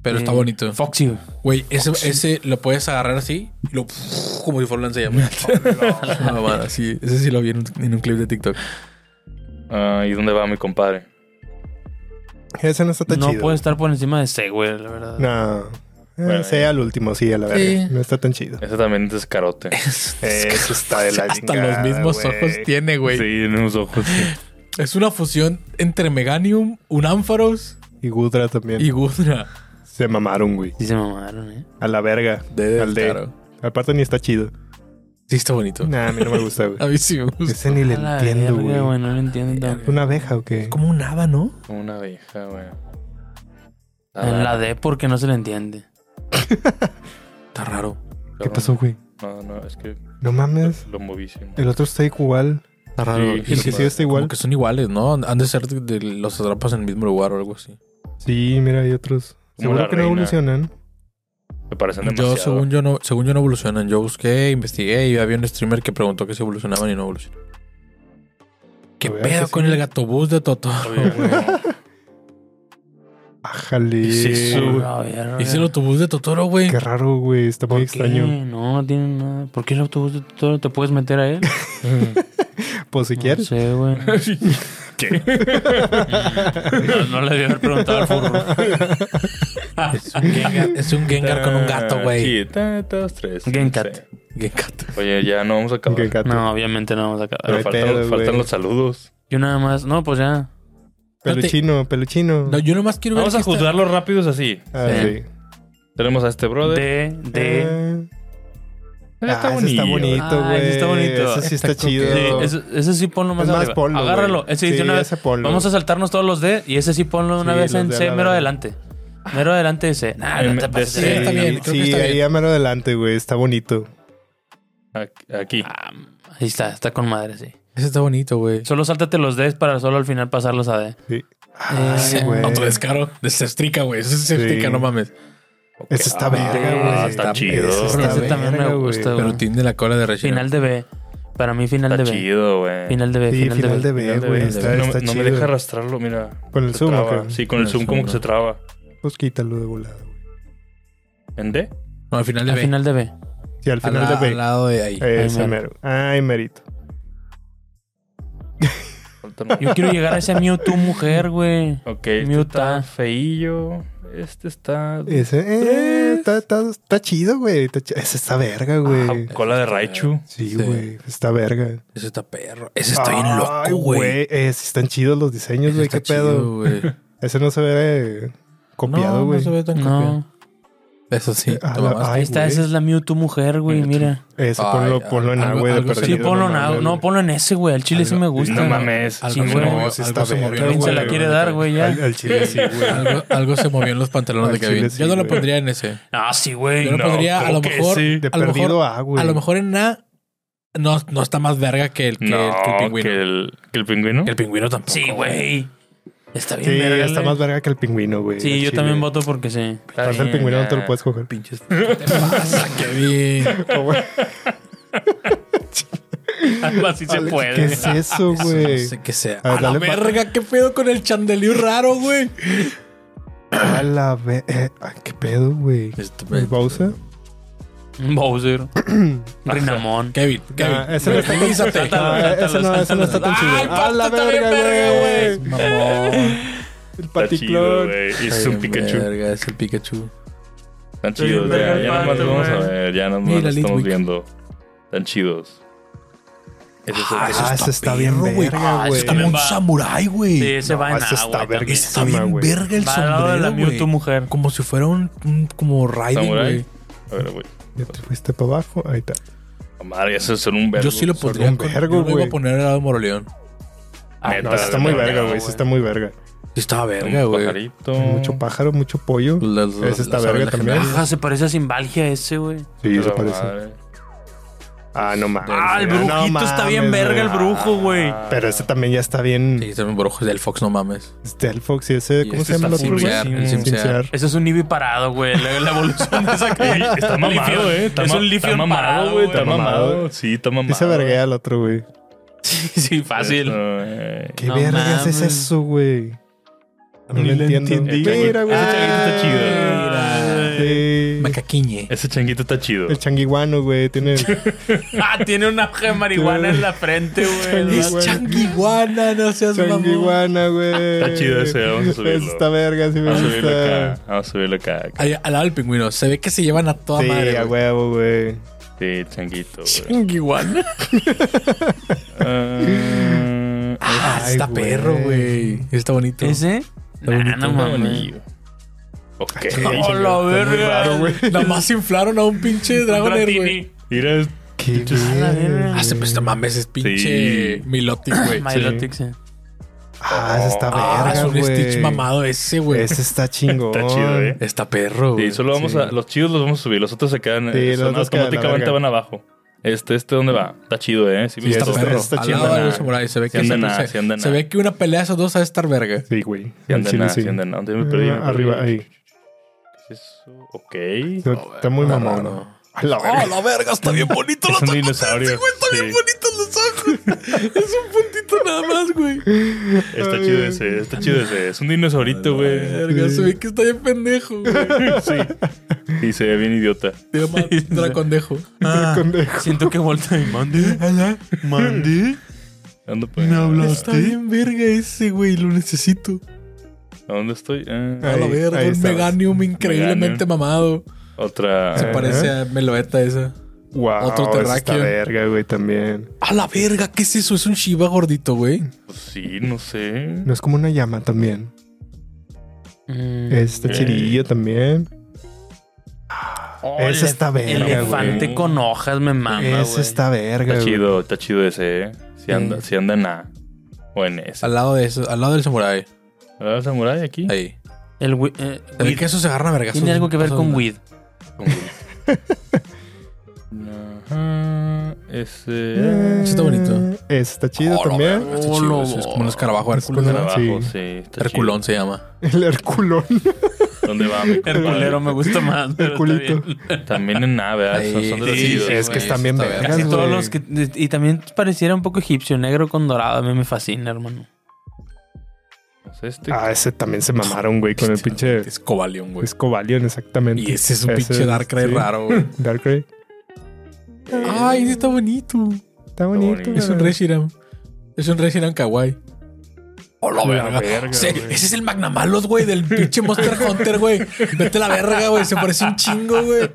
Speaker 1: Pero
Speaker 2: eh,
Speaker 1: está bonito.
Speaker 2: Foxy, güey.
Speaker 1: Güey, ese, ese lo puedes agarrar así y lo *laughs* como si fuera un lanzallamas.
Speaker 3: *laughs*
Speaker 1: Una mamada, sí. Ese sí lo vi en un, en un clip de TikTok.
Speaker 4: Ah, ¿Y dónde va mi compadre?
Speaker 3: Ese no está tan
Speaker 2: No
Speaker 3: chido.
Speaker 2: puede estar por encima de ese, güey, la verdad.
Speaker 3: No.
Speaker 4: Bueno,
Speaker 3: Eh, sea el último, sí, a la verga.
Speaker 1: Sí.
Speaker 3: No está tan chido.
Speaker 4: Ese también *laughs* es descarote.
Speaker 3: Eso está de la
Speaker 1: Hasta los
Speaker 3: chingada,
Speaker 1: mismos
Speaker 3: güey.
Speaker 1: ojos tiene, güey.
Speaker 4: Sí, en unos ojos.
Speaker 1: Es una fusión entre Meganium, un Ampharos
Speaker 3: Y Gudra también.
Speaker 1: y Gudra.
Speaker 3: Se mamaron, güey.
Speaker 2: Sí se mamaron, eh.
Speaker 3: A la verga.
Speaker 1: De
Speaker 3: al de.
Speaker 1: descaro.
Speaker 3: Aparte ni está chido.
Speaker 1: Sí, está bonito.
Speaker 3: Nah, a mí no me
Speaker 1: *laughs*
Speaker 3: gusta, güey.
Speaker 1: A mí sí me gusta.
Speaker 3: Ese ni le
Speaker 2: A la
Speaker 3: entiendo,
Speaker 2: verga,
Speaker 3: güey.
Speaker 2: No lo entiendo. tampoco.
Speaker 3: ¿Una abeja o qué?
Speaker 1: Como un hada, ¿no?
Speaker 4: Como una abeja, güey. Ah, Está
Speaker 2: En la
Speaker 4: raro,
Speaker 2: D porque no se
Speaker 3: *laughs*
Speaker 2: le entiende.
Speaker 1: Está raro.
Speaker 3: ¿Qué
Speaker 4: cabrón.
Speaker 3: pasó, güey?
Speaker 4: No, no, es que
Speaker 3: No mames.
Speaker 4: lo moví. sí.
Speaker 3: El otro está igual.
Speaker 1: Está raro.
Speaker 4: Sí,
Speaker 3: El que sí está igual.
Speaker 1: Como que son iguales, ¿no? Han de ser de, de los atrapas en el mismo lugar o algo así.
Speaker 3: Sí, mira, hay otros.
Speaker 4: Como
Speaker 3: Seguro
Speaker 4: la
Speaker 3: que no
Speaker 4: reina.
Speaker 3: evolucionan.
Speaker 4: Me parecen demasiado.
Speaker 1: Yo, según yo, no, según yo, no evolucionan. Yo busqué, investigué y había un streamer que preguntó que si evolucionaban y no evolucionan. ¿Qué
Speaker 3: Oiga,
Speaker 1: pedo
Speaker 3: que
Speaker 1: con
Speaker 3: sí.
Speaker 1: el gatobús de Toto?
Speaker 4: Oye, no.
Speaker 3: Ájale.
Speaker 4: ¿Qué es eso, güey?
Speaker 2: A ver, a ver.
Speaker 1: *laughs* Hice el autobús de Totoro, güey.
Speaker 3: Qué raro, güey. Está muy
Speaker 2: ¿Qué? *laughs*
Speaker 3: extraño.
Speaker 2: No, no tiene nada. ¿Por qué el autobús de Totoro te puedes meter
Speaker 3: *laughs*
Speaker 2: a él?
Speaker 3: Pues si
Speaker 2: No
Speaker 3: quieres.
Speaker 2: sé, güey.
Speaker 3: *laughs*
Speaker 2: No, no le debí haber preguntado al furro.
Speaker 1: *laughs* Es un Gengar, es un Gengar con un gato, güey.
Speaker 3: Ah,
Speaker 4: Ah, Sí, ta- dos, tres.
Speaker 2: Gencat.
Speaker 4: Sí.
Speaker 1: Gengar.
Speaker 4: Oye, ya no vamos a acabar.
Speaker 3: Qué gato.
Speaker 2: No, obviamente no vamos a acabar.
Speaker 4: Pero
Speaker 3: Hay
Speaker 4: faltan,
Speaker 3: pedos,
Speaker 4: faltan
Speaker 3: güey.
Speaker 4: los saludos.
Speaker 2: Yo nada más. No, pues ya.
Speaker 3: Peluchino, peluchino.
Speaker 1: No, yo nomás quiero ver.
Speaker 4: Vamos a
Speaker 1: que esta-
Speaker 4: juzgarlos rápidos así.
Speaker 3: Ah,
Speaker 2: Sí.
Speaker 3: sí.
Speaker 4: Tenemos a este brother.
Speaker 2: D,
Speaker 3: Eh.
Speaker 2: D.
Speaker 3: Ah,
Speaker 4: Está
Speaker 3: ah, ese está
Speaker 4: bonito.
Speaker 3: bonito,
Speaker 2: Ah,
Speaker 3: güey.
Speaker 2: ese está bonito.
Speaker 3: Ese sí está
Speaker 1: Está
Speaker 3: chido.
Speaker 1: coqueto.
Speaker 2: Sí, ese, ese sí ponlo más
Speaker 3: Es más
Speaker 2: arriba.
Speaker 3: ponlo, güey.
Speaker 2: Agárralo. Ese sí, de
Speaker 3: Sí,
Speaker 2: una vez.
Speaker 3: ese ponlo.
Speaker 2: Vamos a saltarnos todos los D y ese sí ponlo una
Speaker 3: Sí,
Speaker 2: vez
Speaker 3: los
Speaker 2: en
Speaker 3: D a
Speaker 2: C,
Speaker 3: la
Speaker 2: mero
Speaker 3: verga.
Speaker 2: adelante. Mero adelante ese. Nah, no
Speaker 4: Em,
Speaker 2: te
Speaker 4: de
Speaker 2: pases.
Speaker 4: C.
Speaker 3: Sí,
Speaker 2: de
Speaker 1: está
Speaker 2: verga.
Speaker 1: bien, creo que
Speaker 3: sí,
Speaker 1: está bien.
Speaker 3: ahí a mano adelante, güey. Está bonito.
Speaker 4: Aquí.
Speaker 2: Ah, Ahí está, está con madre, sí.
Speaker 1: Ese está bonito, güey.
Speaker 2: Solo sáltate los D para solo al final pasarlos a D.
Speaker 3: Sí.
Speaker 2: Sí,
Speaker 3: Ay, güey.
Speaker 1: Otro descaro. Desestrica, güey. Eso es desestrica,
Speaker 3: Pues Sí.
Speaker 1: no mames.
Speaker 3: Ese está
Speaker 4: Ah,
Speaker 3: verga, güey.
Speaker 4: está chido.
Speaker 3: Ese, está
Speaker 2: Ese también me
Speaker 3: verga, güey.
Speaker 2: gusta, güey.
Speaker 1: Pero tiene la cola de relleno.
Speaker 2: Final de B. Para mí, final
Speaker 4: Está
Speaker 2: de B.
Speaker 4: chido, güey.
Speaker 2: Final de B,
Speaker 3: Sí,
Speaker 2: final,
Speaker 3: final de
Speaker 2: de
Speaker 3: B,
Speaker 2: B.
Speaker 4: Final de
Speaker 3: güey.
Speaker 4: B.
Speaker 3: Está,
Speaker 4: no
Speaker 3: está
Speaker 4: me- no
Speaker 3: chido.
Speaker 4: me deja arrastrarlo, mira.
Speaker 3: Con el
Speaker 4: Se
Speaker 3: zoom,
Speaker 4: traba.
Speaker 3: acá.
Speaker 4: Sí, con el
Speaker 1: Con el
Speaker 4: zoom como
Speaker 1: zoom, ¿no?
Speaker 4: que se traba.
Speaker 3: Pues quítalo de volado. güey.
Speaker 4: ¿En D?
Speaker 1: No, al final de
Speaker 2: Al
Speaker 1: B.
Speaker 2: final de B.
Speaker 3: Sí, al
Speaker 1: Al
Speaker 3: final
Speaker 1: la-
Speaker 3: de
Speaker 1: Al
Speaker 3: B.
Speaker 1: lado de ahí.
Speaker 3: Ese
Speaker 2: Ay,
Speaker 3: mero. Ay, merito.
Speaker 4: Faltan un-
Speaker 2: Yo quiero llegar a ese Mewtwo
Speaker 3: *laughs*
Speaker 2: mujer, güey.
Speaker 4: Ok, este
Speaker 2: Mute
Speaker 1: ah.
Speaker 4: está
Speaker 2: A.
Speaker 4: feillo. Este está...
Speaker 3: Ese eh, está, está, está chido, güey. Está chi- Ese está verga, güey.
Speaker 4: Ah, cola de Raichu.
Speaker 3: Sí,
Speaker 1: Sí.
Speaker 3: güey. Está verga.
Speaker 1: Ese está perro. Ese está bien
Speaker 3: Ay,
Speaker 1: loco, güey.
Speaker 3: Eh, sí están chidos los diseños,
Speaker 1: Ese
Speaker 3: güey.
Speaker 1: está
Speaker 3: Qué pedo.
Speaker 1: chido, güey.
Speaker 3: Ese no se ve eh, *laughs* copiado,
Speaker 1: no,
Speaker 3: güey.
Speaker 1: No se ve tan copiado.
Speaker 2: No.
Speaker 1: Eso sí.
Speaker 3: Ah,
Speaker 1: toma más.
Speaker 3: Ay,
Speaker 2: Ahí está,
Speaker 3: güey.
Speaker 2: esa es la Mewtwo mujer, güey.
Speaker 4: Mewtwo.
Speaker 2: Mira.
Speaker 3: Ese
Speaker 1: Ay,
Speaker 3: ponlo,
Speaker 1: ay,
Speaker 3: ponlo en
Speaker 1: algo-
Speaker 3: güey de
Speaker 1: algo sí,
Speaker 3: perdido.
Speaker 2: Sí, ponlo en,
Speaker 3: mames,
Speaker 2: algo- no,
Speaker 3: güey.
Speaker 2: ponlo en ese, güey. Al chile sí
Speaker 1: Algo-
Speaker 2: me gusta.
Speaker 4: No
Speaker 1: Sí.
Speaker 4: mames.
Speaker 1: Algo
Speaker 2: Sí,
Speaker 1: se
Speaker 2: güey.
Speaker 1: movió,
Speaker 3: Sí,
Speaker 1: algo
Speaker 3: está
Speaker 1: se
Speaker 3: verga,
Speaker 1: movió.
Speaker 2: Alguien se la
Speaker 1: güey.
Speaker 2: quiere dar, güey, ya.
Speaker 3: Al, al chile sí, güey.
Speaker 1: Algo, algo se movió en los pantalones
Speaker 3: Al
Speaker 1: de Kevin.
Speaker 3: chile sí,
Speaker 1: Yo no lo
Speaker 3: güey.
Speaker 1: pondría en ese.
Speaker 2: Ah, sí, güey.
Speaker 1: Yo lo
Speaker 4: No,
Speaker 1: pondría a
Speaker 4: creo
Speaker 1: lo
Speaker 4: que
Speaker 1: mejor.
Speaker 4: sí.
Speaker 3: De
Speaker 1: *laughs* a lo
Speaker 3: perdido
Speaker 1: mejor,
Speaker 3: A, güey.
Speaker 1: a lo mejor en A no, no está más verga que el, que
Speaker 4: No,
Speaker 1: el, que el
Speaker 4: que
Speaker 1: pingüino.
Speaker 4: el, que el pingüino.
Speaker 1: Que el pingüino tampoco.
Speaker 2: Sí, güey. Está bien,
Speaker 3: Sí,
Speaker 2: verga,
Speaker 3: está
Speaker 2: güey.
Speaker 3: más verga que el pingüino, güey.
Speaker 2: Sí,
Speaker 3: al
Speaker 2: yo
Speaker 3: chile.
Speaker 2: también voto porque sí.
Speaker 3: Aparte, el pingüino no te lo puedes coger. *laughs*
Speaker 1: Pinches. *laughs* ¿Qué te pasa, Kevin? *laughs*
Speaker 2: Algo
Speaker 3: *laughs*
Speaker 2: así se
Speaker 3: Alex,
Speaker 2: puede.
Speaker 3: ¿Qué es eso,
Speaker 1: Eso No
Speaker 3: güey?
Speaker 1: sé qué sea.
Speaker 3: A
Speaker 1: A,
Speaker 3: ver,
Speaker 1: la
Speaker 3: dale pa-
Speaker 1: verga, qué pedo con el chandelier raro, güey.
Speaker 3: A la ve... eh, ay, ¿Qué pedo, güey? ¿El Bowser?
Speaker 2: Bowser. Rinamón.
Speaker 1: Kevin, Kevin.
Speaker 3: Ah, ese no está tan-
Speaker 1: revísate.
Speaker 3: Ah, ese no, ese no está tan chido.
Speaker 1: Ay,
Speaker 3: ¡A la
Speaker 1: está bien
Speaker 3: verga,
Speaker 1: verga,
Speaker 3: güey!
Speaker 1: Mamón.
Speaker 3: El
Speaker 4: Está chido,
Speaker 3: paticlón.
Speaker 4: güey. Y es un Pikachu.
Speaker 1: Verga, es el Pikachu.
Speaker 4: Están chidos.
Speaker 2: verga
Speaker 4: Ya,
Speaker 2: el
Speaker 4: ya nomás
Speaker 2: pato,
Speaker 4: lo vamos a
Speaker 2: güey.
Speaker 4: ver. Ya nomás
Speaker 1: Mira,
Speaker 4: lo estamos
Speaker 1: Litwick.
Speaker 4: viendo. Están chidos. Ese es el-
Speaker 1: Ah,
Speaker 3: Ah, ese está bien
Speaker 1: perro, güey.
Speaker 3: verga,
Speaker 2: Ah,
Speaker 3: güey.
Speaker 2: ese
Speaker 1: Es como
Speaker 2: También
Speaker 1: un
Speaker 2: va.
Speaker 1: samurái, güey.
Speaker 2: Sí, ese
Speaker 3: No,
Speaker 2: va en
Speaker 3: ese
Speaker 2: A,
Speaker 3: está
Speaker 2: güey,
Speaker 3: verga.
Speaker 2: también.
Speaker 1: Está
Speaker 3: encima,
Speaker 1: bien
Speaker 3: güey.
Speaker 1: verga el
Speaker 2: Va al lado de la
Speaker 1: sombrero, güey.
Speaker 2: Mewtwo mujer.
Speaker 1: Como si fuera un, un- como riding,
Speaker 4: Samurai.
Speaker 1: güey.
Speaker 4: A ver, güey.
Speaker 3: Ya te fuiste para abajo. Ahí está.
Speaker 4: Madre, esos son un verbo.
Speaker 1: Yo sí lo
Speaker 3: son
Speaker 1: pondría.
Speaker 3: un
Speaker 1: con-
Speaker 3: vergo,
Speaker 1: yo lo iba a
Speaker 3: güey.
Speaker 1: poner al lado de Moroleón.
Speaker 4: Neta,
Speaker 3: No, ese está muy
Speaker 4: no,
Speaker 3: verga,
Speaker 4: no,
Speaker 3: güey. Ese está muy verga.
Speaker 1: Sí, estaba
Speaker 4: Un
Speaker 1: verga, güey.
Speaker 4: pajarito.
Speaker 3: Mucho pájaro, mucho pollo.
Speaker 1: La- la-
Speaker 3: Ese está
Speaker 1: las
Speaker 3: verga
Speaker 1: abejas
Speaker 3: también.
Speaker 1: gemelas.
Speaker 2: Ajá, se parece a Simbalgia ese, güey.
Speaker 3: Sí, se
Speaker 4: Pero
Speaker 3: parece.
Speaker 4: madre.
Speaker 3: Ah, no mames.
Speaker 2: Ah, el
Speaker 3: No
Speaker 2: brujito está
Speaker 3: mames,
Speaker 2: bien verga, el
Speaker 3: güey.
Speaker 2: brujo, güey.
Speaker 3: Pero ese también ya está bien.
Speaker 1: Sí, también brujos del Fox, no mames.
Speaker 3: Este el Fox y ese,
Speaker 1: Y
Speaker 3: ¿cómo
Speaker 1: este
Speaker 3: se llama
Speaker 1: está
Speaker 3: el otro, güey?
Speaker 1: Simsear, el Simsear.
Speaker 2: Ese es un Eevee parado, güey. La, la evolución de esa
Speaker 4: *laughs* Ey, Está mamado, eh. Está
Speaker 2: es
Speaker 4: ma-
Speaker 2: un
Speaker 4: está
Speaker 2: Lifion
Speaker 4: mamado,
Speaker 2: parado,
Speaker 4: güey. Está
Speaker 3: Está
Speaker 4: mamado.
Speaker 3: mamado.
Speaker 4: Sí, está mamado. Ah,
Speaker 3: Y se verguea al otro, güey.
Speaker 2: Sí, sí, fácil.
Speaker 4: Eso, eh.
Speaker 3: ¿Qué
Speaker 2: No
Speaker 3: vergas es
Speaker 2: mames.
Speaker 3: eso, güey? No
Speaker 4: Ni
Speaker 3: lo
Speaker 4: lo
Speaker 3: entiendo.
Speaker 4: entendí.
Speaker 3: Mira, güey.
Speaker 4: Ese changuito está chido.
Speaker 3: Sí.
Speaker 1: Macaquiñe.
Speaker 4: Ese changuito está chido.
Speaker 3: El changuiguano, güey. Tiene.
Speaker 2: Ah, tiene una hoja de marihuana en la frente, güey.
Speaker 3: Es
Speaker 1: changuiguana, no seas
Speaker 3: changuiguana, güey.
Speaker 4: Está chido ese, vamos a subirlo.
Speaker 3: Está verga, sí me
Speaker 4: Vamos a subirlo
Speaker 3: gusta.
Speaker 4: acá. Vamos a subirlo acá. acá.
Speaker 1: Ahí, al lado del pingüino. Se ve que se llevan a toda
Speaker 3: Sí,
Speaker 1: madre.
Speaker 3: a
Speaker 1: güey.
Speaker 3: huevo, güey.
Speaker 4: Sí, changuito, güey.
Speaker 1: Changuiguana.
Speaker 4: Ah,
Speaker 1: *laughs* Ah,
Speaker 3: Ay,
Speaker 1: está
Speaker 3: güey.
Speaker 1: perro, güey. Está bonito.
Speaker 2: ¿Ese? Nah, no mames.
Speaker 4: bonillo. Ok.
Speaker 2: Hola, verga.
Speaker 1: Nada más inflaron a un pinche Dragon Air, güey.
Speaker 2: Dratini.
Speaker 4: Mira,
Speaker 3: Qué
Speaker 2: la verga.
Speaker 3: bien.
Speaker 1: Ah, se pues, no mames, es pinche
Speaker 4: Sí.
Speaker 1: Milotic,
Speaker 4: *clears throat*
Speaker 1: güey.
Speaker 2: Milotic, sí.
Speaker 3: Ah, ese está
Speaker 1: Ah, es
Speaker 3: verga,
Speaker 1: un
Speaker 3: güey.
Speaker 1: Stitch mamado ese, güey.
Speaker 3: Ese está chingón.
Speaker 4: *laughs* Está chido, eh.
Speaker 1: Está perro, güey.
Speaker 4: Sí, solo vamos
Speaker 3: sí.
Speaker 4: a. Los chidos los vamos a subir. Los otros se quedan.
Speaker 3: Sí, los
Speaker 4: son
Speaker 3: otros quedan a la
Speaker 4: automáticamente
Speaker 3: verga.
Speaker 4: van abajo. Este, este, ¿dónde va? Está chido, ¿eh? Sí,
Speaker 3: Sí,
Speaker 1: Está
Speaker 4: eso
Speaker 3: está-
Speaker 1: perro.
Speaker 3: está
Speaker 1: Al
Speaker 3: chido.
Speaker 1: lado de los
Speaker 4: Andan a-
Speaker 1: samuráis se ve que
Speaker 4: sí andan
Speaker 1: se-
Speaker 4: a-
Speaker 1: se-
Speaker 4: sí andan
Speaker 1: se
Speaker 4: a-
Speaker 1: ve que una pelea de esos dos ha de estar verga.
Speaker 3: Sí, güey.
Speaker 4: Sí,
Speaker 3: Al
Speaker 4: andan
Speaker 3: chile,
Speaker 4: a-
Speaker 3: sí.
Speaker 4: sí, andan a- ¿Dónde me perdí? Me
Speaker 3: Ah,
Speaker 4: perdí.
Speaker 3: Arriba, ahí.
Speaker 4: ¿Qué es eso? Ok.
Speaker 3: Está, está muy
Speaker 1: Está
Speaker 3: mamón.
Speaker 1: raro.
Speaker 3: A la verga.
Speaker 1: ¡Ah, la verga! Está
Speaker 4: *laughs*
Speaker 1: bien bonito
Speaker 4: Es un dinosaurio. Sí,
Speaker 1: bonitos los ojos. *laughs* Es un puntito nada más, güey.
Speaker 4: está chido ese, está chido ese. Es un
Speaker 3: *laughs*
Speaker 4: dinosaurito, güey.
Speaker 1: Verga, se ve que está bien pendejo, güey.
Speaker 4: Sí. Y se ve bien idiota.
Speaker 1: Te *laughs* llama Dracondejo.
Speaker 2: Ah,
Speaker 3: Pendejo.
Speaker 2: siento que volta y mande.
Speaker 4: ¿Dónde puede-
Speaker 3: ¿Este?
Speaker 1: Está bien verga ese, güey. Lo necesito.
Speaker 4: ¿A dónde estoy? Ah,
Speaker 1: A la
Speaker 3: Ahí-
Speaker 1: verga,
Speaker 3: ahí
Speaker 1: un
Speaker 3: estamos.
Speaker 1: Meganium increíblemente
Speaker 4: Meganium.
Speaker 1: mamado. Se
Speaker 4: otra.
Speaker 1: parece a Meloeta esa.
Speaker 3: Wow,
Speaker 1: Otro
Speaker 3: Otro
Speaker 1: terráqueo.
Speaker 3: verga, güey, también.
Speaker 1: A la verga, ¿qué es eso? Es un Shiva gordito, güey.
Speaker 4: Pues sí, no sé.
Speaker 3: No es como una llama también. Esta chirilla también.
Speaker 2: Oh,
Speaker 3: Esa
Speaker 2: elef-
Speaker 3: está verga, güey.
Speaker 2: Elefante con hojas, me mama, güey.
Speaker 3: Esa está verga,
Speaker 4: Está
Speaker 3: güey.
Speaker 4: chido, está chido ese, ¿eh? Si anda, si anda en A o en S.
Speaker 1: Al lado de eso, al lado del samurái.
Speaker 4: ¿Verdad, Samurai aquí?
Speaker 1: Ahí.
Speaker 2: El wi- eh,
Speaker 1: El
Speaker 2: weed.
Speaker 1: queso se agarra a vergazos.
Speaker 2: Tiene algo que ver
Speaker 1: Eso
Speaker 2: con
Speaker 1: no.
Speaker 2: weed.
Speaker 4: Ajá. Ese.
Speaker 3: Eh,
Speaker 1: Sí está bonito.
Speaker 3: Está chido
Speaker 1: Oh, la
Speaker 3: también.
Speaker 1: verga, está chido, eso Es como un escarabajo de Hércules.
Speaker 3: Es
Speaker 1: ¿no?
Speaker 3: como-
Speaker 4: Trabajo,
Speaker 3: Sí.
Speaker 4: sí. está
Speaker 1: Herculón se llama.
Speaker 3: El
Speaker 4: *laughs*
Speaker 3: herculón.
Speaker 4: chido. ¿Dónde va mi compadre?
Speaker 2: El culero me gusta más. pero
Speaker 3: El
Speaker 2: está
Speaker 3: culito.
Speaker 2: bien.
Speaker 4: También en A, ¿verdad?
Speaker 1: Ahí,
Speaker 4: Son, son de los
Speaker 1: sí,
Speaker 4: chidos.
Speaker 1: sí,
Speaker 3: es que
Speaker 1: güey,
Speaker 3: están bien
Speaker 1: está
Speaker 3: vergas,
Speaker 1: verga.
Speaker 2: Casi todos
Speaker 3: güey.
Speaker 2: los que. Y también pareciera un poco egipcio, negro con dorado. A mí me fascina, hermano.
Speaker 4: Pues Este.
Speaker 3: Ah, ese también se mamaron, güey, con el pinche
Speaker 1: Es Cobalion, Este güey.
Speaker 3: Escobalion, exactamente.
Speaker 1: Y ese es un pinche
Speaker 3: es-
Speaker 1: Darkrai
Speaker 3: sí.
Speaker 1: raro, güey.
Speaker 3: Darkrai.
Speaker 1: Ay, ese está bonito.
Speaker 3: Está bonito.
Speaker 4: bonito.
Speaker 1: Es un
Speaker 3: güey.
Speaker 1: Reshiram. Es un Reshiram kawaii. Oh, la verga. Sí, ese es el Magnamalos, güey, del pinche Monster *laughs* Hunter, güey. Vete a la verga, güey. Se parece un chingo, güey.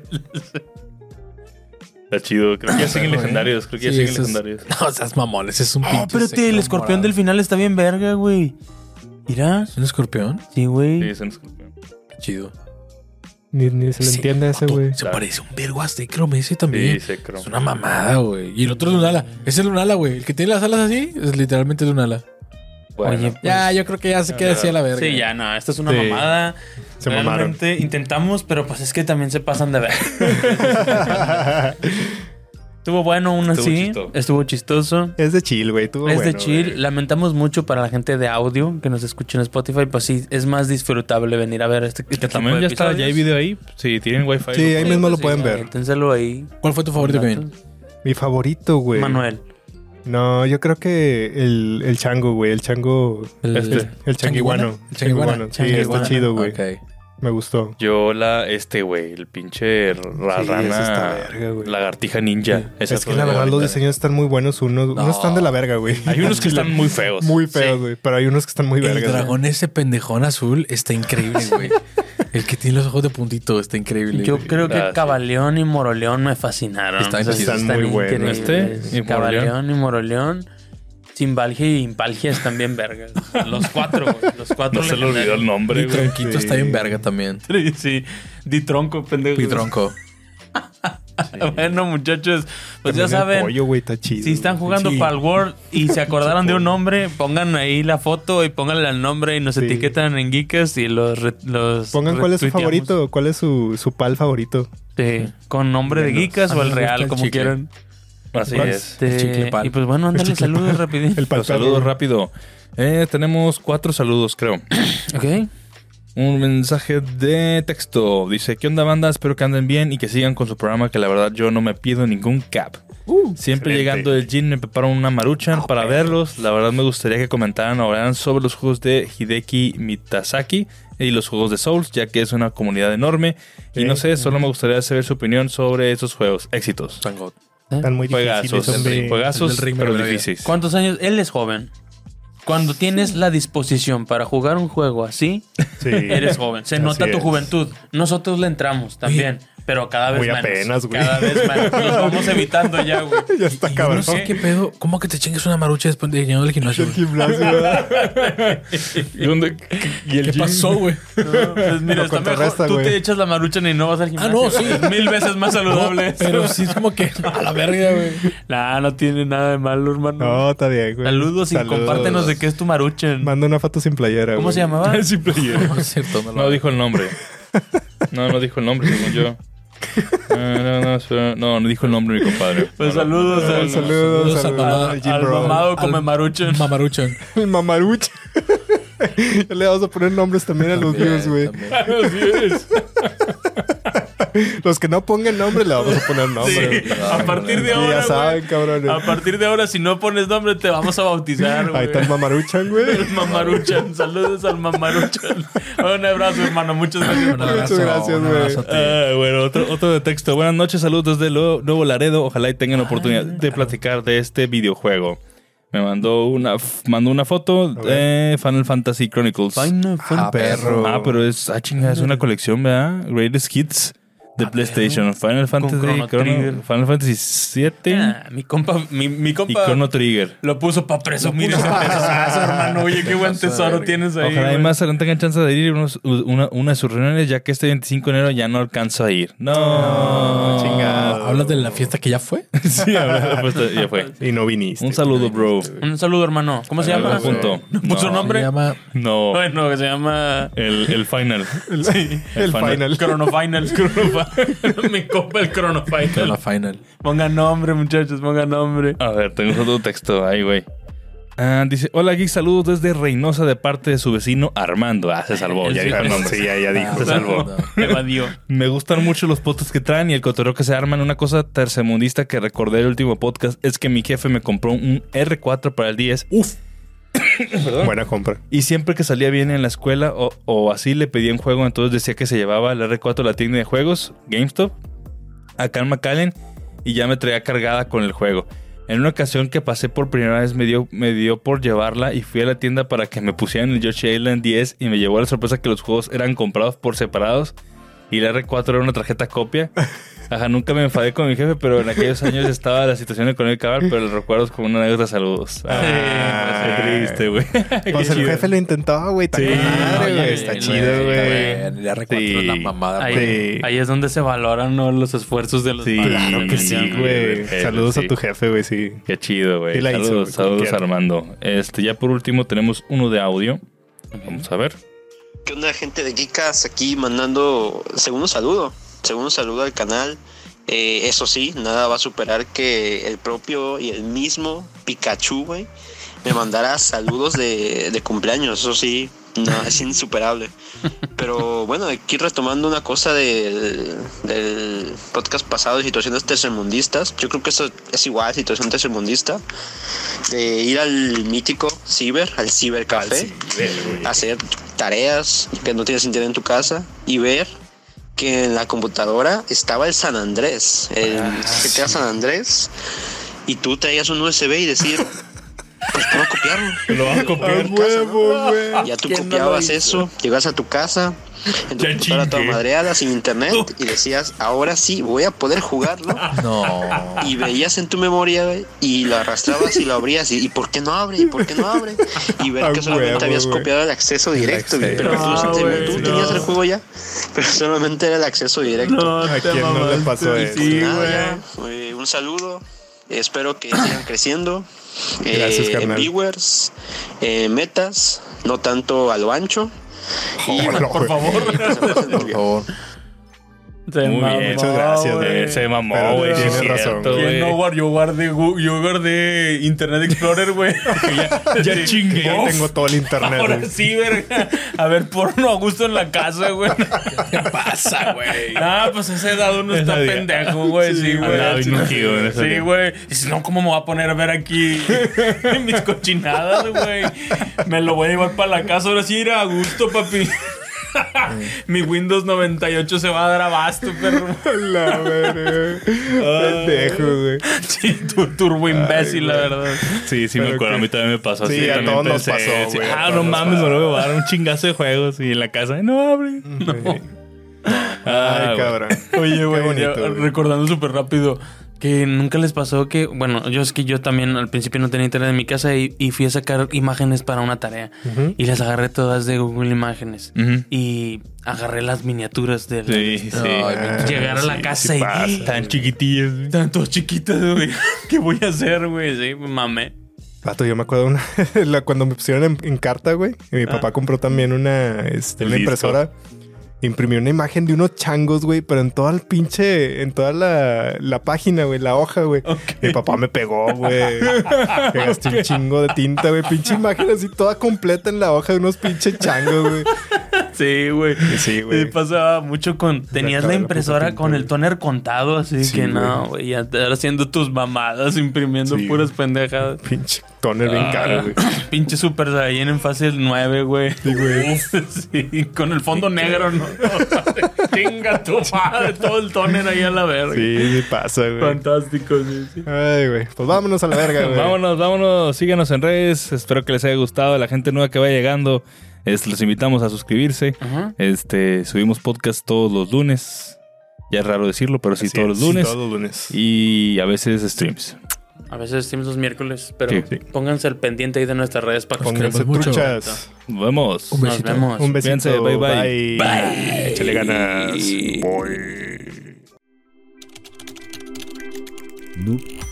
Speaker 4: Está chido. Creo que ya siguen
Speaker 1: güey.
Speaker 4: legendarios. Creo que
Speaker 1: Sí,
Speaker 4: ya siguen
Speaker 1: eso es-
Speaker 4: legendarios.
Speaker 1: No seas mamón, ese es un pinche.
Speaker 2: Oh, pero
Speaker 1: sector
Speaker 2: el escorpión del
Speaker 1: morado.
Speaker 2: final está bien verga, güey. Mira.
Speaker 1: ¿Es un escorpión?
Speaker 2: Sí,
Speaker 4: Sí,
Speaker 2: güey.
Speaker 4: es un escorpión.
Speaker 1: Qué chido.
Speaker 3: Ni, ni se le
Speaker 1: Sí,
Speaker 3: entiende a ese,
Speaker 1: vato,
Speaker 3: güey.
Speaker 1: Se parece un vergo a Stecrom ese también.
Speaker 4: Sí, secro.
Speaker 1: Es una mamada, güey. Y el otro es un ala. Ese es un ala, güey. El que tiene las alas así es literalmente es un ala.
Speaker 4: Bueno,
Speaker 2: Oye,
Speaker 1: Ya, yo creo que ya se queda así a la verga.
Speaker 2: Sí, ya, no, esta es una
Speaker 3: Sí.
Speaker 2: mamada.
Speaker 3: Se
Speaker 2: Realmente intentamos, pero pues es que también se pasan de ver. *laughs* Estuvo bueno aún
Speaker 4: Estuvo
Speaker 2: así.
Speaker 4: chistoso.
Speaker 2: Estuvo eh. chistoso.
Speaker 3: *laughs* Es de chill, güey. Estuvo
Speaker 2: es de
Speaker 3: bueno,
Speaker 2: chill.
Speaker 3: güey.
Speaker 2: Lamentamos mucho para la gente de audio que nos escucha en Spotify. Pues sí, es más disfrutable venir a ver este,
Speaker 4: Y
Speaker 2: este
Speaker 4: que
Speaker 2: tipo
Speaker 4: también
Speaker 2: de
Speaker 4: ya está, ya hay
Speaker 2: episodios.
Speaker 4: video ahí. Sí, tienen wifi.
Speaker 3: Sí, ahí
Speaker 2: Sí,
Speaker 3: mismo
Speaker 2: pues
Speaker 3: lo
Speaker 2: sí,
Speaker 3: pueden
Speaker 2: no,
Speaker 3: ver.
Speaker 2: aviéntenselo ahí.
Speaker 1: ¿Cuál fue tu favorito, Kevin?
Speaker 2: Datos.
Speaker 3: Mi favorito, güey.
Speaker 2: Manuel.
Speaker 3: No, yo creo que el, el chango, güey. El chango.
Speaker 1: El-
Speaker 4: Este.
Speaker 3: El changuiguano.
Speaker 1: ¿Changuiguana? Changuiguana.
Speaker 3: Changuiguano. Sí, está
Speaker 2: Changuiguana.
Speaker 3: chido, güey.
Speaker 1: Ok.
Speaker 3: Me gustó.
Speaker 4: Yo la, este, güey, el pinche la
Speaker 3: Sí,
Speaker 4: rana,
Speaker 3: eso está verga, güey.
Speaker 4: lagartija ninja. Esa
Speaker 3: es que
Speaker 4: fue
Speaker 3: la
Speaker 4: mi
Speaker 3: verdad los
Speaker 4: favorita.
Speaker 3: diseños están muy buenos. Unos, unos están de la verga, güey.
Speaker 4: Hay unos que están muy feos.
Speaker 3: muy feos, güey. Pero hay unos que están muy
Speaker 1: El
Speaker 3: vergas. güey.
Speaker 1: dragón ese pendejón azul está increíble, güey. El que tiene los ojos de puntito está increíble.
Speaker 2: Yo
Speaker 1: güey.
Speaker 2: creo que
Speaker 4: Ah, sí.
Speaker 2: Cabaleón y Moroleón me fascinaron.
Speaker 1: Están
Speaker 2: Esos
Speaker 1: chidos.
Speaker 3: Están muy buenos.
Speaker 2: increíbles.
Speaker 4: Este y Moroleón.
Speaker 2: Cabaleón y Moroleón. Simbalgia y Impalgia están bien vergas. *laughs* Los cuatro, güey. Los cuatro.
Speaker 4: No se le olvidó el nombre,
Speaker 1: Y
Speaker 4: güey.
Speaker 1: tronquito
Speaker 3: Sí.
Speaker 1: está bien verga también.
Speaker 2: legendarios. Sí, Ditronco, pendejo.
Speaker 1: Y tronco.
Speaker 2: *laughs* Bueno, muchachos, pues
Speaker 3: También
Speaker 2: ya
Speaker 3: el
Speaker 2: saben.
Speaker 3: pollo, güey, está chido.
Speaker 2: Si están
Speaker 3: güey.
Speaker 2: jugando
Speaker 1: Sí.
Speaker 2: para el World y se acordaron de un nombre, pongan ahí la foto y pónganle el nombre y nos
Speaker 3: Sí.
Speaker 2: etiquetan en Geekers y los, re- los
Speaker 3: Pongan cuál es su
Speaker 2: retuiteamos.
Speaker 3: favorito, cuál es su, su pal favorito.
Speaker 2: Sí, con nombre de
Speaker 3: Menos.
Speaker 2: Geekers o
Speaker 1: A mí
Speaker 2: el
Speaker 1: me gusta
Speaker 2: real,
Speaker 1: el
Speaker 2: como
Speaker 1: chicle.
Speaker 2: quieran.
Speaker 4: Así es.
Speaker 2: Este,
Speaker 1: El chicle pal.
Speaker 2: y pues bueno, andale saludos rapidito.
Speaker 3: El pal
Speaker 4: Los saludos rápido. Eh, tenemos cuatro saludos, creo.
Speaker 2: Ok.
Speaker 4: Un mensaje de texto. Dice, ¿qué onda banda? Espero que anden bien y que sigan con su programa, que la verdad yo no me pido ningún cap. Siempre
Speaker 3: Uh, excelente. Ah,
Speaker 4: llegando del gym me preparan una maruchan para verlos. La verdad me gustaría que comentaran o hablaran sobre los juegos de Hideki Mitasaki y los juegos de Souls, ya que es una comunidad enorme. Y
Speaker 3: Sí.
Speaker 4: no sé, solo me gustaría saber su opinión sobre esos juegos. Éxitos.
Speaker 1: Tango.
Speaker 3: Están muy
Speaker 4: Juegazos,
Speaker 3: difíciles, hombre.
Speaker 4: juegazos,
Speaker 1: Del ring,
Speaker 4: pero
Speaker 1: me lo
Speaker 4: difíciles.
Speaker 2: ¿Cuántos años? Él es joven. Cuando tienes la disposición para jugar un juego así,
Speaker 3: Sí. *laughs*
Speaker 2: eres joven. Se
Speaker 3: Así
Speaker 2: nota tu
Speaker 3: es.
Speaker 2: juventud. Nosotros le entramos también, pero cada vez
Speaker 3: Muy
Speaker 2: menos.
Speaker 3: apenas, güey.
Speaker 2: Cada vez menos. Los vamos evitando ya, güey.
Speaker 3: Ya está
Speaker 1: Yo
Speaker 3: cabrón.
Speaker 1: No sé qué pedo. ¿Cómo que te chingues una marucha después de llegando al gimnasio?
Speaker 3: *laughs*
Speaker 1: güey?
Speaker 4: ¿Y, dónde- y el
Speaker 1: ¿Qué
Speaker 4: gym?
Speaker 1: pasó, güey?
Speaker 2: No, *laughs* pues mira,
Speaker 3: Lo
Speaker 2: está mejor.
Speaker 3: contrarresta,
Speaker 2: Tú
Speaker 3: güey.
Speaker 2: te echas la marucha y no vas al gimnasio.
Speaker 1: Ah, no, sí.
Speaker 2: Es *laughs* Mil veces más saludable.
Speaker 1: *laughs* No,
Speaker 2: *laughs*
Speaker 1: pero sí es como que a la verga, güey.
Speaker 2: Nah, no tiene nada de malo, hermano.
Speaker 3: No, está bien, güey.
Speaker 2: Saludos y compártenos de qué es tu marucha.
Speaker 3: Manda una foto sin playera,
Speaker 2: ¿Cómo
Speaker 3: güey.
Speaker 2: se llamaba?
Speaker 1: No es cierto, no lo
Speaker 4: No dijo el nombre. No, no dijo el nombre, según yo. Ah, No, no, su- no, no dijo el nombre, mi compadre.
Speaker 2: Pues
Speaker 4: No, no.
Speaker 2: saludos, al-
Speaker 3: Saludos,
Speaker 2: *laughs*
Speaker 1: Saludos al
Speaker 3: saludos, saludos
Speaker 1: mamá-
Speaker 3: al Jim
Speaker 2: al
Speaker 3: Brown. *laughs*
Speaker 2: mamado come
Speaker 1: Al-
Speaker 2: marucha.
Speaker 1: Mamaruchan.
Speaker 3: El mamarucha. *laughs* Ya Le vamos a poner nombres también a los views, güey.
Speaker 1: También.
Speaker 3: Los que no pongan nombre, le vamos a poner nombre. güey.
Speaker 2: A partir de
Speaker 3: Y
Speaker 2: ahora,
Speaker 3: ya
Speaker 2: güey,
Speaker 3: saben, cabrones.
Speaker 2: a partir de ahora, si no pones nombre, te vamos a bautizar,
Speaker 3: Ahí
Speaker 2: güey.
Speaker 3: está el mamaruchan, güey.
Speaker 2: *laughs* El mamaruchan. Saludos al mamaruchan. *laughs* Un abrazo, hermano. Muchas gracias.
Speaker 1: Un abrazo,
Speaker 3: gracias,
Speaker 1: un
Speaker 3: güey.
Speaker 1: abrazo a ti.
Speaker 4: Ah, bueno, otro, otro de texto. Buenas noches, saludos desde Lo- Nuevo Laredo. Ojalá y tengan la oportunidad de platicar de este videojuego. Me mandó una, f- mandó una foto de Final Fantasy Chronicles.
Speaker 3: Ah, perro.
Speaker 4: Ah, pero es, ah, chinga, es una colección, ¿verdad? Greatest Hits de PlayStation. Final Fantasy,
Speaker 2: Chrono
Speaker 4: Chrono-
Speaker 2: Trigger.
Speaker 4: Final Fantasy 7
Speaker 2: Ah, mi compa, mi, mi
Speaker 4: y
Speaker 2: compa
Speaker 4: Chrono Trigger.
Speaker 2: lo puso para presumir ese tesorazo, hermano. Oye, qué buen tesoro tienes ahí.
Speaker 4: Ojalá y
Speaker 2: güey.
Speaker 4: más adelante tengan chance de ir unos- una, una de sus reuniones, ya que este 25 de enero ya no alcanzo a ir. No,
Speaker 3: Chingado.
Speaker 1: ¿Hablas de la fiesta que ya fue?
Speaker 4: *laughs* Sí, a ver, pues, ya fue.
Speaker 2: Este
Speaker 3: Y no viniste.
Speaker 4: Un saludo, bro.
Speaker 2: Un saludo, hermano. ¿Cómo se llama?
Speaker 4: Algún punto.
Speaker 2: *laughs* ¿No puso nombre?
Speaker 1: Se llama
Speaker 4: No,
Speaker 2: Bueno, que se llama
Speaker 4: el, el final.
Speaker 3: El, el final.
Speaker 2: Chronofinal. *laughs* Chronofinal. mi compa, el
Speaker 1: la
Speaker 2: Chronofinal.
Speaker 1: final.
Speaker 2: Pongan nombre, muchachos, pongan nombre.
Speaker 4: A ver, tengo otro texto ahí, güey. Ah, dice, hola Geek, saludos desde Reynosa de parte de su vecino Armando. Ah, se salvó, ya
Speaker 2: Sí.
Speaker 4: dijo el nombre.
Speaker 3: Sí, ya, ya
Speaker 2: Ah,
Speaker 3: dijo.
Speaker 2: pues, *laughs*
Speaker 4: Se salvó.
Speaker 2: Evadió. *laughs*
Speaker 4: Me gustan mucho los podcasts que traen y el cotorreo que se arman. Una cosa tercermundista que recordé el último podcast es que mi jefe me compró un R4 para el 10 *coughs*
Speaker 3: Buena compra.
Speaker 4: y siempre que salía bien en la escuela o, o así le pedía un juego, entonces decía que se llevaba el R4 a la tienda de juegos, GameStop, acá en McAllen y ya me traía cargada con el juego. En una ocasión que pasé por primera vez me dio, me dio por llevarla y fui a la tienda para que me pusieran el Yoshi Island 10 y me llevó la sorpresa que los juegos eran comprados por separados y la R4 era una tarjeta copia. Ajá, nunca me enfadé con mi jefe, pero en aquellos años estaba la situación económica, mal, pero los recuerdos como una anécdota, saludos. Ah, qué triste, güey.
Speaker 3: Pues el jefe lo intentó, güey. Está con madre,
Speaker 2: oye,
Speaker 3: güey. Está
Speaker 2: güey,
Speaker 3: chido, güey.
Speaker 1: La R4 es la mamada, güey.
Speaker 2: Ahí,
Speaker 3: Sí.
Speaker 2: ahí es donde se valoran ¿no? los esfuerzos de los
Speaker 4: Sí,
Speaker 2: padres,
Speaker 4: claro que
Speaker 2: ¿no?
Speaker 4: sí,
Speaker 2: Ya,
Speaker 3: güey.
Speaker 4: jefe,
Speaker 3: Saludos
Speaker 4: sí.
Speaker 3: a tu jefe, güey, sí.
Speaker 4: Qué chido, güey.
Speaker 3: Sí la hizo,
Speaker 4: Saludos,
Speaker 3: güey,
Speaker 4: saludos
Speaker 3: cualquiera.
Speaker 4: Armando. Este, ya por último tenemos uno de audio. Vamos a ver.
Speaker 6: ¿Qué onda gente de Geekas? Aquí mandando, según un saludo, según un saludo al canal. Eh, eso sí, nada va a superar que el propio y el mismo Pikachu, güey, me mandara saludos de, de cumpleaños. Eso sí, no, es insuperable. Pero bueno, aquí retomando una cosa del, del podcast pasado de situaciones tercermundistas, yo creo que esto es igual, situación tercermundista, de ir al mítico ciber, al cibercafé hacer tareas que no tienes internet en tu casa y ver que en la computadora estaba el San Andrés, el GTA San Andrés, y tú traías un USB y decir, pues puedo copiarlo.
Speaker 4: Lo vas a copiar.
Speaker 6: *laughs* Ya tú copiabas eso, llegas a tu casa, en tu computadora toda madreada, sin internet, y decías, ahora sí, voy a poder jugarlo.
Speaker 1: No.
Speaker 6: y veías en tu memoria güey, y lo arrastrabas y lo abrías y, ¿y por qué no abre y por qué no abre y ver
Speaker 3: Ah,
Speaker 6: que solamente
Speaker 3: huevo,
Speaker 6: habías
Speaker 3: güey.
Speaker 6: copiado el acceso
Speaker 3: El
Speaker 6: directo güey,
Speaker 3: acceso.
Speaker 6: pero tú,
Speaker 2: No,
Speaker 6: tú
Speaker 2: güey,
Speaker 6: tenías
Speaker 2: no.
Speaker 6: el juego ya *laughs* pero solamente era el acceso directo
Speaker 2: No,
Speaker 3: ¿A
Speaker 2: te
Speaker 3: quién no le
Speaker 2: mamaste,
Speaker 3: pasó eso?
Speaker 2: Sí,
Speaker 6: Nada,
Speaker 2: güey.
Speaker 6: ya, eh, un saludo espero que sigan creciendo
Speaker 3: Gracias,
Speaker 6: eh,
Speaker 3: carnal.
Speaker 6: viewers eh, metas no tanto a lo ancho y
Speaker 3: Hola,
Speaker 2: Por
Speaker 3: güey.
Speaker 2: favor.
Speaker 6: que se pasen muy
Speaker 1: Por
Speaker 6: bien.
Speaker 1: favor.
Speaker 2: Se
Speaker 4: Muy
Speaker 2: mamó,
Speaker 4: bien. eh.
Speaker 3: Muchas gracias,
Speaker 2: güey.
Speaker 3: güey.
Speaker 4: Se mamó,
Speaker 3: Pero
Speaker 4: güey.
Speaker 3: tienes
Speaker 4: sí es
Speaker 3: razón.
Speaker 4: cierto,
Speaker 2: ¿Quién
Speaker 4: güey.
Speaker 2: no guardó? Yo guardé, Gu- yo guardé Internet Explorer, *laughs* güey. ya
Speaker 4: Ya chingué.
Speaker 3: Ya
Speaker 2: Uf.
Speaker 3: tengo todo el internet,
Speaker 2: Ahora
Speaker 3: güey.
Speaker 2: sí, verga. A ver, porno a gusto en la casa, güey.
Speaker 1: ¿Qué pasa, güey?
Speaker 2: *laughs* Ah, pues a esa edad uno está
Speaker 4: Esa edad.
Speaker 2: pendejo, güey. Sí,
Speaker 4: andaba
Speaker 2: güey.
Speaker 4: inútil en esa
Speaker 2: Sí,
Speaker 4: edad.
Speaker 2: güey. Dices, no, ¿cómo me voy a poner a ver aquí *laughs* mis cochinadas, güey? Me lo voy a llevar para la casa. Ahora sí, ir a gusto, papi. *laughs* Mi Windows 98 se va a dar abasto, perro. *laughs*
Speaker 3: La verga. Pendejo, güey.
Speaker 2: Sí, tu turbo imbécil, la verdad.
Speaker 4: Sí, sí, me
Speaker 3: Pero
Speaker 4: acuerdo.
Speaker 3: que-
Speaker 4: A mí también me pasó
Speaker 3: Sí,
Speaker 4: así.
Speaker 3: a
Speaker 4: también
Speaker 3: todos nos
Speaker 4: pensé,
Speaker 3: pasó,
Speaker 4: sí,
Speaker 3: güey, a
Speaker 4: Ah,
Speaker 3: todos
Speaker 4: no
Speaker 3: nos
Speaker 4: mames,
Speaker 3: pasó.
Speaker 4: me lo dar un chingazo de juegos. Y en la casa, no abre. Ah,
Speaker 3: Ay, cabrón.
Speaker 2: Oye, güey,
Speaker 3: bonito,
Speaker 2: ya
Speaker 3: güey.
Speaker 2: recordando súper rápido que nunca les pasó que, bueno, yo es que yo también al principio no tenía internet en mi casa y, y fui a sacar imágenes para una tarea y las agarré todas de Google Imágenes
Speaker 4: Ujú.
Speaker 2: y agarré las miniaturas de
Speaker 4: Sí, sí.
Speaker 3: Ah,
Speaker 1: Ay,
Speaker 2: llegar a la casa
Speaker 3: sí
Speaker 2: y
Speaker 3: pasa.
Speaker 2: ¡Ah!
Speaker 4: Tan chiquitillos. güey.
Speaker 2: están todos chiquitas, güey. *laughs* ¿Qué voy a hacer, güey? Sí, mame.
Speaker 3: Pato, yo me acuerdo una, *laughs* la- cuando me pusieron en, en carta, güey. y mi papá compró también una, este,
Speaker 4: Ah. El
Speaker 3: una
Speaker 4: disco.
Speaker 3: impresora. Imprimió una imagen de unos changos, güey, pero en toda el pinche, en toda la, la página, güey, la hoja, güey. Mi papá me pegó,
Speaker 4: *laughs*
Speaker 3: güey. Me gasté un chingo de tinta, güey. Pinche imagen así toda completa en la hoja de unos pinches changos, güey.
Speaker 2: *laughs* Sí, güey.
Speaker 3: Sí,
Speaker 2: Sí, pasaba mucho con.
Speaker 3: acaba
Speaker 2: Tenías la
Speaker 3: pues, la puta
Speaker 2: impresora
Speaker 3: tinta,
Speaker 2: con el
Speaker 3: güey.
Speaker 2: toner contado, así
Speaker 3: Sí,
Speaker 2: que no, güey. Ya te haciendo tus mamadas, imprimiendo
Speaker 3: Sí,
Speaker 2: puras pendejadas.
Speaker 3: Pinche toner
Speaker 4: Ah.
Speaker 3: bien caro, güey.
Speaker 2: Ah, *laughs* Pinche Super Saiyan en fase 9, güey.
Speaker 3: Sí, güey.
Speaker 2: Sí, con el fondo negro, ¿no? Chinga tu madre, todo el tonel ahí a la verga.
Speaker 3: Sí, sí pasa, güey.
Speaker 2: Fantástico, sí, sí.
Speaker 3: Ay, güey. Pues vámonos a la
Speaker 4: *laughs*
Speaker 3: verga, güey.
Speaker 4: Vámonos, vámonos, síganos en redes. Espero que les haya gustado. La gente nueva que va llegando, es- los invitamos a suscribirse. Este, subimos podcast todos los lunes. Ya es raro decirlo, pero sí
Speaker 3: Así
Speaker 4: todos los
Speaker 3: es,
Speaker 4: lunes.
Speaker 3: Todos los lunes.
Speaker 4: Y a veces streams.
Speaker 2: A veces streams los miércoles, pero
Speaker 4: Sí, sí.
Speaker 2: pónganse al pendiente ahí de nuestras redes para que
Speaker 1: Suscríbanse
Speaker 3: Pónganse
Speaker 2: escriban.
Speaker 1: mucho.
Speaker 3: truchas.
Speaker 4: Nos vemos.
Speaker 1: Un
Speaker 2: Nos
Speaker 1: besito.
Speaker 2: vemos.
Speaker 3: Un besito.
Speaker 4: Cuídense, bye, bye.
Speaker 3: Bye. Échale ganas. Boy.
Speaker 7: Noob